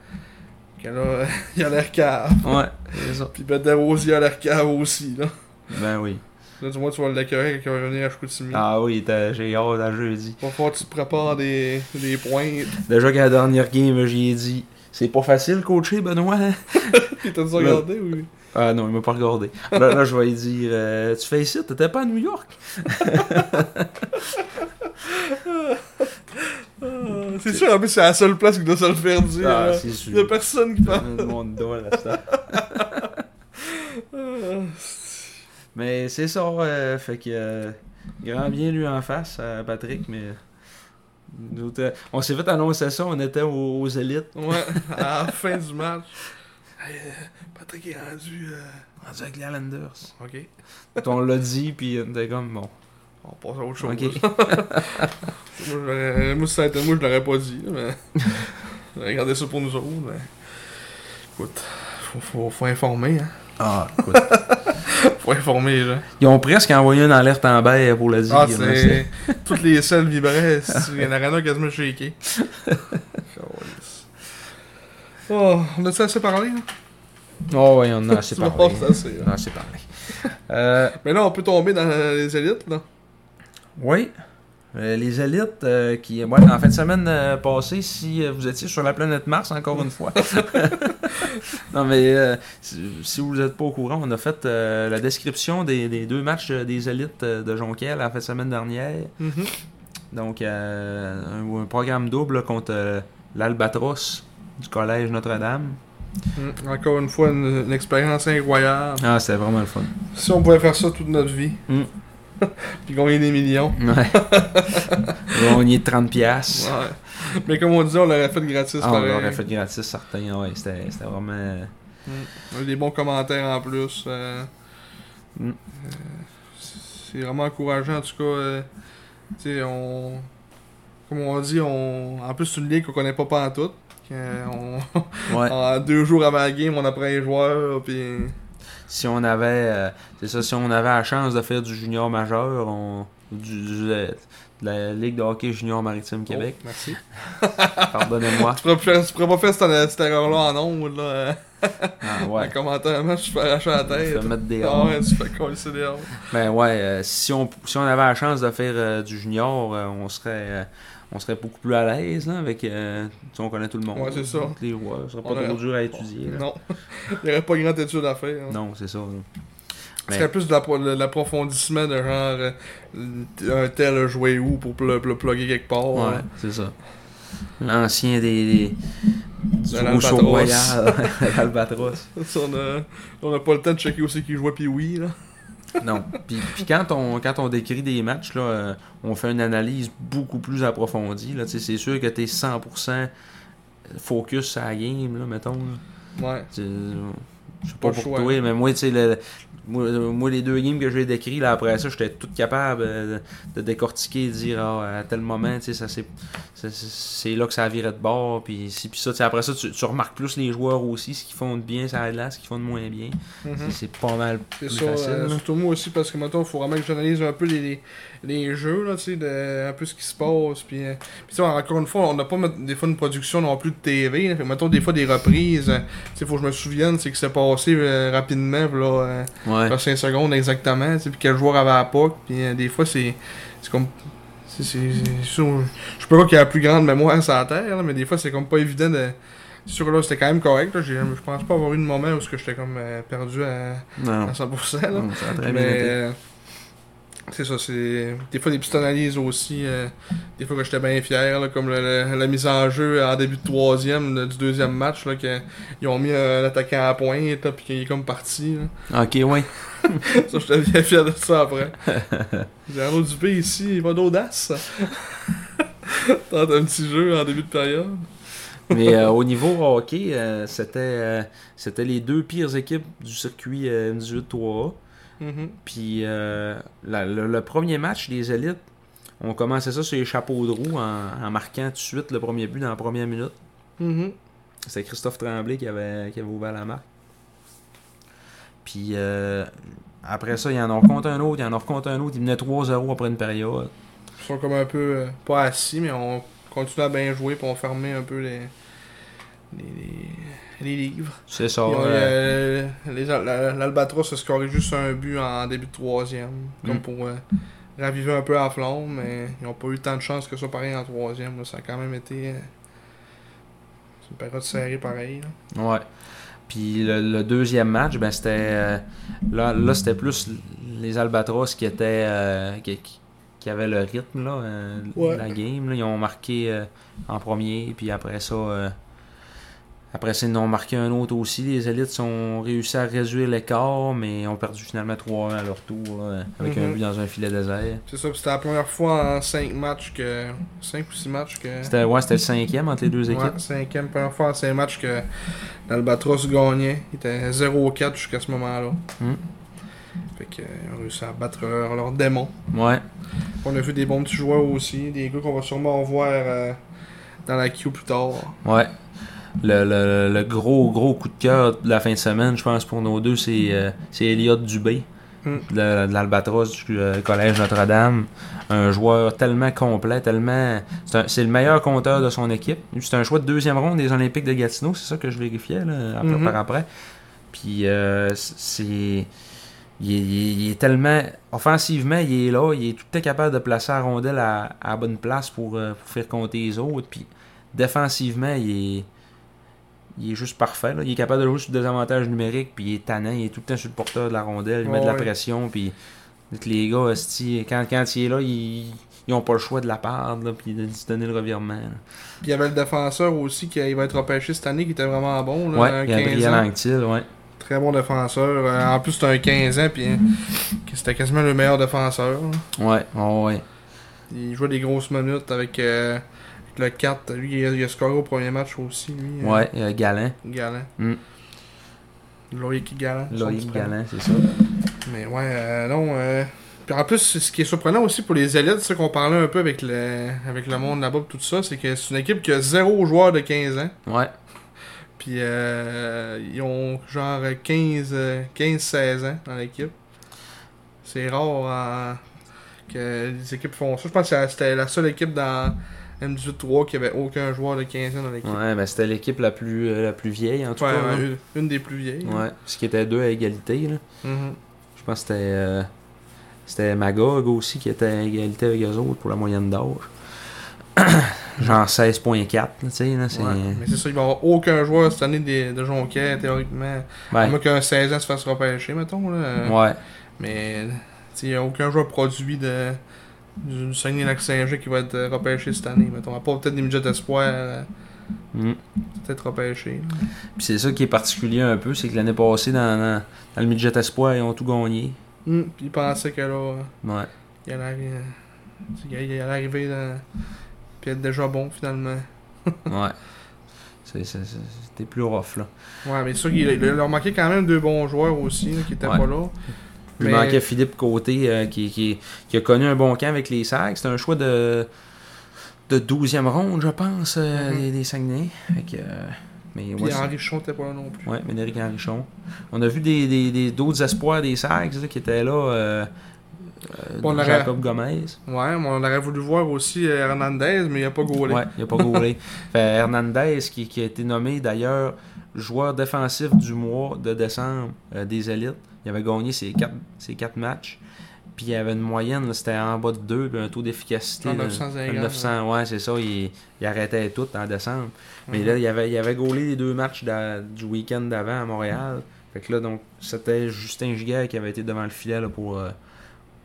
[SPEAKER 2] que là, il a l'air cave.
[SPEAKER 1] Ouais, c'est ça.
[SPEAKER 2] Puis Ben Davos, il a l'air cave aussi, là.
[SPEAKER 1] Ben oui.
[SPEAKER 2] Là, du moins, tu vas l'accueillir quand il va revenir à Chicoutimi.
[SPEAKER 1] Ah oui, t'as- j'ai hâte à jeudi.
[SPEAKER 2] Va falloir que tu te prépares des, des points.
[SPEAKER 1] Déjà qu'à la dernière game, j'y ai dit c'est pas facile coacher, Benoît. hein?
[SPEAKER 2] Puis t'as-tu regardé ou...
[SPEAKER 1] Ah non, il m'a pas regardé. Là, là je vais lui dire euh, Tu fais ici, t'étais pas à New York
[SPEAKER 2] Ah, C'est sûr, en plus, c'est la seule place qui doit se le faire dire.
[SPEAKER 1] Ah,
[SPEAKER 2] là.
[SPEAKER 1] c'est
[SPEAKER 2] Il y a
[SPEAKER 1] sûr.
[SPEAKER 2] personne qui parle.
[SPEAKER 1] Tout Euh, le monde doit, là, ça.
[SPEAKER 2] Ah,
[SPEAKER 1] Mais c'est ça, euh, fait que euh, grand bien lui en face à Patrick, mais nous autres, euh, on s'est fait annoncer ça, on était aux, aux élites.
[SPEAKER 2] ouais, à la fin du match. Hey, euh, Patrick est rendu... euh,
[SPEAKER 1] On dit avec les Islanders.
[SPEAKER 2] Ok.
[SPEAKER 1] on l'a dit, puis on était comme bon.
[SPEAKER 2] On passe à autre chose.
[SPEAKER 1] Ok.
[SPEAKER 2] Moi, je l'aurais- moi, si ça a été moi, je l'aurais pas dit, mais. J'aurais gardé ça pour nous autres, mais. Écoute, faut, faut, faut informer, hein.
[SPEAKER 1] Ah,
[SPEAKER 2] Faut informer les gens.
[SPEAKER 1] Ils ont presque envoyé une alerte en baie pour le dire.
[SPEAKER 2] Ah,
[SPEAKER 1] là, c'est-
[SPEAKER 2] c'est. Toutes les selles vibraient, c'est- il y en a rien quasiment shaké. Oh, on a-tu assez parlé, là?
[SPEAKER 1] Oh, ouais, on en a assez
[SPEAKER 2] Tu
[SPEAKER 1] parlé.
[SPEAKER 2] vois, ça, c'est-
[SPEAKER 1] On en a assez parlé. Euh,
[SPEAKER 2] Mais là, on peut tomber dans les élites, là.
[SPEAKER 1] Oui. Euh, les élites euh, qui. Ouais, en fin de semaine euh, passée, si euh, vous étiez sur la planète Mars, encore une fois. non, mais euh, si si vous n'êtes pas au courant, on a fait euh, la description des, des deux matchs euh, des élites euh, de Jonquière la fin de semaine dernière.
[SPEAKER 2] Mhm.
[SPEAKER 1] Mm-hmm. Donc, euh, un, un programme double contre euh, l'Albatros du Collège Notre-Dame.
[SPEAKER 2] Mm, Encore une fois, une, une expérience incroyable.
[SPEAKER 1] Ah, c'était vraiment le fun.
[SPEAKER 2] Si on pouvait faire ça toute notre vie,
[SPEAKER 1] Mm.
[SPEAKER 2] puis gagner des millions.
[SPEAKER 1] Ouais. on y est de 30$. piastres.
[SPEAKER 2] Ouais. Mais comme on disait, on l'aurait fait gratis.
[SPEAKER 1] Ah, on
[SPEAKER 2] pareil.
[SPEAKER 1] l'aurait fait gratis, certain. Ah Ouais, c'était c'était vraiment. euh,
[SPEAKER 2] On a eu des bons commentaires en plus. euh,
[SPEAKER 1] Mm.
[SPEAKER 2] euh, c'est vraiment encourageant, en tout cas. euh, tu sais, on. Comme on dit, on... en plus, c'est une ligue qu'on connaît pas pantoute. que On...
[SPEAKER 1] Ouais.
[SPEAKER 2] en deux jours avant la game, on apprend les joueurs. Puis...
[SPEAKER 1] Si on avait, euh, c'est ça, si on avait la chance de faire du junior majeur, on, du, du- euh, de la Ligue de hockey junior maritime Québec,
[SPEAKER 2] Oh, merci.
[SPEAKER 1] pardonnez-moi.
[SPEAKER 2] Tu pourrais, plus faire- tu pourrais pas faire cette, cette erreur-là en ondes, là. euh,
[SPEAKER 1] Ah,
[SPEAKER 2] Un
[SPEAKER 1] ouais.
[SPEAKER 2] commentaire, un match, tu te fais arracher la
[SPEAKER 1] Je vais
[SPEAKER 2] tête.
[SPEAKER 1] mettre des
[SPEAKER 2] Ah
[SPEAKER 1] ronds.
[SPEAKER 2] ouais, tu fais coller des dehors.
[SPEAKER 1] Ben ouais, euh, si on si on avait la chance de faire euh, du junior, euh, on serait euh, on serait beaucoup plus à l'aise là, avec euh, tu sais, on connaît tout le monde.
[SPEAKER 2] Ouais, c'est ça.
[SPEAKER 1] Les joueurs, ce serait pas
[SPEAKER 2] On
[SPEAKER 1] trop
[SPEAKER 2] aurait-
[SPEAKER 1] dur à étudier. là.
[SPEAKER 2] Non, il n'y aurait pas grande étude à faire. hein.
[SPEAKER 1] Non, c'est ça. là.
[SPEAKER 2] Ce serait plus de l'appro- de l'approfondissement de genre euh, un tel a joué où pour le plugger quelque part.
[SPEAKER 1] Ouais,
[SPEAKER 2] hein.
[SPEAKER 1] c'est ça. L'ancien des, des du
[SPEAKER 2] De
[SPEAKER 1] Rousseau
[SPEAKER 2] l'Albatros.
[SPEAKER 1] Royal, l'Albatros.
[SPEAKER 2] Ça, hein. on a- on n'a pas le temps de checker aussi qui jouait puis oui là.
[SPEAKER 1] Non. Puis, puis quand, on, quand on décrit des matchs, là, euh, on fait une analyse beaucoup plus approfondie. Là, Tu sais, c'est sûr que tu es 100% focus à la game, là, mettons. là.
[SPEAKER 2] Ouais.
[SPEAKER 1] Tu- Je sais pas
[SPEAKER 2] Pas le
[SPEAKER 1] pour
[SPEAKER 2] choix.
[SPEAKER 1] toi, mais moi, tu sais, le- moi, euh, moi, les deux games que j'ai décrits, là, après ça, j'étais tout capable euh, de décortiquer et dire Ah, à tel moment, tu sais, ça c'est- c'est- c'est là que ça virait de bord. Puis, si- puis ça, tu sais, après ça, tu, tu remarques plus les joueurs aussi, ce qu'ils font de bien sur la glace, ce qu'ils font de moins bien.
[SPEAKER 2] Mhm.
[SPEAKER 1] C'est- C'est pas mal
[SPEAKER 2] C'est
[SPEAKER 1] plus
[SPEAKER 2] ça,
[SPEAKER 1] facile.
[SPEAKER 2] euh,
[SPEAKER 1] là.
[SPEAKER 2] surtout moi aussi, parce que maintenant, il faut vraiment que j'analyse un peu les, les, les jeux, là, tu sais, de- un peu ce qui se passe. Puis, euh, puis ça, encore une fois, on n'a pas mettons, des fois une production non plus de TV. Là, fait que, mettons, des fois, des reprises, euh, tu sais, faut que je me souvienne, c'est que c'est passé euh, rapidement, là, euh,
[SPEAKER 1] Ouais.
[SPEAKER 2] 5 secondes exactement, tu sais, puis quel joueur avait la puck, puis euh, des fois c'est c'est comme c'est- c'est- c'est sûr, je peux pas qu'il y a la plus grande mémoire sur la terre, là, mais des fois c'est comme pas évident de c'est sûr là c'était quand même correct, là, j'ai- je pense pas avoir eu de moment où ce que j'étais comme euh, perdu à,
[SPEAKER 1] Non,
[SPEAKER 2] à 100%, là.
[SPEAKER 1] non, ça a très bien
[SPEAKER 2] mais
[SPEAKER 1] été.
[SPEAKER 2] euh, c'est ça, c'est des fois des petites analyses aussi, euh, des fois que j'étais bien fier, là, comme le- le- la mise en jeu en début de troisième là, du deuxième match, là, que ils ont mis euh, l'attaquant à la pointe, là, puis qu'il est comme parti. là.
[SPEAKER 1] Ah, Ok, ouais.
[SPEAKER 2] Ça, je deviens fier de ça après. Gérard Dupé ici, il va d'audace. Tente un petit jeu en début de période.
[SPEAKER 1] Mais euh, au niveau hockey, euh, c'était euh, c'était les deux pires équipes du circuit euh, 18-3A.
[SPEAKER 2] Mhm.
[SPEAKER 1] Puis euh, la- le, le premier match des élites, On commençait ça sur les chapeaux de roue en, en marquant tout de suite le premier but dans la première minute.
[SPEAKER 2] Mhm.
[SPEAKER 1] C'était Christophe Tremblay qui avait, qui avait ouvert la marque. Puis euh, après ça, il en a compte un autre, il en a compte un autre. Il venait 3-0 après une période.
[SPEAKER 2] Ils sont comme un peu euh, pas assis, mais on continue à bien jouer pour on fermait un peu les, les, les- les livres.
[SPEAKER 1] C'est ça.
[SPEAKER 2] Puis on-
[SPEAKER 1] euh,
[SPEAKER 2] euh, les- la- L'Albatros a scoré juste un but en début de troisième, comme
[SPEAKER 1] Mm.
[SPEAKER 2] pour euh, raviver un peu la flamme, mais ils n'ont pas eu tant de chance que ça pareil en troisième. là. Ça a quand même été euh, c'est une période serrée pareil. là.
[SPEAKER 1] Ouais. Puis le, le deuxième match, ben c'était euh, là, là c'était plus les Albatros qui étaient euh, qui, qui- qui avaient le rythme là, euh, de
[SPEAKER 2] Ouais.
[SPEAKER 1] la game. là. Ils ont marqué euh, en premier, puis après ça, euh, après ça ils en ont marqué un autre aussi. Les élites ont réussi à réduire l'écart, mais ont perdu finalement 3-1 à leur tour là, avec un
[SPEAKER 2] Mhm.
[SPEAKER 1] but dans un filet désert.
[SPEAKER 2] C'est ça, puis c'était la première fois en cinq matchs que. cinq ou six matchs que.
[SPEAKER 1] C'était ouais, c'était le cinquième entre les deux équipes.
[SPEAKER 2] Ouais, cinquième, première fois en cinq matchs que l'Albatros gagnait. Il était 0-4 jusqu'à ce moment-là.
[SPEAKER 1] Mm.
[SPEAKER 2] Fait qu'ils ont réussi à battre leur, leur démon.
[SPEAKER 1] ouais.
[SPEAKER 2] On a vu des bons petits joueurs aussi, des gars qu'on va sûrement revoir euh, dans la queue plus tard.
[SPEAKER 1] Ouais. Le, le- le gros, gros coup de cœur de la fin de semaine, je pense, pour nos deux, c'est euh, c'est Elliot Dubé,
[SPEAKER 2] Mm.
[SPEAKER 1] de, de l'Albatros du euh, Collège Notre-Dame. Un joueur tellement complet, tellement. c'est un- C'est le meilleur compteur de son équipe. C'est un choix de deuxième ronde des Olympiques de Gatineau, c'est ça que je vérifiais là, après-
[SPEAKER 2] Mhm.
[SPEAKER 1] par après. Puis, euh, c'est. Il est, il est- il est tellement. Offensivement, il est là. Il est tout à fait capable de placer la rondelle à, à la bonne place pour, euh, pour faire compter les autres. Puis défensivement, il est, il est juste parfait. là. Il est capable de jouer sur des avantages numériques. Puis il est tannant. Il est tout le temps sur le porteur de la rondelle. Il met de la
[SPEAKER 2] Ouais.
[SPEAKER 1] pression. Puis dites que les gars, esti, quand, quand il est là, ils n'ont pas le choix de la perdre. là, Puis de de se donner le revirement. là.
[SPEAKER 2] Puis il y avait le défenseur aussi qui va être repêché cette année qui était vraiment bon. Là,
[SPEAKER 1] Ouais,
[SPEAKER 2] un
[SPEAKER 1] Gabriel
[SPEAKER 2] 15 ans.
[SPEAKER 1] Anctil, ouais.
[SPEAKER 2] Très bon défenseur. Euh, en plus, c'était un 15 ans, puis euh, c'était quasiment le meilleur défenseur. là.
[SPEAKER 1] Ouais, ouais, ouais.
[SPEAKER 2] Il jouait des grosses minutes avec, euh, avec le 4. Lui, il a, il a scoré au premier match aussi, lui. euh,
[SPEAKER 1] Ouais, euh, Galin.
[SPEAKER 2] Galant.
[SPEAKER 1] Mm.
[SPEAKER 2] Loïc Galant. son petit
[SPEAKER 1] Loïc
[SPEAKER 2] prénom.
[SPEAKER 1] Galin, c'est ça.
[SPEAKER 2] Mais ouais, euh, non. euh, Puis en plus, ce qui est surprenant aussi pour les élites, c'est qu'on parlait un peu avec le, avec le monde là-bas pis tout ça, c'est que c'est une équipe qui a zéro joueur de 15 ans.
[SPEAKER 1] Ouais.
[SPEAKER 2] Puis euh, ils ont genre 15-16 ans dans l'équipe. C'est rare euh, que les équipes font ça. Je pense que c'est- c'était la seule équipe dans M18-3 qui avait aucun joueur de 15 ans dans l'équipe.
[SPEAKER 1] Ouais, ben c'était l'équipe la plus, euh, la plus vieille, en tout
[SPEAKER 2] Enfin,
[SPEAKER 1] cas. là.
[SPEAKER 2] une, une des plus vieilles.
[SPEAKER 1] Ouais, ce qui était deux à égalité. Là.
[SPEAKER 2] Mhm.
[SPEAKER 1] Je pense que c'était, euh, c'était Magog aussi qui était à égalité avec eux autres pour la moyenne d'âge. Genre 16.4, là, tu sais. Là, c'est...
[SPEAKER 2] Ouais, mais c'est ça, il va y avoir aucun joueur cette année des- de Jonquet, théoriquement. À
[SPEAKER 1] Ouais.
[SPEAKER 2] moins qu'un 16 ans se fasse repêcher, mettons. Là.
[SPEAKER 1] Ouais.
[SPEAKER 2] Mais tu sais, il n'y a aucun joueur produit de, du Saguenay-Lac-Saint-Jean qui va être euh, repêché cette année, mettons. À part peut-être des midgets d'espoir, euh,
[SPEAKER 1] Mm.
[SPEAKER 2] peut-être repêché.
[SPEAKER 1] Puis c'est ça qui est particulier un peu, c'est que l'année passée, dans, dans, dans le midget espoir, ils ont tout gagné.
[SPEAKER 2] Puis il pensait que là, euh,
[SPEAKER 1] Ouais.
[SPEAKER 2] il allait, arri- euh, il allait- il allait arriver dans- puis être déjà bon finalement.
[SPEAKER 1] Ouais. C'est, c'est- c'est- c'était plus rough, là.
[SPEAKER 2] Ouais, mais c'est sûr qu'il il leur manquait quand même deux bons joueurs aussi là, qui étaient
[SPEAKER 1] Ouais.
[SPEAKER 2] pas là.
[SPEAKER 1] Il
[SPEAKER 2] Mais-
[SPEAKER 1] manquait Philippe Côté euh, qui, qui- qui a connu un bon camp avec les Sacs. C'était un choix de, de 12e ronde, je pense, euh,
[SPEAKER 2] Mhm.
[SPEAKER 1] des, des Saguenay. Fait que, euh, mais
[SPEAKER 2] Puis
[SPEAKER 1] ouais, c'est-
[SPEAKER 2] Henri Chon n'était pas là non plus.
[SPEAKER 1] ouais, mais Éric Henrichon. On a vu des, des- des- d'autres espoirs des Sacs là, qui étaient là. euh, euh,
[SPEAKER 2] Bon, on aurait-
[SPEAKER 1] Jacob Gomez.
[SPEAKER 2] Ouais, mais on aurait voulu voir aussi euh, Hernandez, mais il a pas goalé.
[SPEAKER 1] Ouais, il n'a pas goulé. Fait, Hernandez, qui, qui a été nommé d'ailleurs joueur défensif du mois de décembre euh, des élites. Il avait gagné ses quatre, ses quatre matchs. Puis il avait une moyenne, là, c'était en bas de 2, puis un taux d'efficacité.
[SPEAKER 2] En
[SPEAKER 1] là,
[SPEAKER 2] 950,
[SPEAKER 1] un 900, ouais, c'est ça. Il, il arrêtait tout en décembre. Mais
[SPEAKER 2] Mhm.
[SPEAKER 1] là, il avait, il avait gaulé les deux matchs d'a- du week-end d'avant à
[SPEAKER 2] Mhm.
[SPEAKER 1] Montréal. Fait que là, donc, c'était Justin Giguère qui avait été devant le filet là, pour, euh,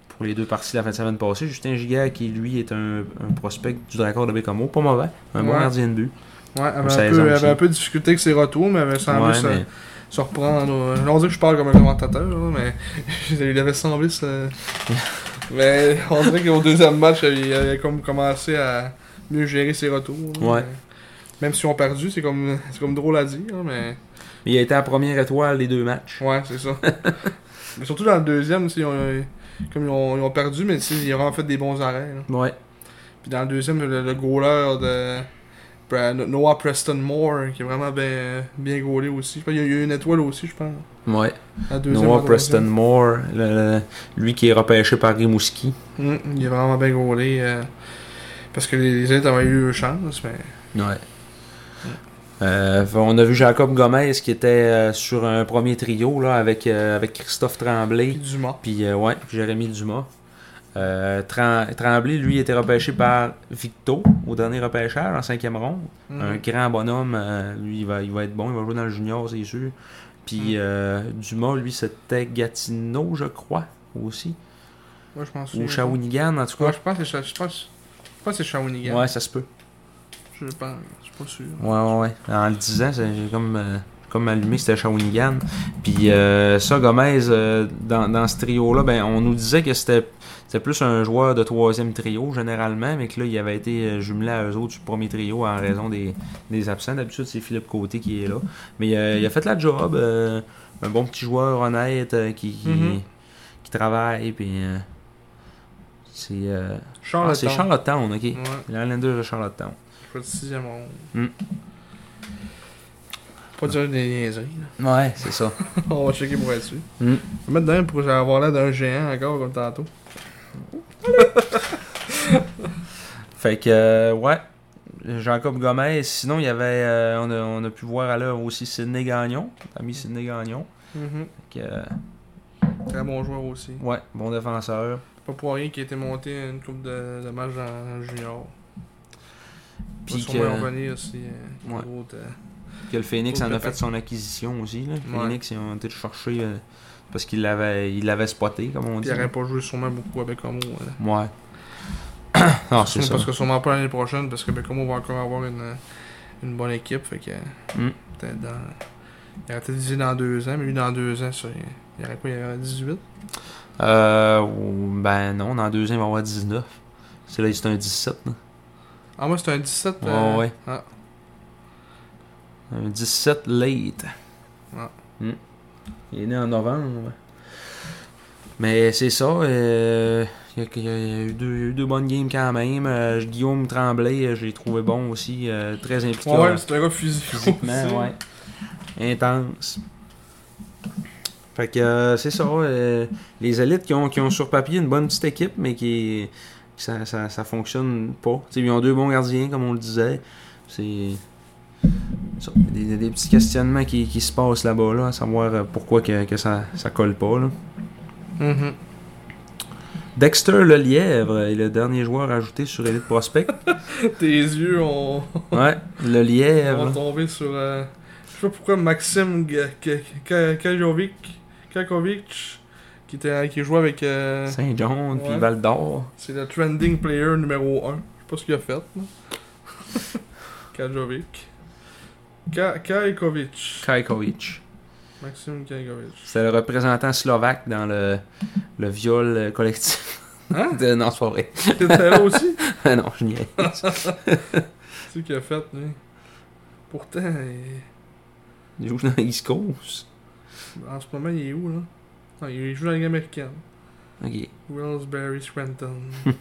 [SPEAKER 1] pour les deux parties la fin de semaine passée. Justin Giguère qui, lui, est un, un prospect du Drakkar de Bécomo. Pas mauvais. Un bon
[SPEAKER 2] Ouais.
[SPEAKER 1] gardien de but.
[SPEAKER 2] Ouais, avait un,
[SPEAKER 1] 16 ans
[SPEAKER 2] peu,
[SPEAKER 1] aussi.
[SPEAKER 2] avait un peu de difficulté avec ses retours, mais avait semblé
[SPEAKER 1] Ouais,
[SPEAKER 2] se,
[SPEAKER 1] mais-
[SPEAKER 2] se reprendre. euh, On dirait que je parle comme un commentateur, là, mais il avait semblé se. mais on dirait qu'au deuxième match, il avait comme commencé à mieux gérer ses retours. là,
[SPEAKER 1] Ouais.
[SPEAKER 2] mais- Même si on perdu, c'est comme, c'est comme drôle à dire, hein, mais.
[SPEAKER 1] mais il a été à première étoile les deux matchs.
[SPEAKER 2] Ouais, c'est ça. euh, mais surtout dans le deuxième, tu sais, ils ont- comme ils ont, ils ont perdu, mais tu sais, ils ont vraiment fait des bons arrêts. là.
[SPEAKER 1] Ouais.
[SPEAKER 2] Puis dans le deuxième, le, le goaler de Brad- Noah Preston Moore, qui est vraiment bien, bien gaulé aussi. Je pense qu'il y a eu une étoile aussi, je pense.
[SPEAKER 1] Ouais.
[SPEAKER 2] La deuxième,
[SPEAKER 1] Noah
[SPEAKER 2] la
[SPEAKER 1] Preston
[SPEAKER 2] troisième.
[SPEAKER 1] Moore, le- lui qui est repêché par Rimouski.
[SPEAKER 2] Mm, il est vraiment bien gaulé. euh, parce que les les autres avaient eu leur chance, mais.
[SPEAKER 1] Ouais. Euh, on a vu Jacob Gomez qui était euh, sur un premier trio là, avec, euh, avec Christophe Tremblay.
[SPEAKER 2] Puis Dumas.
[SPEAKER 1] Puis, euh, ouais, Jérémy Dumas. Euh, Tran- Tremblay, lui, était repêché par Victo au dernier repêchage, en cinquième ronde.
[SPEAKER 2] Mm.
[SPEAKER 1] Un grand bonhomme, euh, lui, il va, il va être bon, il va jouer dans le junior, c'est sûr.
[SPEAKER 2] Mm.
[SPEAKER 1] Puis, euh, Dumas, lui, c'était Gatineau, je crois, aussi.
[SPEAKER 2] Moi, je pense
[SPEAKER 1] Ou Shawinigan, en tout
[SPEAKER 2] Ouais,
[SPEAKER 1] cas.
[SPEAKER 2] je pense que c'est Sha- je pense- je pense que c'est Shawinigan.
[SPEAKER 1] Ouais, ça se peut.
[SPEAKER 2] Je pense. Je suis pas sûr.
[SPEAKER 1] Ouais, ouais, ouais. En le disant, ça- j'ai comme, euh, comme allumé, c'était Shawinigan. Puis euh, ça, Gomez, euh, dans, dans ce trio-là, ben, on nous disait que c'était c'était plus un joueur de troisième trio, généralement, mais que là, il avait été euh, jumelé à eux autres du premier trio en raison des, des absents. D'habitude, c'est Philippe Côté qui est là. Mais euh, il a fait la job. euh, un bon petit joueur honnête euh, qui, qui,
[SPEAKER 2] Mhm.
[SPEAKER 1] qui travaille. Puis euh, c'est euh,
[SPEAKER 2] Charles
[SPEAKER 1] ah, c'est Charlottetown, OK.
[SPEAKER 2] Ouais,
[SPEAKER 1] L'Irlandais de Charlottetown.
[SPEAKER 2] je le sixième ronde.
[SPEAKER 1] Mm.
[SPEAKER 2] Pas dire des niaiseries. là.
[SPEAKER 1] Ouais, c'est ça.
[SPEAKER 2] On va checker pour être sûr.
[SPEAKER 1] Mm.
[SPEAKER 2] Je vais mettre dedans pour avoir l'air d'un géant encore comme tantôt.
[SPEAKER 1] Fait que, euh, ouais. Jacob Gomez. Sinon, il y avait. euh, on, a, on a pu voir à l'heure aussi Sidney Gagnon. L'ami Sidney Gagnon.
[SPEAKER 2] Mhm.
[SPEAKER 1] Fait que, euh,
[SPEAKER 2] Très bon joueur aussi.
[SPEAKER 1] ouais, bon défenseur.
[SPEAKER 2] Pas pour rien qui a été monté une coupe de, de matchs dans le junior.
[SPEAKER 1] Puis
[SPEAKER 2] Puis
[SPEAKER 1] que-
[SPEAKER 2] sûrement revenir aussi. euh,
[SPEAKER 1] Ouais.
[SPEAKER 2] d'autres, euh,
[SPEAKER 1] Que le Phoenix
[SPEAKER 2] Autre
[SPEAKER 1] en a
[SPEAKER 2] pépin.
[SPEAKER 1] fait son acquisition aussi. Là.
[SPEAKER 2] Ouais.
[SPEAKER 1] Phoenix, ils ont été le chercher euh, parce qu'il l'avait il l'avait spoté, comme on
[SPEAKER 2] Puis
[SPEAKER 1] dit.
[SPEAKER 2] il n'aurait pas joué sûrement beaucoup avec Homo. euh.
[SPEAKER 1] Ouais. non, Ah, c'est ça.
[SPEAKER 2] Parce que sûrement pas l'année prochaine, parce que Becomo va encore avoir une, euh, une bonne équipe. Fait que.
[SPEAKER 1] Mm.
[SPEAKER 2] peut-être dans- il aurait peut-être visé dans deux ans, mais lui dans deux ans, ça, il aurait quoi Il aurait 18
[SPEAKER 1] Euh, ou- ben non, dans deux ans, il va avoir 19. C'est là, c'est un 17. là.
[SPEAKER 2] Ah, moi, c'est un 17.
[SPEAKER 1] Ouais,
[SPEAKER 2] euh,
[SPEAKER 1] ouais.
[SPEAKER 2] ah.
[SPEAKER 1] Un 17 late.
[SPEAKER 2] Ouais.
[SPEAKER 1] Hmm. Il est né en novembre. Mais c'est ça. euh, il, y a, il y a- il y a eu deux, il y a eu deux bonnes games quand même. Euh, Guillaume Tremblay, euh, je l'ai trouvé bon aussi. euh, très impliqué
[SPEAKER 2] Ouais,
[SPEAKER 1] euh,
[SPEAKER 2] c'est un gars physique.
[SPEAKER 1] physiquement.
[SPEAKER 2] aussi.
[SPEAKER 1] ouais. Intense. Fait que euh, c'est ça. euh, les élites qui ont, qui ont sur papier une bonne petite équipe, mais qui. Ça, ça, ça fonctionne pas. Tu sais, ils ont deux bons gardiens, comme on le disait. C'est. ça, Des, des petits questionnements qui, qui se passent là-bas, là, à savoir euh, pourquoi que, que ça, ça colle pas. Là.
[SPEAKER 2] Mhm.
[SPEAKER 1] Dexter le Lièvre est le dernier joueur ajouté sur Elite Prospect.
[SPEAKER 2] Tes yeux ont,
[SPEAKER 1] ouais, le Lièvre.
[SPEAKER 2] ont tombé sur. euh, je sais pas pourquoi Maxime Ga- Ga- Ga- Kajovic, Kakovic, qui, était, hein, qui jouait avec. euh,
[SPEAKER 1] Saint-John, puis
[SPEAKER 2] Ouais.
[SPEAKER 1] Val d'Or.
[SPEAKER 2] c'est le trending player numéro 1. Je sais pas ce qu'il a fait. là. Kajovic. Ka- Kajkovic.
[SPEAKER 1] Kajkovic.
[SPEAKER 2] Maxime Kajkovic.
[SPEAKER 1] C'est le représentant slovaque dans le, le viol euh, collectif.
[SPEAKER 2] Hein?
[SPEAKER 1] De- non, c'est pas vrai.
[SPEAKER 2] T'étais là aussi?
[SPEAKER 1] non, je n'y
[SPEAKER 2] C'est qui a fait, lui. Pourtant, il-
[SPEAKER 1] Il joue dans East Coast.
[SPEAKER 2] en ce moment, il est où, là? Non, il joue dans la Ligue américaine.
[SPEAKER 1] Ok.
[SPEAKER 2] Willsbury Scranton.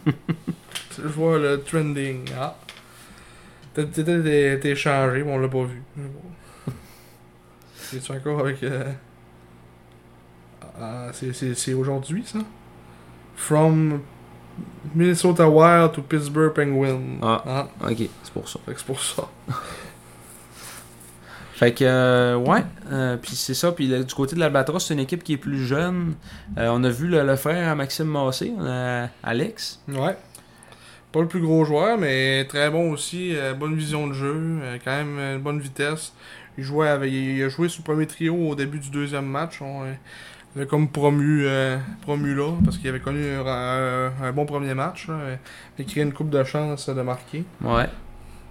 [SPEAKER 2] C'est le joueur, le trending. Ah. T'as- T'étais t'es- t'es changé, mais on l'a pas vu. Mais bon. Es-tu encore avec. euh, ah, c'est- c'est c'est aujourd'hui, ça? From Minnesota Wild to Pittsburgh Penguin.
[SPEAKER 1] Ah. Ok, c'est pour ça.
[SPEAKER 2] Fait que c'est pour ça.
[SPEAKER 1] Fait que, euh, ouais, Euh, puis c'est ça. Puis le- du côté de l'Albatros, c'est une équipe qui est plus jeune. Euh, on a vu le, le frère à Maxime Massé, on a Alex.
[SPEAKER 2] Ouais. Pas le plus gros joueur, mais très bon aussi. euh, bonne vision de jeu. euh, quand même euh, une bonne vitesse. Il, jouait avec, il a joué sous le premier trio au début du deuxième match. On euh, l'avait comme promu, euh, promu là, parce qu'il avait connu un, un- un bon premier match. là, euh, il créé une coupe de chance de marquer.
[SPEAKER 1] Ouais.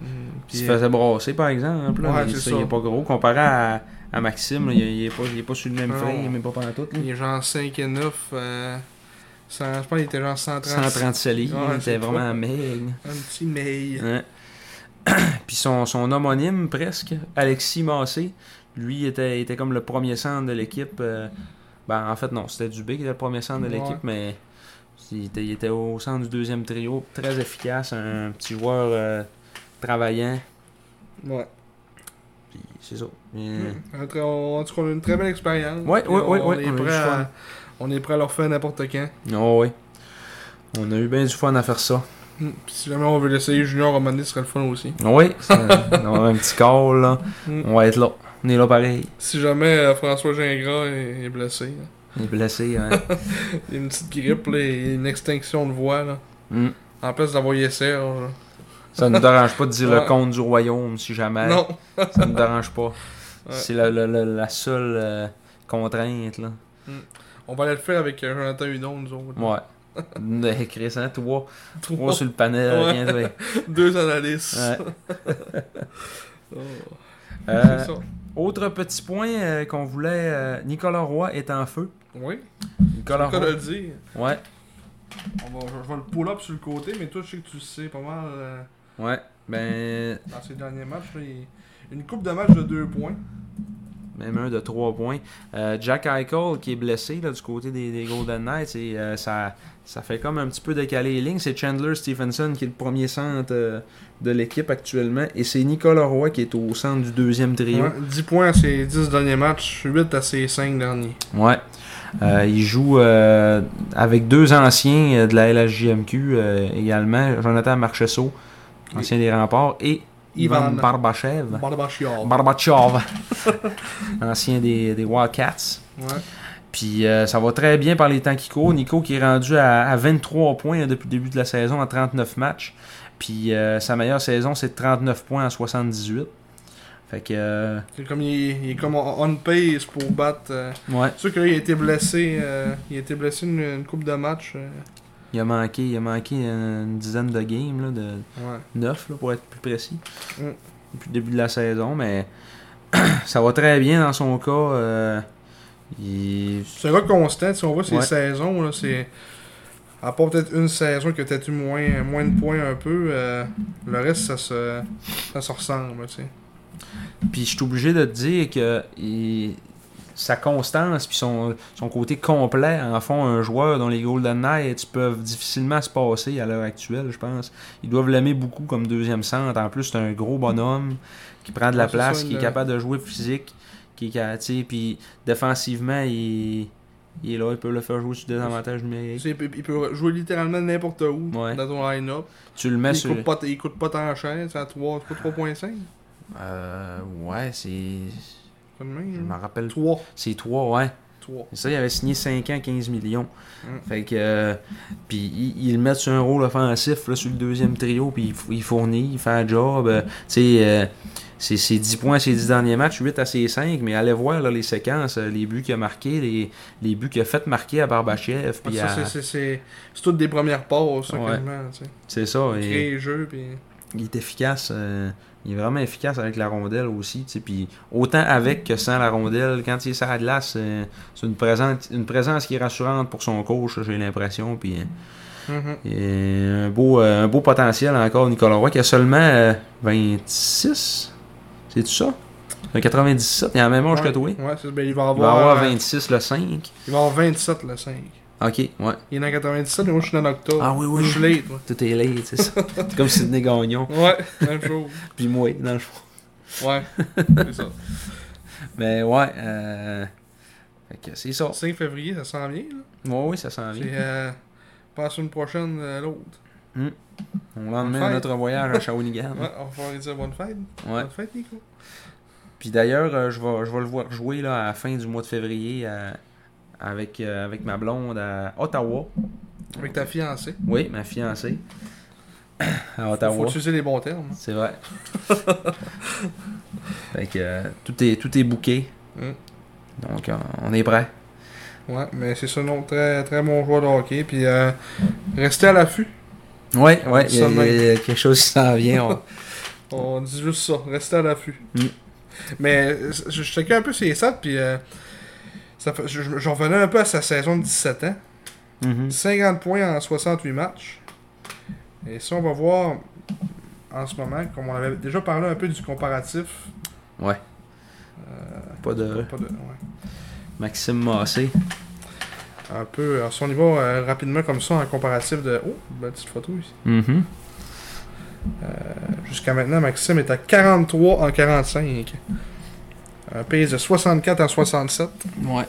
[SPEAKER 2] Mm,
[SPEAKER 1] Qui se
[SPEAKER 2] puis,
[SPEAKER 1] faisait brasser, par exemple. là,
[SPEAKER 2] Ouais,
[SPEAKER 1] mais
[SPEAKER 2] c'est
[SPEAKER 1] ça,
[SPEAKER 2] ça.
[SPEAKER 1] Il est pas gros. Comparé à, à Maxime, là, il, est- il est pas, il est pas sur le même
[SPEAKER 2] Non.
[SPEAKER 1] frame, il est même pas pendant tout.
[SPEAKER 2] euh, Il est genre 5 et 9. euh, cent- je pense qu'il était genre 130.
[SPEAKER 1] 130 livres,
[SPEAKER 2] Ouais,
[SPEAKER 1] il
[SPEAKER 2] c'est
[SPEAKER 1] était vraiment maigre.
[SPEAKER 2] Un petit mail.
[SPEAKER 1] Ouais. Puis son, son homonyme, presque, Alexis Massé, lui était, était comme le premier centre de l'équipe. euh, ben, en fait, non, c'était Dubé qui était le premier centre de
[SPEAKER 2] Ouais.
[SPEAKER 1] l'équipe, mais Il était, il était au centre du deuxième trio, très efficace, un petit joueur euh, travaillant.
[SPEAKER 2] euh, Ouais.
[SPEAKER 1] Puis c'est ça. Mais-
[SPEAKER 2] Un très- on- En tout cas, on a une très belle expérience.
[SPEAKER 1] Mm. Ouais,
[SPEAKER 2] Puis
[SPEAKER 1] ouais,
[SPEAKER 2] on-
[SPEAKER 1] ouais,
[SPEAKER 2] on
[SPEAKER 1] ouais,
[SPEAKER 2] est
[SPEAKER 1] on a eu
[SPEAKER 2] prêt
[SPEAKER 1] du
[SPEAKER 2] à-
[SPEAKER 1] fun.
[SPEAKER 2] On est prêt à leur faire n'importe quand.
[SPEAKER 1] Oh, oui. On a eu bien du fun à faire ça.
[SPEAKER 2] Mm. Puis si jamais on veut l'essayer junior, à un moment donné, ce serait le fun aussi.
[SPEAKER 1] Oh Oui, ça- on a un petit call, là.
[SPEAKER 2] Mm.
[SPEAKER 1] On va être là. On est là pareil.
[SPEAKER 2] Si jamais euh, François Gingras est, est blessé, là.
[SPEAKER 1] On est blessé, hein.
[SPEAKER 2] Il y a une petite grippe, là, et une extinction de voix, là.
[SPEAKER 1] Mm.
[SPEAKER 2] en place d'envoyer ça, là,
[SPEAKER 1] Ça ne nous dérange pas de dire
[SPEAKER 2] Ouais.
[SPEAKER 1] le compte du royaume, si jamais.
[SPEAKER 2] non,
[SPEAKER 1] Ça ne nous dérange pas. C'est la, la- la- la seule euh, contrainte, là.
[SPEAKER 2] on va aller le faire avec euh, Jonathan Hudon, nous autres.
[SPEAKER 1] Ouais. Mais Chris, hein, trois,
[SPEAKER 2] Trois-
[SPEAKER 1] trois sur le panel,
[SPEAKER 2] Ouais.
[SPEAKER 1] rien de vrai.
[SPEAKER 2] deux analystes.
[SPEAKER 1] Ouais.
[SPEAKER 2] Oh,
[SPEAKER 1] Euh,
[SPEAKER 2] c'est ça.
[SPEAKER 1] autre petit point euh, qu'on voulait, euh, Nicolas Roy est en feu.
[SPEAKER 2] Oui, c'est
[SPEAKER 1] Nicolas
[SPEAKER 2] le cas de
[SPEAKER 1] Roy,
[SPEAKER 2] le dire.
[SPEAKER 1] ouais,
[SPEAKER 2] On va, je, je vais le pull-up sur le côté, mais toi, je sais que tu le sais pas mal euh,
[SPEAKER 1] ouais, ben,
[SPEAKER 2] dans ces derniers matchs. là, il- Une coupe de matchs de deux points.
[SPEAKER 1] même un de trois points. Euh, Jack Eichel qui est blessé là, du côté des, des Golden Knights et euh, ça, ça fait comme un petit peu décaler les lignes. C'est Chandler Stephenson qui est le premier centre euh, de l'équipe actuellement et c'est Nicolas Roy qui est au centre du deuxième trio.
[SPEAKER 2] Ouais, 10 points à ses 10 derniers matchs, 8 à ses 5 derniers.
[SPEAKER 1] Ouais. Euh, il joue euh, avec deux anciens euh, de la LHJMQ euh, également, Jonathan Marchessault, ancien des remparts, et Ivan
[SPEAKER 2] Ivan.
[SPEAKER 1] Barbachev.
[SPEAKER 2] Barbachior.
[SPEAKER 1] Barbachev, ancien des, des Wildcats.
[SPEAKER 2] Ouais.
[SPEAKER 1] Puis euh, ça va très bien par les temps qui courent. Nico qui est rendu à, à 23 points hein, depuis le début de la saison en 39 matchs. Puis euh, sa meilleure saison, c'est 39 points en 78. Fait que, euh,
[SPEAKER 2] C'est comme il, il est comme on on pace pour battre. euh,
[SPEAKER 1] ouais,
[SPEAKER 2] C'est sûr que là, il a été blessé. euh, il a été blessé une, une coupe de matchs. euh,
[SPEAKER 1] il a manqué, il a manqué une dizaine de games là, de,
[SPEAKER 2] ouais.
[SPEAKER 1] 9 là, pour être plus précis.
[SPEAKER 2] Mm.
[SPEAKER 1] Depuis le début de la saison, mais ça va très bien dans son cas. euh, il-
[SPEAKER 2] C'est un gars constant. Si on voit ses
[SPEAKER 1] Ouais.
[SPEAKER 2] saisons, là, c'est. À part peut-être une saison qui a peut-être eu moins, moins de points un peu, euh, le reste, ça se, ça se ressemble. tu sais.
[SPEAKER 1] Puis je suis obligé de te dire que il- sa constance puis son, son côté complet en font un joueur dont les Golden Knights peuvent difficilement se passer à l'heure actuelle, je pense. Ils doivent l'aimer beaucoup comme deuxième centre. En plus, c'est un gros bonhomme qui prend de la
[SPEAKER 2] Ouais, c'est
[SPEAKER 1] place,
[SPEAKER 2] ça,
[SPEAKER 1] qui est
[SPEAKER 2] le-
[SPEAKER 1] capable de jouer physique, qui est ca- tu sais, puis défensivement, il, il est là, il peut le faire jouer sur des avantages
[SPEAKER 2] Tu
[SPEAKER 1] numériques.
[SPEAKER 2] sais, Il peut, il peut jouer littéralement n'importe où
[SPEAKER 1] Ouais.
[SPEAKER 2] dans ton line-up.
[SPEAKER 1] Tu le mets
[SPEAKER 2] Il,
[SPEAKER 1] sur.
[SPEAKER 2] coûte pas, il coûte pas tant cher, c'est à 3, c'est pas 3.5.
[SPEAKER 1] Euh, ouais, c'est.
[SPEAKER 2] Pas de
[SPEAKER 1] Je
[SPEAKER 2] même,
[SPEAKER 1] m'en
[SPEAKER 2] hein.
[SPEAKER 1] rappelle.
[SPEAKER 2] 3.
[SPEAKER 1] C'est 3, ouais.
[SPEAKER 2] 3.
[SPEAKER 1] Ça, il avait signé 5 ans, 15 millions.
[SPEAKER 2] Mm.
[SPEAKER 1] Fait que. euh, puis, il, il le met sur un rôle offensif, là, sur le deuxième trio, puis il, fou- il fournit, il fait un job. euh, tu sais, euh, c'est c'est 10 points à ses 10 derniers matchs, 8 à ses 5, mais allez voir là, les séquences, euh, les buts qu'il a marqués, les, les buts qu'il a fait marquer à Barbachev. puis
[SPEAKER 2] Ah, ça,
[SPEAKER 1] à-
[SPEAKER 2] c'est- c'est- c'est c'est toutes des premières passes, ça,
[SPEAKER 1] Ouais.
[SPEAKER 2] quasiment. tu sais.
[SPEAKER 1] C'est ça. et-
[SPEAKER 2] Créer le jeu, puis.
[SPEAKER 1] il est efficace. euh, il est vraiment efficace avec la rondelle aussi. tu sais, Puis autant avec que sans la rondelle, quand il est sur la glace, euh, c'est une présence, une présence qui est rassurante pour son coach, j'ai l'impression. Puis euh,
[SPEAKER 2] Mhm.
[SPEAKER 1] il a un beau, euh, un beau potentiel encore, Nicolas Roy, qui a seulement euh, 26. C'est tout ça? Un 97, il a la même âge
[SPEAKER 2] Ouais.
[SPEAKER 1] que toi. Il
[SPEAKER 2] Ouais, c'est- ben, il va
[SPEAKER 1] va
[SPEAKER 2] avoir,
[SPEAKER 1] avoir
[SPEAKER 2] euh,
[SPEAKER 1] 26 le 5.
[SPEAKER 2] il va avoir 27 le 5.
[SPEAKER 1] Ok, ouais.
[SPEAKER 2] Il est dans 97 et moi je suis dans octobre.
[SPEAKER 1] Ah oui, oui.
[SPEAKER 2] Je suis late, moi.
[SPEAKER 1] Tout est laid, c'est ça. C'est comme Sidney Gagnon.
[SPEAKER 2] Ouais, même chose.
[SPEAKER 1] Puis moi, dans le fond.
[SPEAKER 2] Ouais, c'est ça.
[SPEAKER 1] Mais ouais, euh... fait que c'est ça.
[SPEAKER 2] 5 février, ça s'en vient. Là.
[SPEAKER 1] Ouais, oui, ça s'en vient.
[SPEAKER 2] C'est euh, pas la semaine prochaine, euh, l'autre.
[SPEAKER 1] On l'emmène à
[SPEAKER 2] Fête.
[SPEAKER 1] notre voyage à Shawinigan.
[SPEAKER 2] euh, Ouais, on va pouvoir dire bonne fête.
[SPEAKER 1] Ah. Ouais.
[SPEAKER 2] Bonne fête, Nico.
[SPEAKER 1] Puis d'ailleurs, euh, je vais, je vais le voir jouer là, à la fin du mois de février à- avec, euh, avec ma blonde à Ottawa.
[SPEAKER 2] Avec ta fiancée.
[SPEAKER 1] Oui, ma fiancée. À
[SPEAKER 2] Faut
[SPEAKER 1] Ottawa.
[SPEAKER 2] utiliser les bons termes. hein.
[SPEAKER 1] C'est vrai. fait que euh, tout est, tout est booké.
[SPEAKER 2] Mm.
[SPEAKER 1] Donc euh, on est prêt.
[SPEAKER 2] Ouais, mais c'est ça, non. Très, très bon joueur de hockey. Puis euh, restez à l'affût.
[SPEAKER 1] Ouais, ouais, il y, a-
[SPEAKER 2] Sommeil.
[SPEAKER 1] il y a quelque chose qui s'en vient. on-
[SPEAKER 2] On dit juste ça, rester à l'affût.
[SPEAKER 1] Mm.
[SPEAKER 2] Mais euh, je, je checkais un peu ses stats, puis euh, ça fait- je, je- je revenais un peu à sa saison de 17 ans.
[SPEAKER 1] Mhm.
[SPEAKER 2] 50 points en 68 matchs. Et ça, on va voir en ce moment, comme on avait déjà parlé un peu du comparatif.
[SPEAKER 1] Ouais.
[SPEAKER 2] Euh,
[SPEAKER 1] Pas de
[SPEAKER 2] pas de- ouais.
[SPEAKER 1] Maxime Massé.
[SPEAKER 2] un peu. Alors, si on y va euh, rapidement comme ça en comparatif de. Oh, belle petite photo ici.
[SPEAKER 1] Mhm.
[SPEAKER 2] Jusqu'à maintenant, Maxime est à 43 en 45. Un pays de 64 en 67.
[SPEAKER 1] Ouais.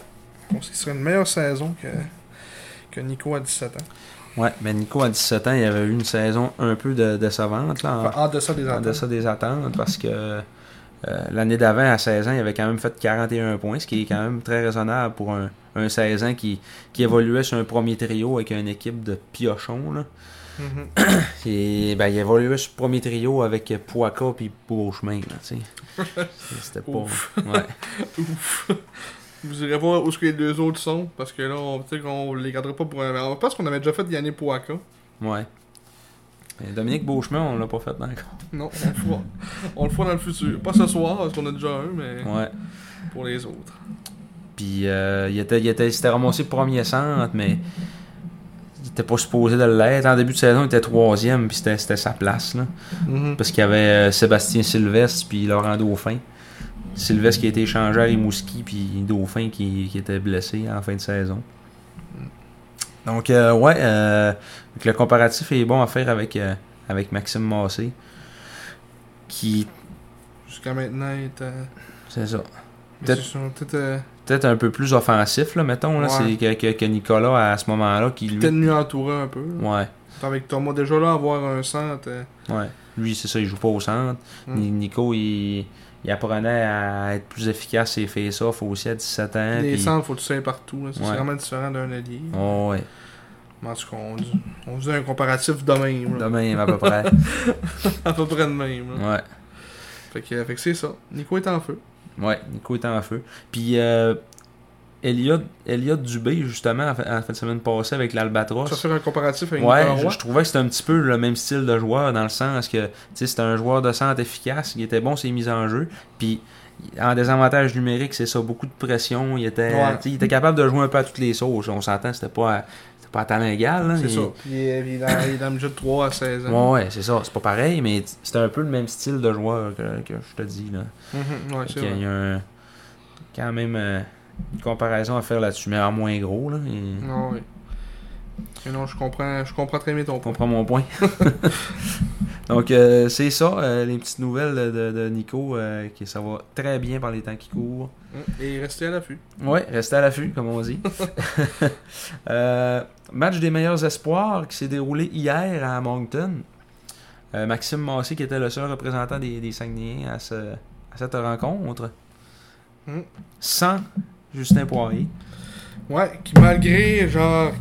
[SPEAKER 2] Bon, ce qui serait une meilleure saison que, que Nico à 17 ans.
[SPEAKER 1] Ouais, mais Nico, à 17 ans, il avait eu une saison un peu de, décevante, là, en-
[SPEAKER 2] Enfin, en deçà
[SPEAKER 1] Ah.
[SPEAKER 2] des
[SPEAKER 1] en
[SPEAKER 2] attentes.
[SPEAKER 1] deçà des attentes parce que euh, l'année d'avant, à 16 ans, il avait quand même fait 41 points, ce qui est quand même très raisonnable pour un, un 16 ans qui, qui évoluait sur un premier trio avec une équipe de piochons. Là.
[SPEAKER 2] Mhm.
[SPEAKER 1] Et ben, il évoluait sur le premier trio avec Poika puis Beauchemin. là, tu sais. C'était pas.
[SPEAKER 2] Ouf.
[SPEAKER 1] Ouais.
[SPEAKER 2] Ouf. Vous irez voir où ce que les deux autres sont, parce que là, on, peut-être qu'on les gardera pas pour un. On pense qu'on avait déjà fait Yannick Poaka.
[SPEAKER 1] ouais. Et Dominique Beauchemin, on l'a pas fait encore.
[SPEAKER 2] Non, on le fera. on le fera dans le futur. Pas ce soir, parce qu'on a déjà un, mais
[SPEAKER 1] Ouais.
[SPEAKER 2] pour les autres.
[SPEAKER 1] Puis euh, il était, il était, il s'était ramassé premier centre, mais il était pas supposé de l'être. En début de saison, il était troisième, puis c'était, c'était sa place. Là.
[SPEAKER 2] Mhm.
[SPEAKER 1] Parce qu'il y avait euh, Sébastien Sylvestre, puis Laurent Dauphin. Sylvestre qui a été échangé à Rimouski, puis Dauphin qui, qui était blessé en fin de saison. Donc, euh, ouais, euh, donc le comparatif est bon à faire avec, euh, avec Maxime Massé. Qui,
[SPEAKER 2] Jusqu'à maintenant, il était.
[SPEAKER 1] c'est ça,
[SPEAKER 2] mais
[SPEAKER 1] Peut-être-
[SPEAKER 2] c'est sûr, Peut-être euh,
[SPEAKER 1] peut-être un peu plus offensif, là, mettons, là,
[SPEAKER 2] Ouais.
[SPEAKER 1] c'est que, que- que Nicolas à ce moment-là, qui lui.
[SPEAKER 2] peut-être mieux entouré un peu. là.
[SPEAKER 1] Ouais,
[SPEAKER 2] Avec Thomas déjà là, avoir un centre. euh,
[SPEAKER 1] ouais. Lui, c'est ça, il joue pas au centre.
[SPEAKER 2] Mm.
[SPEAKER 1] Ni- Nico, il, il apprenait à être plus efficace et fait ça, faut aussi à 17 ans.
[SPEAKER 2] les
[SPEAKER 1] puis-
[SPEAKER 2] centres, faut que tu sais partout. là. C'est
[SPEAKER 1] Ouais.
[SPEAKER 2] vraiment différent d'un allié.
[SPEAKER 1] Oh, ouais.
[SPEAKER 2] Mais En tout cas, on dit, on dit un comparatif de même. là.
[SPEAKER 1] De même, à peu près.
[SPEAKER 2] à peu près de même. là.
[SPEAKER 1] ouais.
[SPEAKER 2] Fait que, fait que c'est ça. Nico est en feu.
[SPEAKER 1] Ouais, Nico est en feu. Puis, euh, Elliot, Elliot Dubé, justement, en fait, en fin de semaine passée avec l'Albatros.
[SPEAKER 2] Ça fait un comparatif avec
[SPEAKER 1] Ouais,
[SPEAKER 2] Nicolas
[SPEAKER 1] je,
[SPEAKER 2] Roy.
[SPEAKER 1] je trouvais que c'était un petit peu le même style de joueur dans le sens que tu sais, c'était un joueur de centre efficace, il était bon ses mises en jeu, puis en désavantage numérique, c'est ça, beaucoup de pression, il était,
[SPEAKER 2] Ouais.
[SPEAKER 1] tu sais, il était capable de jouer un peu à toutes les sauces, on s'entend, c'était pas à, c'était pas à talent égal. là,
[SPEAKER 2] C'est
[SPEAKER 1] mais-
[SPEAKER 2] ça. Puis il est, il est dans, il est dans le jeu de 3 à 16
[SPEAKER 1] Ouais,
[SPEAKER 2] ans.
[SPEAKER 1] ouais, c'est ça, c'est pas pareil, mais c'était un peu le même style de joueur que, que je te dis. Là.
[SPEAKER 2] Mhm, ouais,
[SPEAKER 1] Fait
[SPEAKER 2] c'est
[SPEAKER 1] qu'il
[SPEAKER 2] vrai.
[SPEAKER 1] y a un- quand même euh, une comparaison à faire là-dessus, mais en moins gros. Là, et-
[SPEAKER 2] Non, Ah ouais. Mais non, je comprends, je comprends très bien ton
[SPEAKER 1] Je
[SPEAKER 2] point.
[SPEAKER 1] comprends mon point. Donc, euh, c'est ça, euh, les petites nouvelles de, de Nico, euh, qui ça va très bien par les temps qui courent.
[SPEAKER 2] Mm. Et rester à l'affût.
[SPEAKER 1] Ouais, restez à l'affût, comme on dit. Euh, match des meilleurs espoirs qui s'est déroulé hier à Moncton. Euh, Maxime Massé, qui était le seul représentant des, des Saguenayens à, ce- à cette rencontre.
[SPEAKER 2] Mm.
[SPEAKER 1] Sans Justin Poirier.
[SPEAKER 2] Ouais, qui malgré genre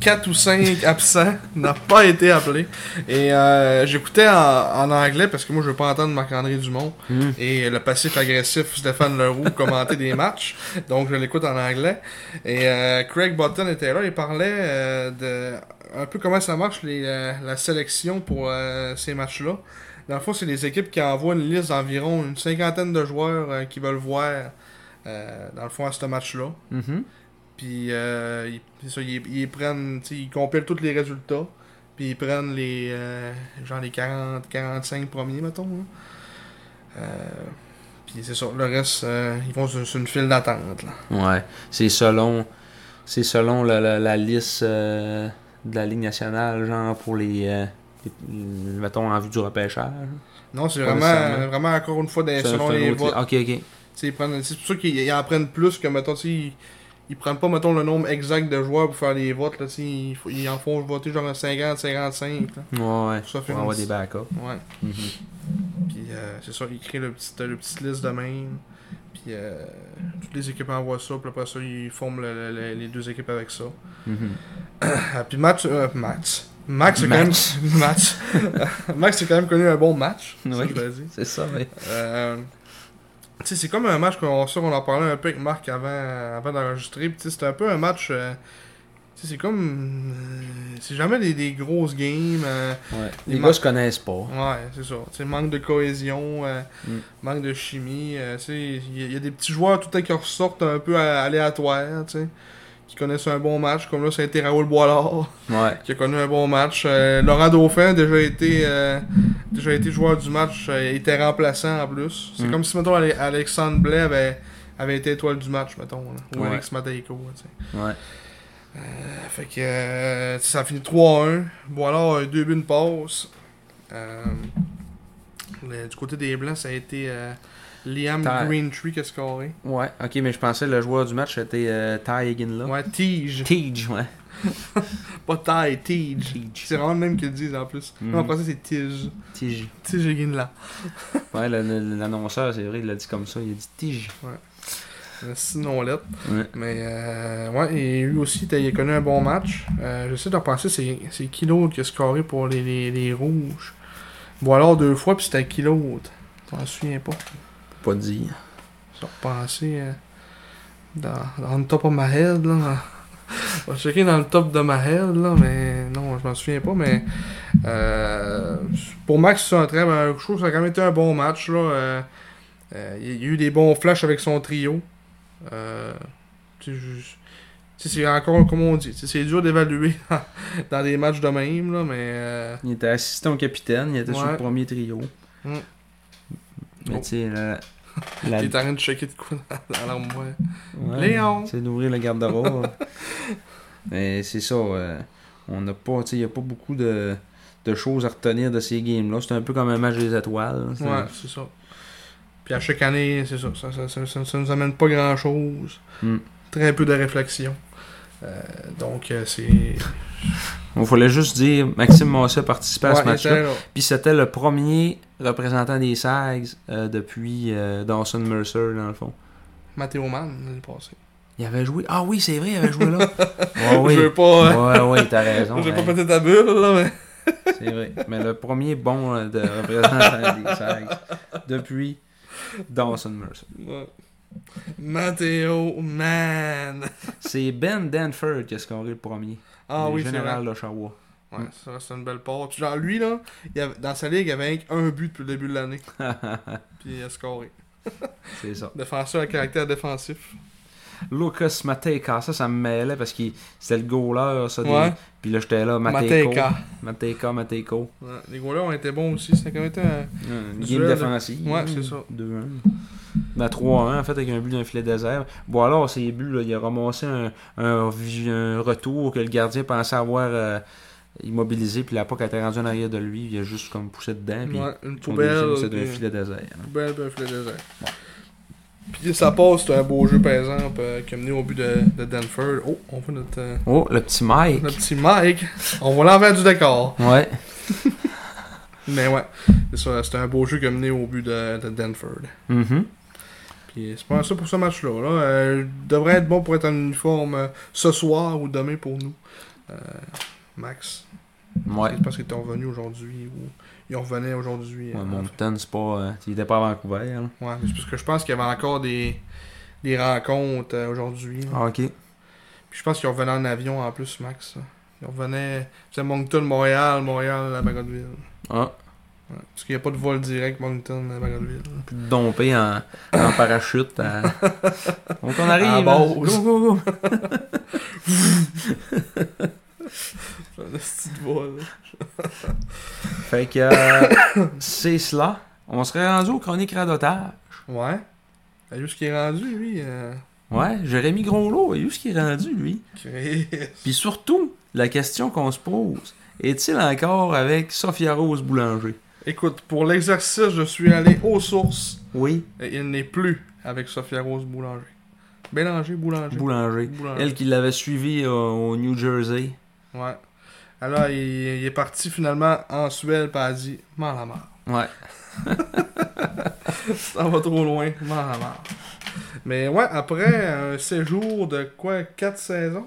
[SPEAKER 2] 4 ou 5 absents n'a pas été appelé. Et euh, j'écoutais en, en anglais parce que moi je veux pas entendre Marc-André Dumont et le passif agressif Stéphane Leroux commenter des matchs. Donc je l'écoute en anglais. Et euh, Craig Button était là, il parlait euh, de un peu comment ça marche les, euh, la sélection pour euh, ces matchs-là. Dans le fond, c'est les équipes qui envoient une liste d'environ une cinquantaine de joueurs euh, qui veulent voir euh, dans le fond à ce match-là.
[SPEAKER 1] Mhm.
[SPEAKER 2] Puis euh, ils, c'est ça, ils, ils prennent, tu sais, ils compilent tous les résultats. Puis ils prennent les euh, genre les 40, 45 premiers, mettons. hein. Euh, puis c'est ça, le reste, euh, ils vont sur, sur une file d'attente. là.
[SPEAKER 1] Ouais, c'est selon c'est selon la, la, la liste euh, de la Ligue nationale, genre pour les, euh, les- mettons en vue du repêchage.
[SPEAKER 2] Non, c'est
[SPEAKER 1] Pas
[SPEAKER 2] vraiment,
[SPEAKER 1] nécessairement.
[SPEAKER 2] vraiment encore une fois des,
[SPEAKER 1] C'est un-
[SPEAKER 2] selon
[SPEAKER 1] c'est un
[SPEAKER 2] les
[SPEAKER 1] autre-
[SPEAKER 2] votes.
[SPEAKER 1] Ok, ok.
[SPEAKER 2] Tu sais, ils prennent- C'est pour ça qu'ils ils en prennent plus que, mettons, tu sais, ils, ils prennent pas, mettons, le nombre exact de joueurs pour faire les votes. Là, tu sais, ils, f- ils en font voter genre 50, 55. là.
[SPEAKER 1] Ouais, ouais.
[SPEAKER 2] Ça fait
[SPEAKER 1] On
[SPEAKER 2] une
[SPEAKER 1] avoir
[SPEAKER 2] petite-
[SPEAKER 1] des backups.
[SPEAKER 2] Ouais.
[SPEAKER 1] Mhm.
[SPEAKER 2] Puis euh, c'est ça, ils créent le petit, le petit liste de même. Puis euh, toutes les équipes envoient ça. Puis après ça, ils forment le- le- le- les deux équipes avec ça.
[SPEAKER 1] Mhm.
[SPEAKER 2] Ah, puis match. euh, match. Max a quand même.
[SPEAKER 1] Match.
[SPEAKER 2] match. Max a quand même connu un bon match. ça,
[SPEAKER 1] Oui.
[SPEAKER 2] je dois dire.
[SPEAKER 1] C'est ça, mais.
[SPEAKER 2] Euh, tu sais, c'est comme un match qu'on ça, on en parlait un peu avec Marc avant, avant d'enregistrer. Puis tu sais, c'est un peu un match. euh, tu sais, c'est comme. euh, c'est jamais des, des grosses games. euh,
[SPEAKER 1] Ouais.
[SPEAKER 2] Les
[SPEAKER 1] Les
[SPEAKER 2] ma-
[SPEAKER 1] gars se connaissent pas.
[SPEAKER 2] Ouais, c'est ça. Tu sais, manque de cohésion, euh,
[SPEAKER 1] Mm.
[SPEAKER 2] manque de chimie. euh, tu sais, Il y, a- il y a des petits joueurs tout le temps qui ressortent un peu à- aléatoires, tu sais, qui connaissent un bon match. Comme là, ça a été Raoul Boilard
[SPEAKER 1] Ouais.
[SPEAKER 2] qui a connu un bon match. Euh, Laurent Dauphin a déjà été, euh, déjà été joueur du match. euh, il était remplaçant en plus. C'est
[SPEAKER 1] Mm.
[SPEAKER 2] comme si, mettons, Ale- Alexandre Blais avait, avait été étoile du match, mettons. là, ou
[SPEAKER 1] Ouais.
[SPEAKER 2] Alex Matejko. tu sais.
[SPEAKER 1] Ouais.
[SPEAKER 2] Ah, fait que euh, ça finit 3-1. Voilà, un 2 buts, une passe. Euh, le- du côté des Blancs, ça a été euh, Liam
[SPEAKER 1] T'as-
[SPEAKER 2] Greentree qui a scoré.
[SPEAKER 1] Ouais, ok, mais je pensais que le joueur du match c'était euh, Ty Higgin là.
[SPEAKER 2] Ouais, Tige.
[SPEAKER 1] Tige, ouais.
[SPEAKER 2] Pas taille, Tige.
[SPEAKER 1] Tige.
[SPEAKER 2] C'est vraiment le même qu'ils disent en plus.
[SPEAKER 1] Mhm.
[SPEAKER 2] Non, En français, c'est Tige.
[SPEAKER 1] Tige.
[SPEAKER 2] Tige et là.
[SPEAKER 1] Ouais, le- le- l'annonceur, c'est vrai, il l'a dit comme ça, il a dit Tige.
[SPEAKER 2] Sinon, lettre.
[SPEAKER 1] Ouais.
[SPEAKER 2] Euh, Mais euh, ouais, et lui aussi, t'as- il a connu un bon match. Euh, J'essaie de repenser, c'est c'est qui l'autre qui a scoré pour les, les, les rouges. Voilà deux fois, puis c'était qui l'autre Je m'en souviens pas.
[SPEAKER 1] Pas dit.
[SPEAKER 2] Je vais repenser euh, dans, dans le top of my head. Là. Je vais checker dans le top de ma head, là, mais non, je m'en souviens pas. Mais euh, pour Max, c'est un très bon. Je trouve que ça a quand même été un bon match. Là, euh, euh, il y a eu des bons flashs avec son trio. Euh, tu sais, je- tu sais, c'est encore comme on dit, tu sais, c'est dur d'évaluer dans des matchs de même, là, mais euh,
[SPEAKER 1] Il était assistant au capitaine, il était sur
[SPEAKER 2] Ouais.
[SPEAKER 1] le premier trio.
[SPEAKER 2] Mm.
[SPEAKER 1] Mais
[SPEAKER 2] Oh.
[SPEAKER 1] tu sais, la. la-
[SPEAKER 2] il est en train de checker de quoi dans l'armoire.
[SPEAKER 1] Ouais,
[SPEAKER 2] Léon.
[SPEAKER 1] C'est d'ouvrir le garde-robe. Mais c'est ça. euh, on n'a pas, tu sais, il n'y a pas beaucoup de, de choses à retenir de ces games-là. C'est un peu comme un match des étoiles. C'est-
[SPEAKER 2] Ouais, c'est ça. Puis à chaque année, c'est ça. Ça, ça, ça- ça- ça nous amène pas grand chose.
[SPEAKER 1] Mm.
[SPEAKER 2] Très peu de réflexion. Euh, donc, euh, c'est.
[SPEAKER 1] Il fallait juste dire Maxime Massé a participé à
[SPEAKER 2] Ouais,
[SPEAKER 1] ce match-là.
[SPEAKER 2] était là.
[SPEAKER 1] Puis c'était le premier représentant des SAGs euh, depuis euh, Dawson Mercer, dans le fond.
[SPEAKER 2] Matteo Mann, l'année passée.
[SPEAKER 1] Il avait joué. Ah oui, c'est vrai, il avait joué là. Ouais, Ah oui.
[SPEAKER 2] Je veux pas. euh,
[SPEAKER 1] Ouais, ouais, t'as raison.
[SPEAKER 2] je veux
[SPEAKER 1] ouais.
[SPEAKER 2] pas péter ta bulle, là, mais.
[SPEAKER 1] C'est vrai. Mais le premier bon euh, de représentant des SAGs depuis Dawson Mercer.
[SPEAKER 2] Ouais. Matteo Mann.
[SPEAKER 1] C'est Ben Danford qui a scoré le premier.
[SPEAKER 2] Ah
[SPEAKER 1] le
[SPEAKER 2] oui, c'est vrai.
[SPEAKER 1] général d'Oshawa.
[SPEAKER 2] Ouais, ça, c'est une belle porte. Genre, lui, là, il avait- dans sa ligue, il avait un but depuis le début de l'année. Puis il a scoré.
[SPEAKER 1] C'est ça.
[SPEAKER 2] Défenseur à caractère défensif.
[SPEAKER 1] Lucas Mateka, ça, ça me mêlait parce que c'était le goaler, ça. des-
[SPEAKER 2] Ouais.
[SPEAKER 1] Puis là, j'étais là, Mateko.
[SPEAKER 2] Mateka.
[SPEAKER 1] Mateka, Mateko.
[SPEAKER 2] Ouais, les gars-là ont été bons aussi. C'était quand même été un-
[SPEAKER 1] Une
[SPEAKER 2] Duel
[SPEAKER 1] game
[SPEAKER 2] Euh, de-
[SPEAKER 1] défensive.
[SPEAKER 2] Ouais, c'est ça.
[SPEAKER 1] 2-1. Ben, 3-1, en fait, avec un but d'un filet désert. Bon, alors, ses buts, là, il a ramassé un, un, un retour que le gardien pensait avoir euh, immobilisé, puis la POC était rendue en arrière de lui. Il a juste comme poussé dedans, puis
[SPEAKER 2] ouais, une
[SPEAKER 1] son
[SPEAKER 2] poubelle.
[SPEAKER 1] deuxième, c'est d'un
[SPEAKER 2] puis-
[SPEAKER 1] filet désert.
[SPEAKER 2] Poubelle, puis un filet désert. Puis ça passe, c'est un beau jeu, par exemple, euh, qui a mené au but de, de Danford. Oh, on voit notre, euh,
[SPEAKER 1] Oh, le petit Mike.
[SPEAKER 2] notre petit Mike. On voit l'envers du décor.
[SPEAKER 1] Ouais.
[SPEAKER 2] Mais ouais, c'est ça, c'est un beau jeu qui a mené au but de, de Danford.
[SPEAKER 1] Mhm.
[SPEAKER 2] Puis c'est pas ça pour ce match-là. Là. Euh, il devrait être bon pour être en uniforme euh, ce soir ou demain pour nous. Euh, Max.
[SPEAKER 1] Ouais.
[SPEAKER 2] Je pense qu'il est revenu aujourd'hui ou il revenait aujourd'hui.
[SPEAKER 1] Ouais,
[SPEAKER 2] euh,
[SPEAKER 1] Moncton, c'est pas. euh, il était pas à Vancouver. là.
[SPEAKER 2] Ouais, mais c'est parce que je pense qu'il y avait encore des, des rencontres euh, aujourd'hui. là.
[SPEAKER 1] Ah, ok.
[SPEAKER 2] Puis je pense qu'ils revenaient en avion en plus, Max. là. Ils revenaient. C'est Moncton, Montréal, Montréal, la Bagotville.
[SPEAKER 1] Ah,
[SPEAKER 2] Ouais, Parce qu'il n'y a pas de vol direct Moncton, la Bagotville.
[SPEAKER 1] plus de dompé en, en parachute. à- Donc on arrive.
[SPEAKER 2] À
[SPEAKER 1] hein.
[SPEAKER 2] Beauce.
[SPEAKER 1] Go, go, go.
[SPEAKER 2] C'est un petit vol.
[SPEAKER 1] Fait que. euh, c'est cela. On serait rendu aux chroniques radotages.
[SPEAKER 2] Ouais. T'as vu ce qui est rendu, lui euh,
[SPEAKER 1] Ouais, Jérémy Groslot, il a eu ce qui est rendu, lui.
[SPEAKER 2] Chris.
[SPEAKER 1] Puis surtout, la question qu'on se pose est-il encore avec Sophia Rose Boulanger
[SPEAKER 2] Écoute, pour l'exercice, je suis allé aux sources
[SPEAKER 1] Oui,
[SPEAKER 2] et il n'est plus avec Sophia Rose Boulanger. Bélanger, Boulanger.
[SPEAKER 1] Boulanger.
[SPEAKER 2] Boulanger.
[SPEAKER 1] Elle qui l'avait suivie euh, au New Jersey.
[SPEAKER 2] Ouais. Alors, il, il est parti finalement en Suède, puis elle a dit M'en la marre.
[SPEAKER 1] Ouais.
[SPEAKER 2] Ça va trop loin, m'en la marre. Mais ouais, après un séjour de quoi 4 saisons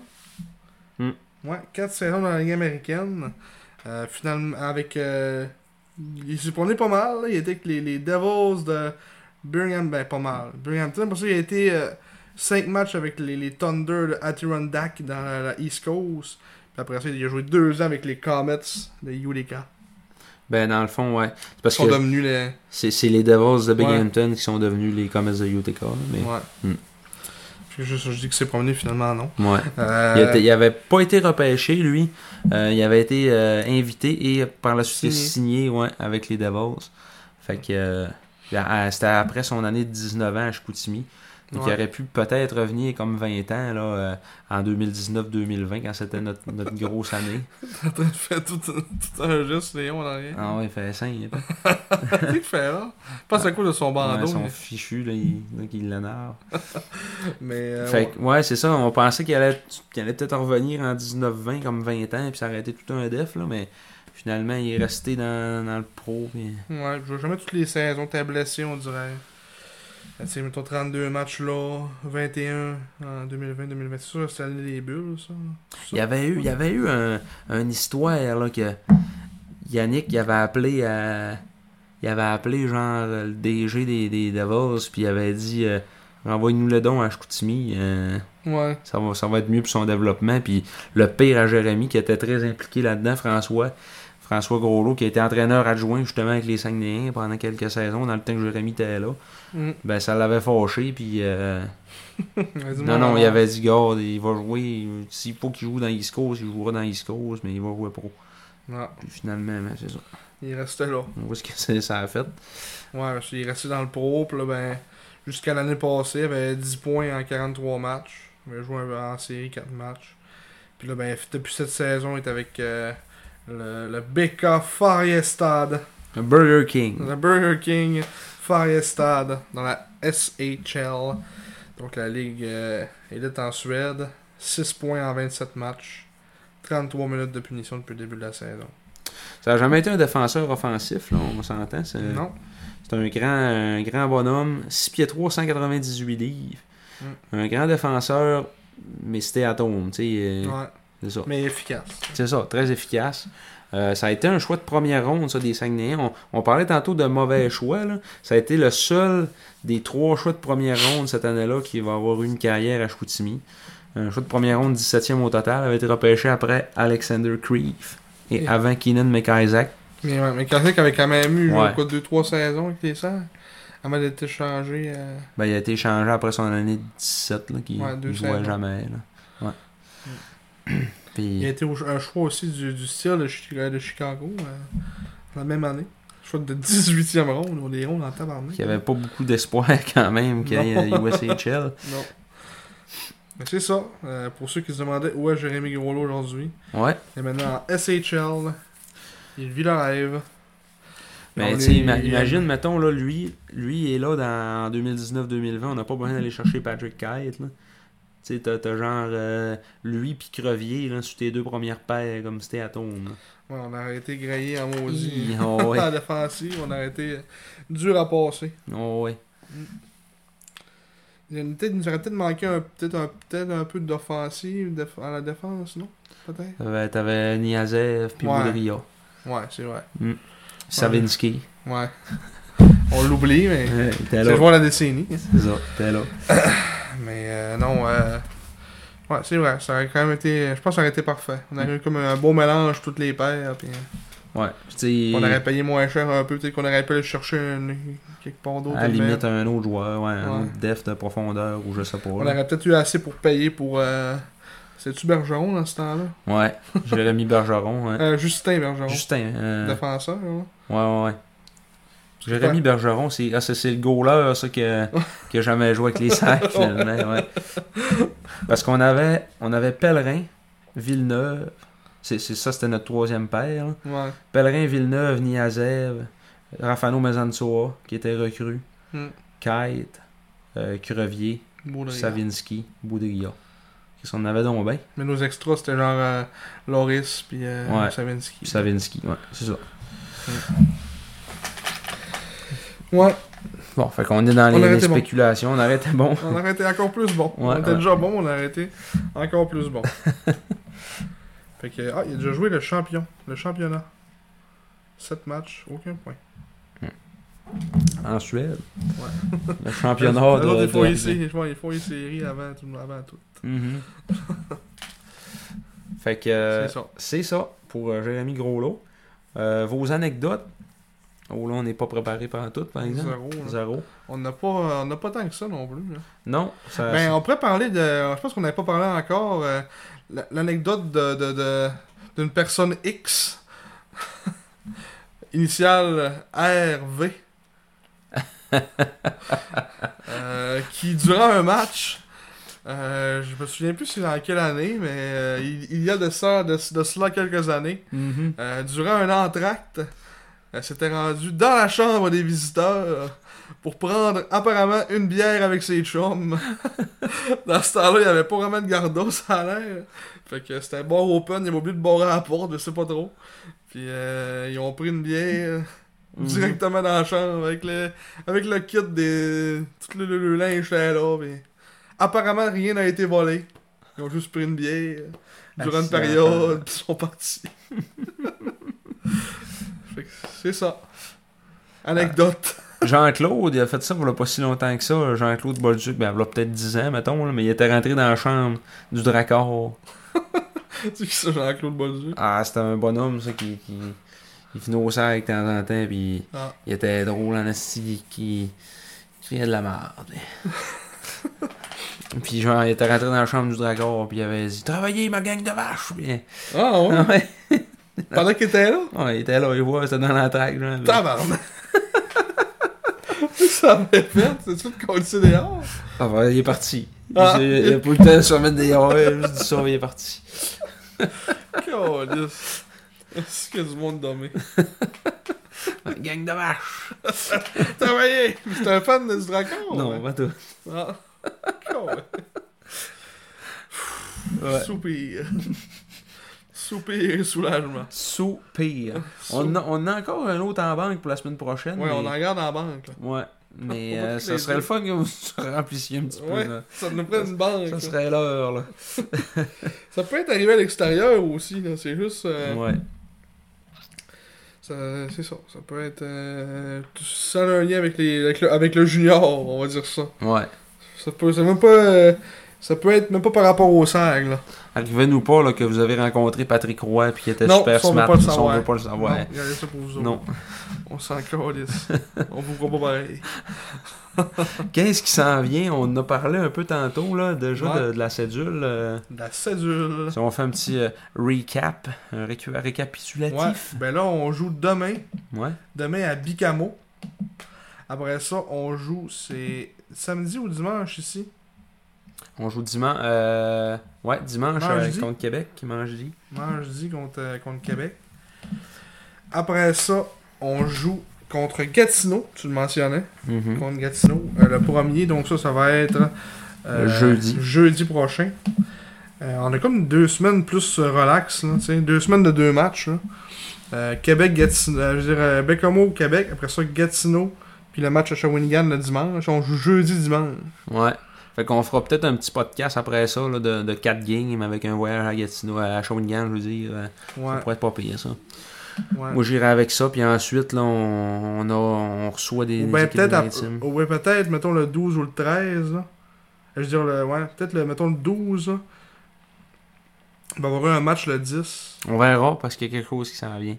[SPEAKER 1] Hmm.
[SPEAKER 2] Ouais, 4 saisons dans la Ligue américaine. euh, finalement, avec. euh, il s'est promené pas mal. là. Il était avec les, les Devils de Birmingham. Ben, pas mal. Birminghamton. Pour ça, il a été 5 matchs avec les, les Thunder de Adirondack dans la, la East Coast. Puis après ça, il a joué 2 ans avec les Comets de Utica.
[SPEAKER 1] Ben, dans le fond, ouais. C'est
[SPEAKER 2] Ils
[SPEAKER 1] parce
[SPEAKER 2] sont
[SPEAKER 1] que
[SPEAKER 2] devenus les.
[SPEAKER 1] c'est c'est les Devils de Binghamton
[SPEAKER 2] Ouais.
[SPEAKER 1] qui sont devenus les Comets de Utica. là, Mais...
[SPEAKER 2] Ouais.
[SPEAKER 1] Hmm.
[SPEAKER 2] Puis Je, je dis que c'est promené finalement, non.
[SPEAKER 1] Ouais.
[SPEAKER 2] Euh,
[SPEAKER 1] Il, était- il avait pas été repêché, lui. Euh, il avait été euh, invité et par la suite signé, ouais, avec les Devils. Fait que euh, là, à- c'était après son année de 19 ans à Chicoutimi. Et qui aurait pu peut-être revenir comme 20 ans là, euh, en 2019-2020 quand c'était notre, notre grosse année.
[SPEAKER 2] T'es en train de faire tout, un- tout un geste, Léon, en rien.
[SPEAKER 1] Ah ouais, il fait 5. Ah.
[SPEAKER 2] Qu'est-ce qu'il fait là Passe à quoi de son
[SPEAKER 1] Ils
[SPEAKER 2] bandeau.
[SPEAKER 1] sont fichus, là, il, donc il l'honore.
[SPEAKER 2] mais euh,
[SPEAKER 1] Fait
[SPEAKER 2] ouais.
[SPEAKER 1] que, ouais, c'est ça. On pensait qu'il allait, qu'il allait peut-être revenir en 19-20, comme 20 ans, puis s'arrêter tout un def, là, mais finalement, il est resté dans, dans le pro. puis-
[SPEAKER 2] Ouais, je veux jamais toutes les saisons. T'es blessé, on dirait. Euh, Tu sais, mettons 32 matchs là, 21 en 2020-2020. C'est sûr, c'est l'année des bulles, ça.
[SPEAKER 1] Il y avait eu, il y avait eu un, une histoire, là, que Yannick, il avait appelé à. Il avait appelé, genre, le DG des, des Devils, puis il avait dit euh, Renvoie-nous le don à Chicoutimi. euh,
[SPEAKER 2] Ouais.
[SPEAKER 1] Ça va, ça va être mieux pour son développement. Puis le pire à Jérémy, qui était très impliqué là-dedans, François. François Groslo, qui a été entraîneur adjoint justement avec les Saguenayens pendant quelques saisons, dans le temps que Jérémy était là.
[SPEAKER 2] Mm.
[SPEAKER 1] Ben, ça l'avait fâché. Puis euh,
[SPEAKER 2] Vas-y,
[SPEAKER 1] non,
[SPEAKER 2] mon
[SPEAKER 1] non, il
[SPEAKER 2] amour.
[SPEAKER 1] avait dit, garde, il va jouer. S'il faut qu'il joue dans East Coast, il jouera dans East Coast, mais il va jouer pro.
[SPEAKER 2] Non,
[SPEAKER 1] Puis finalement, ben, c'est ça.
[SPEAKER 2] Ah, il restait là.
[SPEAKER 1] On voit ce que c'est- ça a fait.
[SPEAKER 2] Ouais, parce qu'il est resté dans le pro, puis là, ben, jusqu'à l'année passée, il avait 10 points en 43 matchs. Il avait joué en série 4 matchs. Puis là, ben, depuis cette saison, il est avec euh, le, le BK Fariestad,
[SPEAKER 1] Burger King.
[SPEAKER 2] le Burger King Fariestad, dans la SHL, donc la Ligue euh, élite en Suède. 6 points en 27 matchs, 33 minutes de punition depuis le début de la saison.
[SPEAKER 1] Ça n'a jamais été un défenseur offensif, là, on s'entend. c'est-
[SPEAKER 2] Non,
[SPEAKER 1] C'est un grand, un grand bonhomme, 6 pieds 3, 198 livres.
[SPEAKER 2] Mm.
[SPEAKER 1] Un grand défenseur, mais c'était à tombe, tu sais. euh,
[SPEAKER 2] ouais,
[SPEAKER 1] C'est ça.
[SPEAKER 2] mais efficace.
[SPEAKER 1] C'est ça, très efficace. Euh, ça a été un choix de première ronde, ça, des Saguenayens. On, on parlait tantôt de mauvais choix. là. Ça a été le seul des trois choix de première ronde cette année-là qui va avoir eu une carrière à Chicoutimi. Un choix de première ronde, 17e au total, avait été repêché après Alexander Creef et
[SPEAKER 2] Et-
[SPEAKER 1] avant Keenan McIsaac.
[SPEAKER 2] Mais ouais, mais Classic avait quand même eu genre,
[SPEAKER 1] Ouais.
[SPEAKER 2] quoi, 2-3 saisons avec les Saints. Avant d'être échangé. euh,
[SPEAKER 1] Ben, il a été échangé après son année de 17, là, qui
[SPEAKER 2] Ouais, deux
[SPEAKER 1] ne
[SPEAKER 2] saisons. Mm.
[SPEAKER 1] jouait jamais. Là. Ouais.
[SPEAKER 2] Il a
[SPEAKER 1] Puis,
[SPEAKER 2] été au- un choix aussi du, du style de, Chi- de Chicago euh, la même année. Choix de 18e ronde. On est rondes en tabarnak.
[SPEAKER 1] il n'y avait pas beaucoup d'espoir quand même qu'il y ait USHL.
[SPEAKER 2] Non. Mais c'est ça. euh, pour ceux qui se demandaient où est Jérémy Groslo aujourd'hui,
[SPEAKER 1] Ouais,
[SPEAKER 2] il est maintenant en SHL. Il vit le rêve.
[SPEAKER 1] mais
[SPEAKER 2] On
[SPEAKER 1] tu sais,
[SPEAKER 2] est-
[SPEAKER 1] ima- imagine, mettons, là, lui, lui est là dans 2019-2020, on n'a pas besoin d'aller chercher Patrick Kite. là. Tu sais, t'as t'as genre euh, lui puis Crevier là, sur tes deux premières paires comme c'était à tombe.
[SPEAKER 2] Ouais, on a arrêté Graillé en maudit.
[SPEAKER 1] Hi, oh, ouais.
[SPEAKER 2] en défensive, on a arrêté dur à passer.
[SPEAKER 1] Oh, ouais.
[SPEAKER 2] Il nous peut-être- il nous aurait peut-être manqué un, peut-être un, peut-être un peu d'offensive déf- à la défense, non Peut-être.
[SPEAKER 1] T'avais- T'avais Niazev puis
[SPEAKER 2] Ouais.
[SPEAKER 1] Boudria,
[SPEAKER 2] Ouais, c'est vrai.
[SPEAKER 1] Savinski.
[SPEAKER 2] Ouais. On l'oublie, mais.
[SPEAKER 1] Ouais, t'es
[SPEAKER 2] C'est
[SPEAKER 1] là.
[SPEAKER 2] le joueur de la décennie.
[SPEAKER 1] C'est ça, t'es là.
[SPEAKER 2] Mais euh, non, euh, ouais, c'est vrai. Ça aurait quand même été. Je pense que ça aurait été parfait. On aurait eu comme un beau mélange, toutes les paires. Puis, euh,
[SPEAKER 1] Ouais, tu
[SPEAKER 2] On aurait
[SPEAKER 1] sais,
[SPEAKER 2] payé moins cher un peu. Peut-être qu'on aurait pu aller chercher une- quelque part d'autre.
[SPEAKER 1] à la
[SPEAKER 2] mais
[SPEAKER 1] limite un autre joueur, ouais, un
[SPEAKER 2] Ouais.
[SPEAKER 1] autre def de profondeur ou je sais pas.
[SPEAKER 2] On
[SPEAKER 1] là.
[SPEAKER 2] aurait peut-être eu assez pour payer pour. euh, C'est-tu Bergeron dans ce temps-là
[SPEAKER 1] Ouais, Jérémy Bergeron, ouais.
[SPEAKER 2] Euh, Justin Bergeron.
[SPEAKER 1] Justin, euh,
[SPEAKER 2] Défenseur, ouais.
[SPEAKER 1] ouais, ouais, ouais. Jérémy Bergeron, c'est ah, c'est- c'est le goaler ça, que, qui a jamais joué avec les sacs, finalement. Ouais. Parce qu'on avait, on avait Pellerin, Villeneuve, c'est c'est ça, c'était notre troisième paire. là.
[SPEAKER 2] Ouais.
[SPEAKER 1] Pellerin, Villeneuve, Niazev, Rafano Mazansoa, qui était recru,
[SPEAKER 2] Hmm.
[SPEAKER 1] Kite, euh, Crevier,
[SPEAKER 2] Beau de rire.
[SPEAKER 1] Savinski, Boudria. Qu'est-ce qu'on avait donc bien?
[SPEAKER 2] Mais nos extras, c'était genre euh, Loris puis euh,
[SPEAKER 1] Ouais.
[SPEAKER 2] Savinski.
[SPEAKER 1] Puis Savinski, ouais, c'est ça.
[SPEAKER 2] Ouais,
[SPEAKER 1] Bon, fait qu'on est dans les,
[SPEAKER 2] On aurait
[SPEAKER 1] les
[SPEAKER 2] été bon.
[SPEAKER 1] spéculations, on arrête bon.
[SPEAKER 2] on aurait été encore plus bon. on
[SPEAKER 1] Ouais,
[SPEAKER 2] était
[SPEAKER 1] ouais.
[SPEAKER 2] déjà bon, on aurait été encore plus bon. fait que, ah, il a déjà joué le champion, le championnat. 7 matchs, aucun point.
[SPEAKER 1] En Suède. Le
[SPEAKER 2] Alors,
[SPEAKER 1] championnat de.
[SPEAKER 2] il faut
[SPEAKER 1] de-
[SPEAKER 2] ici, il faut, il faut les séries avant tout. Avant tout.
[SPEAKER 1] Mhm. fait que. euh,
[SPEAKER 2] C'est ça.
[SPEAKER 1] C'est ça pour euh, Jérémy Groslot. Euh, vos anecdotes. Oh là, on n'est pas préparé par tout, par exemple.
[SPEAKER 2] Zéro, là.
[SPEAKER 1] Zéro.
[SPEAKER 2] On n'a pas, on n'a pas tant que ça non plus. là.
[SPEAKER 1] Non, ça.
[SPEAKER 2] Ben, on pourrait parler de. Je pense qu'on n'avait pas parlé encore. euh, l- L'anecdote de, de, de- d'une personne X. Initiale RV. euh, qui, durant un match, euh, je me souviens plus c'est dans quelle année, mais euh, il, il y a de, ça, de, de cela quelques années,
[SPEAKER 1] Mhm.
[SPEAKER 2] euh, durant un entracte, elle s'était rendue dans la chambre des visiteurs pour prendre apparemment une bière avec ses chums. dans ce temps-là, il n'y avait pas vraiment de gardos, ça a l'air. Fait que c'était un bar open, ils avaient oublié de barrer à la porte, je sais pas trop. Puis euh, ils ont pris une bière directement dans la chambre avec le, avec le kit des. Tout le, le- le linge était là. puis Apparemment, rien n'a été volé. Ils ont juste pris une bière euh, durant une
[SPEAKER 1] Accident.
[SPEAKER 2] période, puis ils sont partis. Fait que c'est ça. Anecdote.
[SPEAKER 1] Jean-Claude, il a fait ça il y a pas si longtemps que ça. Jean-Claude Bolduc, ben, il a peut-être 10 ans, mettons, là, mais il était rentré dans la chambre du Dracor.
[SPEAKER 2] Ah. tu sais qui c'est Jean-Claude Bolduc?
[SPEAKER 1] Ah, c'était un bonhomme, ça, qui. qui... Il venait au cercle de temps en temps, puis
[SPEAKER 2] Ah.
[SPEAKER 1] il était drôle en esti, qui criait de la merde. puis genre, il était rentré dans la chambre du Dracor, puis il avait dit Travaillez ma gang de vaches! Puis,
[SPEAKER 2] Ah ouais?
[SPEAKER 1] ouais.
[SPEAKER 2] Pendant qu'il était là?
[SPEAKER 1] Ouais, il était là, il voit, c'était dans l'entraque.
[SPEAKER 2] Ah.
[SPEAKER 1] genre.
[SPEAKER 2] Tabarnak! ça avait fait, c'est tout qu'on sait dehors.
[SPEAKER 1] Ah, ouais, il est parti.
[SPEAKER 2] Ah.
[SPEAKER 1] Il s'est- il a pas eu le temps de se remettre des oreilles, juste du ça, il est parti.
[SPEAKER 2] Calice. Est-ce qu'il y a du monde dormé?
[SPEAKER 1] Gang de vaches!
[SPEAKER 2] Travaillez! C'est un fan du dragon?
[SPEAKER 1] Non,
[SPEAKER 2] ouais.
[SPEAKER 1] pas tout.
[SPEAKER 2] Ah. Calice.
[SPEAKER 1] Ouais.
[SPEAKER 2] Soupir. Soupir et soulagement.
[SPEAKER 1] Soupir. On a, on a encore un autre en banque pour la semaine prochaine.
[SPEAKER 2] Ouais,
[SPEAKER 1] mais...
[SPEAKER 2] on en garde en banque. là.
[SPEAKER 1] Ouais, mais
[SPEAKER 2] On va
[SPEAKER 1] euh,
[SPEAKER 2] tous
[SPEAKER 1] ça
[SPEAKER 2] les
[SPEAKER 1] serait
[SPEAKER 2] deux.
[SPEAKER 1] le fun que vous remplissiez un petit
[SPEAKER 2] Ouais,
[SPEAKER 1] peu. là.
[SPEAKER 2] ça nous prend une banque.
[SPEAKER 1] Ça
[SPEAKER 2] là. Ça,
[SPEAKER 1] serait l'heure, là.
[SPEAKER 2] peut être arrivé à l'extérieur aussi, là. C'est juste. euh,
[SPEAKER 1] Ouais.
[SPEAKER 2] ça- C'est ça. Ça peut être. Euh, sans un lien avec, les, avec, le, avec le junior, on va dire ça.
[SPEAKER 1] Ouais.
[SPEAKER 2] Ça peut, c'est même pas, euh, ça peut être même pas par rapport au sac, là.
[SPEAKER 1] Arrivez-nous pas là, que vous avez rencontré Patrick Roy puis qu'il était
[SPEAKER 2] Non,
[SPEAKER 1] super
[SPEAKER 2] ça, on veut
[SPEAKER 1] smart.
[SPEAKER 2] pas le
[SPEAKER 1] ça, on
[SPEAKER 2] savoir.
[SPEAKER 1] veut pas le savoir.
[SPEAKER 2] Non, regardez ça pour vous autres.
[SPEAKER 1] Ah Non.
[SPEAKER 2] On s'en calisse. On vous croit pas pareil.
[SPEAKER 1] Qu'est-ce qui s'en vient? On en a parlé un peu tantôt, là, déjà,
[SPEAKER 2] Ouais.
[SPEAKER 1] de, de la cédule. euh,
[SPEAKER 2] De La cédule.
[SPEAKER 1] si on fait un petit euh, recap, un récu-
[SPEAKER 2] Ouais.
[SPEAKER 1] récapitulatif.
[SPEAKER 2] Ben là, on joue demain.
[SPEAKER 1] Ouais.
[SPEAKER 2] Demain à Bicamo. Après ça, on joue, c'est samedi ou dimanche ici.
[SPEAKER 1] On joue dimanche. euh, Ouais, dimanche euh,
[SPEAKER 2] Mangedi.
[SPEAKER 1] contre Québec, qui mange dit.
[SPEAKER 2] Mardi contre, euh, contre Québec. Après ça, on joue contre Gatineau, tu le hein? mentionnais. contre Gatineau. Euh, le premier, donc ça, ça va être euh,
[SPEAKER 1] Jeudi.
[SPEAKER 2] jeudi prochain. Euh, on a comme deux semaines plus euh, relax, là, tu sais, deux semaines de deux matchs. là. Euh, Québec, Gatineau, euh, je veux dire, euh, Bécamo, Québec, après ça, Gatineau, puis le match à Shawinigan le dimanche. On joue jeudi dimanche.
[SPEAKER 1] Ouais. Fait qu'on fera peut-être un petit podcast après ça là, de, de 4 games avec un voyage à Gatineau, à Shawinigan, je veux dire. euh,
[SPEAKER 2] Ouais,
[SPEAKER 1] Ça pourrait être pas payé, ça.
[SPEAKER 2] ouais.
[SPEAKER 1] Moi, j'irai avec ça, puis ensuite, là, on, on a, on reçoit des,
[SPEAKER 2] Ou
[SPEAKER 1] des
[SPEAKER 2] bien
[SPEAKER 1] équipes
[SPEAKER 2] peut-être, ap-
[SPEAKER 1] maritimes.
[SPEAKER 2] ou ben peut-être, mettons le 12 ou le 13. là. Je veux dire, le, ouais, peut-être, le, mettons le 12. là. Il va y avoir un match le 10.
[SPEAKER 1] On verra, parce qu'il y a quelque chose qui s'en vient.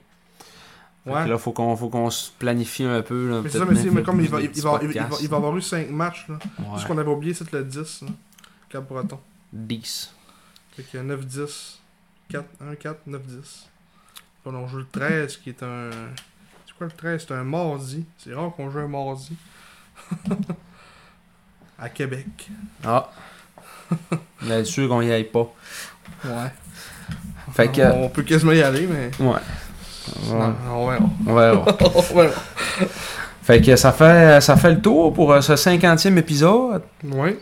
[SPEAKER 1] Fait
[SPEAKER 2] Ouais.
[SPEAKER 1] que là, faut qu'on faut qu'on se planifie un peu. Là,
[SPEAKER 2] Mais
[SPEAKER 1] peut-être
[SPEAKER 2] c'est ça, mais,
[SPEAKER 1] même
[SPEAKER 2] c'est- mais
[SPEAKER 1] faire
[SPEAKER 2] comme il
[SPEAKER 1] plus
[SPEAKER 2] va,
[SPEAKER 1] de
[SPEAKER 2] il,
[SPEAKER 1] petits
[SPEAKER 2] va, il va- il va-
[SPEAKER 1] podcasts.
[SPEAKER 2] il va avoir eu 5 matchs, là.
[SPEAKER 1] Ouais.
[SPEAKER 2] C'est ce qu'on avait oublié, c'est le 10, là. Cap Breton.
[SPEAKER 1] 10.
[SPEAKER 2] Fait qu'il y a 9, 10. 4, 1, 4, 9, 10. Bon, on joue le 13, qui est un. C'est quoi le 13 C'est un mardi. C'est rare qu'on joue un mardi. à Québec.
[SPEAKER 1] Ah! Bien sûr qu'on y aille pas.
[SPEAKER 2] Ouais.
[SPEAKER 1] Fait que.
[SPEAKER 2] On peut quasiment y aller, mais.
[SPEAKER 1] Ouais.
[SPEAKER 2] Non, on verra.
[SPEAKER 1] On verra.
[SPEAKER 2] on verra.
[SPEAKER 1] fait que ça fait, ça fait le tour pour euh, ce 50e épisode.
[SPEAKER 2] Ouais.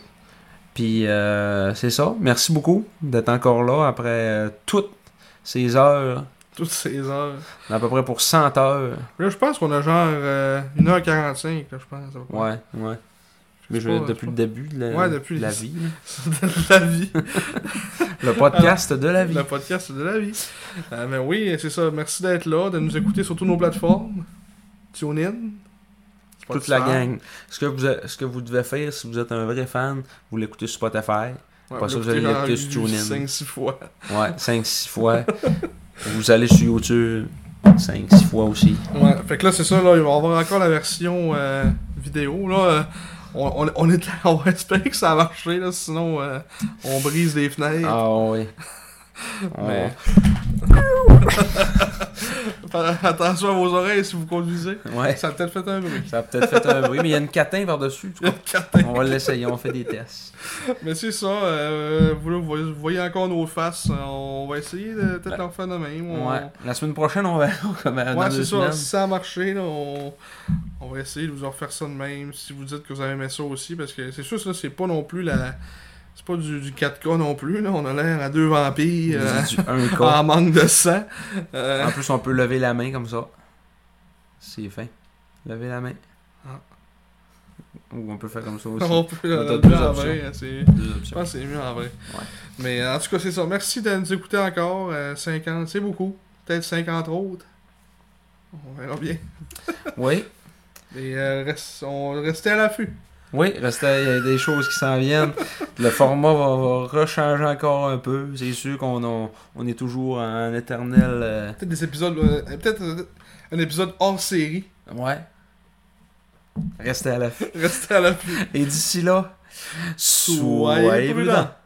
[SPEAKER 1] Puis euh, c'est ça. Merci beaucoup d'être encore là après euh, toutes ces heures,
[SPEAKER 2] Toutes ces heures.
[SPEAKER 1] à peu près pour 100 heures.
[SPEAKER 2] Là, je pense qu'on a genre euh, 1h45, là, je pense. à peu près.
[SPEAKER 1] Ouais, ouais. Mais
[SPEAKER 2] C'est
[SPEAKER 1] je-
[SPEAKER 2] pas- c'est
[SPEAKER 1] depuis le
[SPEAKER 2] pas-
[SPEAKER 1] début de la,
[SPEAKER 2] Ouais, depuis
[SPEAKER 1] de la
[SPEAKER 2] le-
[SPEAKER 1] vie.
[SPEAKER 2] de la vie.
[SPEAKER 1] Le podcast de la vie.
[SPEAKER 2] Le podcast de la vie. Euh, mais oui, c'est ça. Merci d'être là, de nous écouter sur toutes nos plateformes. TuneIn.
[SPEAKER 1] Toute la
[SPEAKER 2] Spotify.
[SPEAKER 1] gang. Ce que, vous, a- ce que vous devez faire, si vous êtes un vrai fan, vous l'écoutez sur Spotify.
[SPEAKER 2] Ouais,
[SPEAKER 1] Pas sûr que vous
[SPEAKER 2] l'écoutez
[SPEAKER 1] allez
[SPEAKER 2] genre
[SPEAKER 1] l'écouter sur TuneIn.
[SPEAKER 2] 5-6 fois.
[SPEAKER 1] Ouais, 5-6 fois. vous allez sur YouTube 5-6 fois aussi.
[SPEAKER 2] Ouais, fait que là, c'est ça. Là, il va y avoir encore la version euh, vidéo. Là, Euh, on, on, on, est, on va espérer que ça va marcher, là, sinon euh, on brise les fenêtres.
[SPEAKER 1] Ah oui. On-
[SPEAKER 2] Mais- Attention à vos oreilles si vous conduisez.
[SPEAKER 1] Ouais.
[SPEAKER 2] Ça a peut-être fait un bruit.
[SPEAKER 1] Ça a peut-être fait un bruit, mais il y a une catin par-dessus. en tout cas.
[SPEAKER 2] Catin.
[SPEAKER 1] On va l'essayer, on fait des tests.
[SPEAKER 2] Mais c'est ça, euh, vous, là, vous voyez- vous voyez encore nos faces. On va essayer de peut-être leur faire de même. On-
[SPEAKER 1] Ben, Ouais. La semaine prochaine, on verra comment. dans
[SPEAKER 2] Ouais,
[SPEAKER 1] deux
[SPEAKER 2] c'est ça.
[SPEAKER 1] semaines.
[SPEAKER 2] Si ça a marché, là, on... on va essayer de vous en faire ça de même. Si vous dites que vous avez aimé ça aussi, parce que c'est sûr, ça, c'est pas non plus la. C'est pas du, du 4K non plus, là. On a l'air à deux vampires euh,
[SPEAKER 1] Du- du un cas.
[SPEAKER 2] en manque de sang. Euh,
[SPEAKER 1] En plus, on peut lever la main comme ça. C'est fin. Lever la main.
[SPEAKER 2] Ah.
[SPEAKER 1] Ou on peut faire comme ça aussi.
[SPEAKER 2] on peut
[SPEAKER 1] On a
[SPEAKER 2] le
[SPEAKER 1] deux
[SPEAKER 2] mieux en
[SPEAKER 1] options.
[SPEAKER 2] vrai. c'est-
[SPEAKER 1] Deux
[SPEAKER 2] Je
[SPEAKER 1] options.
[SPEAKER 2] pense que c'est mieux en vrai.
[SPEAKER 1] Ouais.
[SPEAKER 2] Mais euh, en tout cas, c'est ça. Merci de nous écouter encore. Euh, 50, c'est beaucoup. Peut-être 50 autres. On verra bien.
[SPEAKER 1] Oui.
[SPEAKER 2] Mais euh, reste- on restait à l'affût.
[SPEAKER 1] Oui, restait, il y a des choses qui s'en viennent. Le format va, va rechanger encore un peu. C'est sûr qu'on on- on est toujours en éternel. euh,
[SPEAKER 2] Peut-être des épisodes. euh, Peut-être euh, un épisode hors série.
[SPEAKER 1] Ouais. Restez à la
[SPEAKER 2] Restez à l'affût.
[SPEAKER 1] Et d'ici là,
[SPEAKER 2] Soyez prudents.